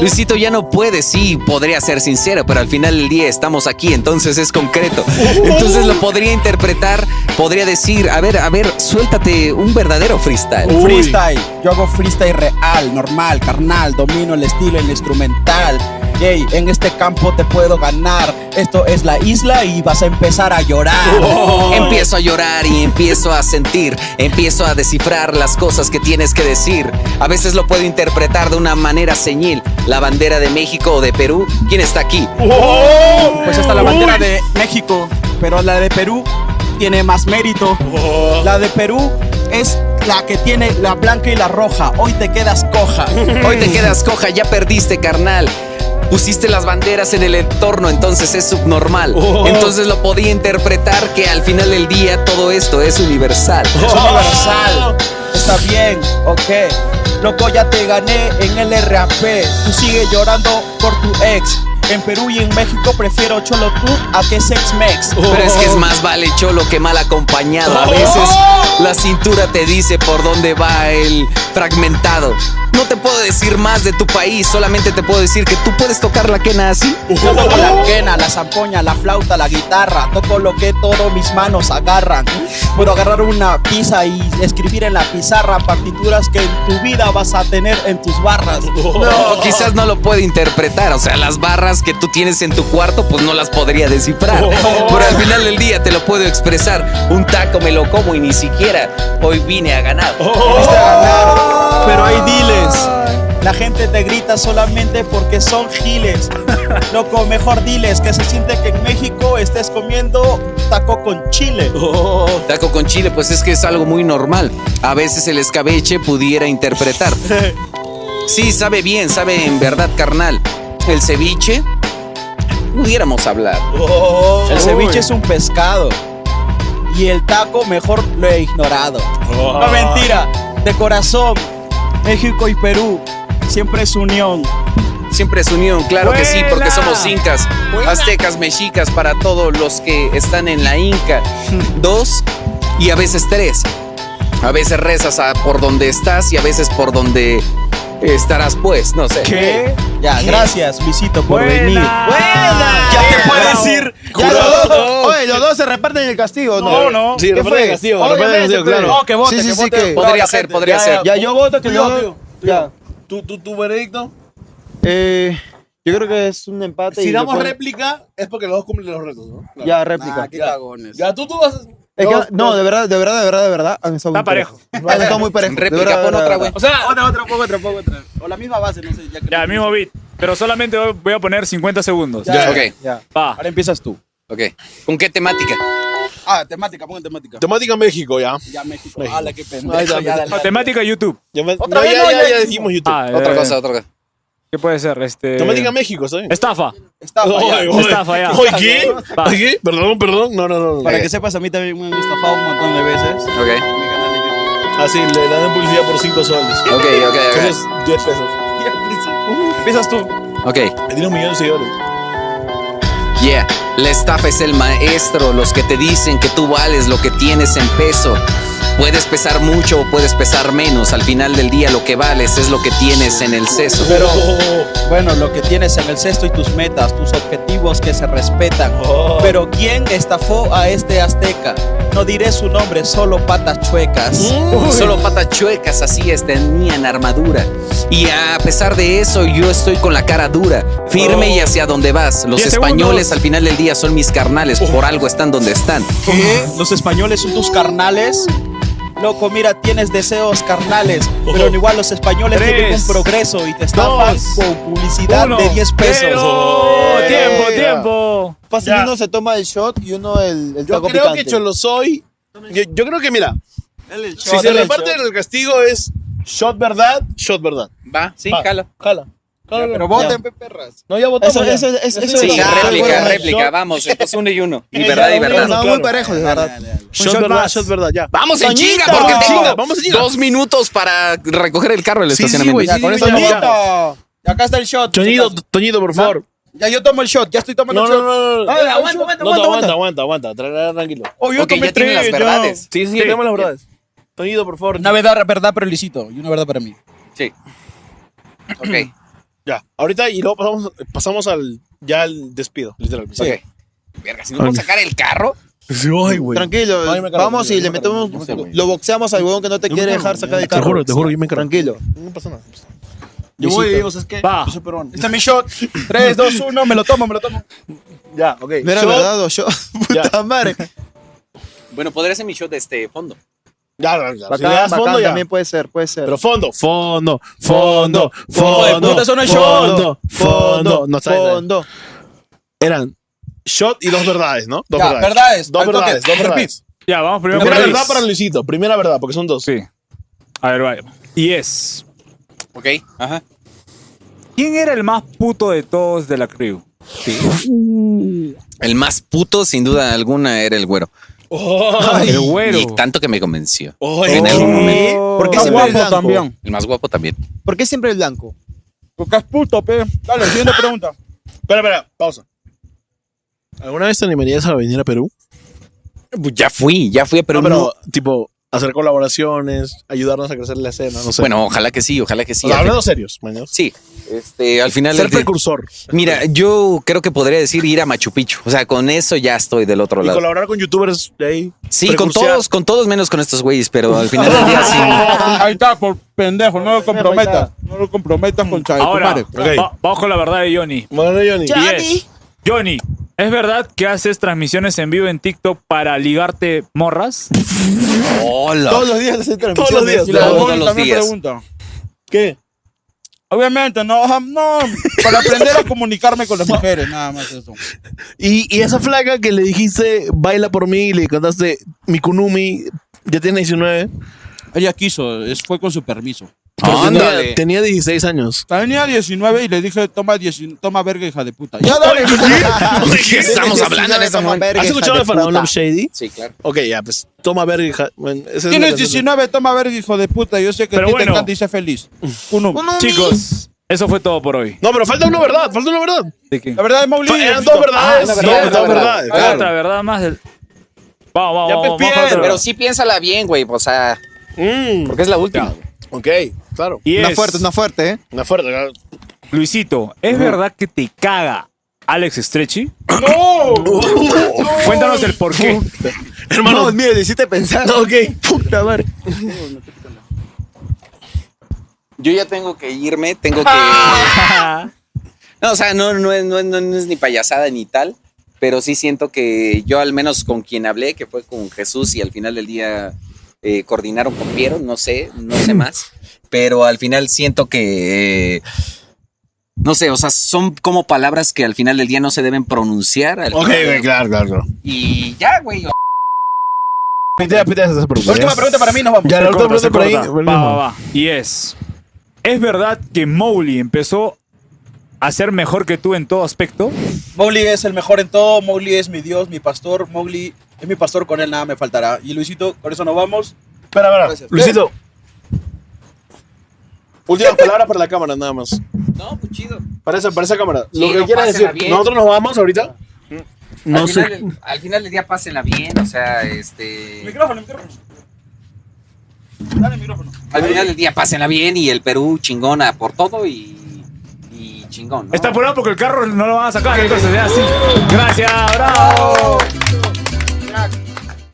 Luisito ya no puede, sí, podría ser sincero, pero al final del día estamos aquí, entonces es concreto. Entonces lo podría interpretar, podría decir, a ver, a ver, suéltate un verdadero freestyle.
Un Freestyle. Yo hago freestyle real, normal, carnal. Domino el estilo, el instrumental. Ey, en este campo te puedo ganar. Esto es la isla y vas a empezar a llorar.
Oh.
Em-
Empiezo a llorar y empiezo a sentir, empiezo a descifrar las cosas que tienes que decir. A veces lo puedo interpretar de una manera señil. La bandera de México o de Perú, ¿quién está aquí?
Oh.
Pues hasta la bandera de México, pero la de Perú tiene más mérito.
Oh.
La de Perú es la que tiene la blanca y la roja. Hoy te quedas coja.
Hoy te quedas coja, ya perdiste, carnal. Pusiste las banderas en el entorno, entonces es subnormal. Entonces lo podía interpretar que al final del día todo esto es universal.
Es
Oh.
universal. Oh. Está bien, ok. Loco, ya te gané en el RAP. Tú sigues llorando por tu ex. En Perú y en México prefiero cholo tú a que sex mex.
Pero es que
Oh.
es más vale cholo que mal acompañado. A veces la cintura te dice por dónde va el fragmentado. No te puedo decir más de tu país, solamente te puedo decir que tú puedes tocar la quena así.
Yo toco la quena, la zampoña, la flauta, la guitarra. Toco lo que todos mis manos agarran. Puedo agarrar una pizza y escribir en la pizarra partituras que en tu vida vas a tener en tus barras.
O quizás no lo puede interpretar, o sea, las barras que tú tienes en tu cuarto, pues no las podría descifrar. Pero al final del día te lo puedo expresar. Un taco me lo como y ni siquiera hoy vine a ganar.
Viste a ganar, pero hay diles. La gente te grita solamente porque son giles. Loco, mejor diles que se siente que en México estés comiendo taco con chile.
Taco con chile, pues es que es algo muy normal. A veces el escabeche pudiera interpretar. Sí, sabe bien, sabe en verdad, carnal. El ceviche, pudiéramos hablar.
El ceviche es un pescado. Y el taco mejor lo he ignorado. No mentira, de corazón, México y Perú siempre es unión.
Siempre es unión, claro que sí, porque
¡Vuela!
somos incas, aztecas, mexicas, para todos los que están en la Inca. Dos y a veces tres. A veces rezas a- por donde estás y a veces por donde estarás, pues, no sé.
¿Qué?
Ya,
¿Qué?
gracias, Luisito, por
Buena.
venir. Ya te puedes ir.
Ya los dos- Oye, los dos se reparten el castigo, ¿no?
No, no.
¿Qué
reparten
fue?
el castigo, reparten el
Obviamente,
castigo,
pero-
claro. No, que vote,
Sí, sí,
que
sí,
vote.
que-
Podría ser, podría
Ya,
ser.
Ya, yo voto que
Yo-
yo. Ya.
¿Tú, tú, tu veredicto?
Eh, yo creo que es un empate.
Si
y
damos
después-
réplica, es porque los dos cumplen los retos, ¿no? Claro.
Ya, réplica.
Ya. Ya, tú, tú vas.
Es que- no, de verdad, de verdad, de verdad, de verdad. Han estado muy
parejo.
Han estado muy parejos. de verdad, de verdad, de
O sea, otra, otra, poco, otra, poco, otra. O la misma base, Este, no sé. Ya, que
Ya, el mismo beat. Pero solamente voy a poner 50 segundos.
Ya, Ya, ok.
Ahora empiezas tú.
Ok. ¿Con qué temática?
Ah, temática, pongan temática.
Temática México, ya.
Ya, México. Ah, la que pendejo.
Ahí está,
ya, dale, dale.
Temática YouTube. Ah,
Otra No, vez ya, no, ya, ya. ya dijimos YouTube.
Ah,
Eh.
Otra cosa,
otra cosa.
¿Qué puede ser? Este...
eh.
Temática México, ¿está bien?
Estafa.
Estafa, ya.
Estafa, ya.
Oye, ¿qué?
Va.
Oye, ¿qué? Perdón, perdón. No, no, no. no.
Para que sepas, a mí también me han estafado un montón de veces.
Ok.
Ah, sí, le dan publicidad por 5 soles.
Ok, ok, ok.
Entonces, 10 pesos. Empiezas tú.
Ok.
Tiene un millón de seguidores.
Yeah, la estafa es el maestro, los que te dicen que tú vales lo que tienes en peso. Puedes pesar mucho o puedes pesar menos, al final del día lo que vales es lo que tienes en el seso.
Pero bueno, lo que tienes en el cesto y tus metas, tus objetivos que se respetan. Pero ¿quién estafó a este azteca? No diré su nombre, solo patas chuecas.
Solo patas chuecas, así es, tenían armadura. Y a pesar de eso, yo estoy con la cara dura, firme Oh. y hacia donde vas. Los
Diez
españoles
segundos.
al final del día son mis carnales, por algo están donde están.
¿Qué? ¿Los españoles son tus carnales? Loco, mira, tienes deseos carnales, pero igual los españoles
Tres,
tienen un progreso y te estafan con publicidad de 10 pesos.
Oh,
tiempo, tiempo.
Fácil, uno se toma el shot y uno el, el
Yo
taco
creo
picante.
que Cholosoy. Yo, yo creo que, mira, si
shot,
se
dale el
reparte el castigo es shot verdad, shot verdad.
Va, sí,
jala. Jala.
pero
voten,
perras.
No, ya votamos.
Eso,
ya.
eso, eso, eso.
Sí,
Claro,
réplica,
bueno,
réplica,
shot.
vamos, entonces uno y uno. Y
Eh,
verdad
ya,
y
no,
verdad.
no,
Muy parejos, de verdad.
Shot,
shot
verdad,
más.
shot verdad, ya.
Vamos en
Toñita,
chinga,
vamos
porque
en
tengo
chinga, vamos en chinga.
dos minutos para recoger el carro del
Sí, sí,
estacionamiento.
Pues
güey, sí, Ya, sí, con sí, eso ya, estamos.
Toñito, acá está el shot.
Toñito,
chicas.
Toñito, por favor.
Ya yo tomo el shot, ya estoy
No,
tomando el
no,
shot.
no, no.
Ah, aguanta, aguanta,
No,
aguanta,
aguanta,
aguanta.
aguanta, aguanta. Tra- tra- Tranquilo.
Oh, yo
Ok,
tomé
ya tienen
tres, ya.
Sí, sí, ya tenemos las verdades. Toñito, por favor.
Una verdad, verdad pero Luisito, y una verdad para mí.
Sí. Ok.
Ya, ahorita y luego pasamos, pasamos al, ya al despido, literalmente.
Sí. Verga, si no puedo sacar el carro.
Tranquilo,
Ay, me cargo,
vamos y le metemos, lo boxeamos al huevón que no te quiere dejar sacar el carro.
juro, yo me
Tranquilo.
No pasa nada.
Yo voy, digo, ¿sabes qué? Yo soy peruano. Este es mi shot. 3, 2, 1, me lo tomo, me lo tomo.
Ya, ok.
No era
Shot.
verdad o yo. Puta madre.
Bueno, podría ser mi shot de este fondo.
Ya, ya, ya. Si le
Bacán,
das
bacán,
fondo, ya.
también puede ser, puede ser.
Pero fondo, fondo, fondo, fondo.
puta, eso no es
fondo,
shot.
fondo, no sabes, sabes.
Fondo.
Eran shot y dos verdades, ¿no? Dos
Ya,
verdades.
verdades,
Dos
al toque,
verdades, dos
repeat.
verdades.
Ya, vamos primero
Primera
por
verdad
Luis.
para Luisito, primera verdad, porque son dos.
Sí. A ver, vaya. Y es.
Ok, ajá.
¿Quién era el más puto de todos de la crew?
El más puto, sin duda alguna, era el güero.
el güero.
Y tanto que me convenció.
Oye,
en algún
sí.
momento.
¿Por qué
El
siempre
más
el blanco?
El más guapo también.
¿Por qué siempre el blanco?
Porque es puto, pe. Dale, siguiente pregunta.
Espera, espera, pausa. ¿Alguna vez te animarías a venir a Perú?
Pues Ya fui, ya fui a Perú.
No, pero, tipo, hacer colaboraciones, ayudarnos a crecer la escena, no sé.
Bueno, ojalá que sí, ojalá que Pues, sí.
O sea,
Al fin-
hablando serios, mañana.
Sí. Este, al final.
Ser
del día-
precursor.
Mira, yo creo que podría decir ir a Machu Picchu. O sea, con eso ya estoy del otro
Y
lado.
colaborar con youtubers de ahí.
Sí, con
Precursar.
todos, con todos menos con estos güeyes, pero al final del día sí.
Ahí está, por pendejo, no lo comprometas. No lo comprometas con Chávez.
Ahora,
compadre.
va- vamos con la verdad de Johnny.
Bueno, Johnny.
Y es, Johnny, ¿es verdad que haces transmisiones en vivo en TikTok para ligarte morras?
Hola.
Todos los días hacen transmisiones.
Todos los días.
Y la-
Todos
Ramón
los
también
días.
pregunta. ¿Qué? Obviamente, no, ajá, no, para aprender a comunicarme con las mujeres, nada más eso.
Y, y esa flaca que le dijiste, baila por mí, y le cantaste mi kunumi, ya tiene 19.
Ella quiso, es- fue con su permiso.
pero Tenía,
Ándale.
tenía 16 años.
Tenía 19 y le dije, toma, 19 toma verga, hija de puta. Ya dale.
Ah,
Oye, ¿qué estamos hablando en
esta momento?
¿Has escuchado de Faraón Love Shady?
este Sí, claro.
Ok, ya, pues toma verga. hija. Bueno, esa es la
Tienes
canción.
19, toma verga, hijo de puta. Yo sé que a
Pero
ti te
bueno.
encanta y sé feliz. Uno.
Chicos, Eso fue todo por hoy.
No, pero falta una verdad, falta una verdad.
La
verdad es Maulid. Eran dos
Ah,
Ah,
verdades. dos, dos verdades.
Hay otra verdad más. del- Vamos, vamos, vamos. vamos con otra
Pero
verdad.
sí piénsala bien, güey. O sea, porque es la última.
Ok, claro.
Y
Una
es-
fuerte, una fuerte, ¿eh?
Una fuerte, claro.
Luisito, ¿es verdad que te caga Alex Stretchy?
¡No!
Cuéntanos el por qué.
Hermano, mire, te hiciste pensar.
ok, puta madre.
Yo ya tengo que irme, tengo que. no, o sea, no, no, es- no es- no es ni payasada ni tal, pero sí siento que yo, al menos con quien hablé, que fue con Jesús, y al final del día eh, coordinaron con Piero, no sé, no sé
Mm.
más, pero al final siento que. eh, no sé, o sea, son como palabras que al final del día no se deben pronunciar. al
Ok,
final del-
güey, claro, claro, claro.
Y ya, güey. o-
Pitea, pitea esas preguntas.
Última pregunta para mí, nos vamos.
Ya, la
Se
última
corta,
pregunta
se
para mí.
corta. Va, va, va. Y es. ¿Es verdad que Mowgli empezó a ser mejor que tú en todo aspecto?
Mowgli es el mejor en todo, Mowgli es mi dios, mi pastor, Mowgli es mi pastor, con él nada me faltará. Y Luisito, por eso nos vamos.
Espera, espera.
Gracias.
Luisito. Últimas palabras para la cámara, nada más.
No, pues chido.
Para esa, para esa cámara.
Sí,
Lo que
no,
quieras
pásenla
decir.
bien.
Nosotros nos vamos ahorita. No
al,
sé.
final, del- al final del día pásenla bien, o sea, este.
Micrófono, micrófono.
Al final del día, pásenla bien y el Perú chingona por todo y, y chingón. ¿no?
Está apurado porque el carro no lo van a sacar, entonces ya sí. Gracias,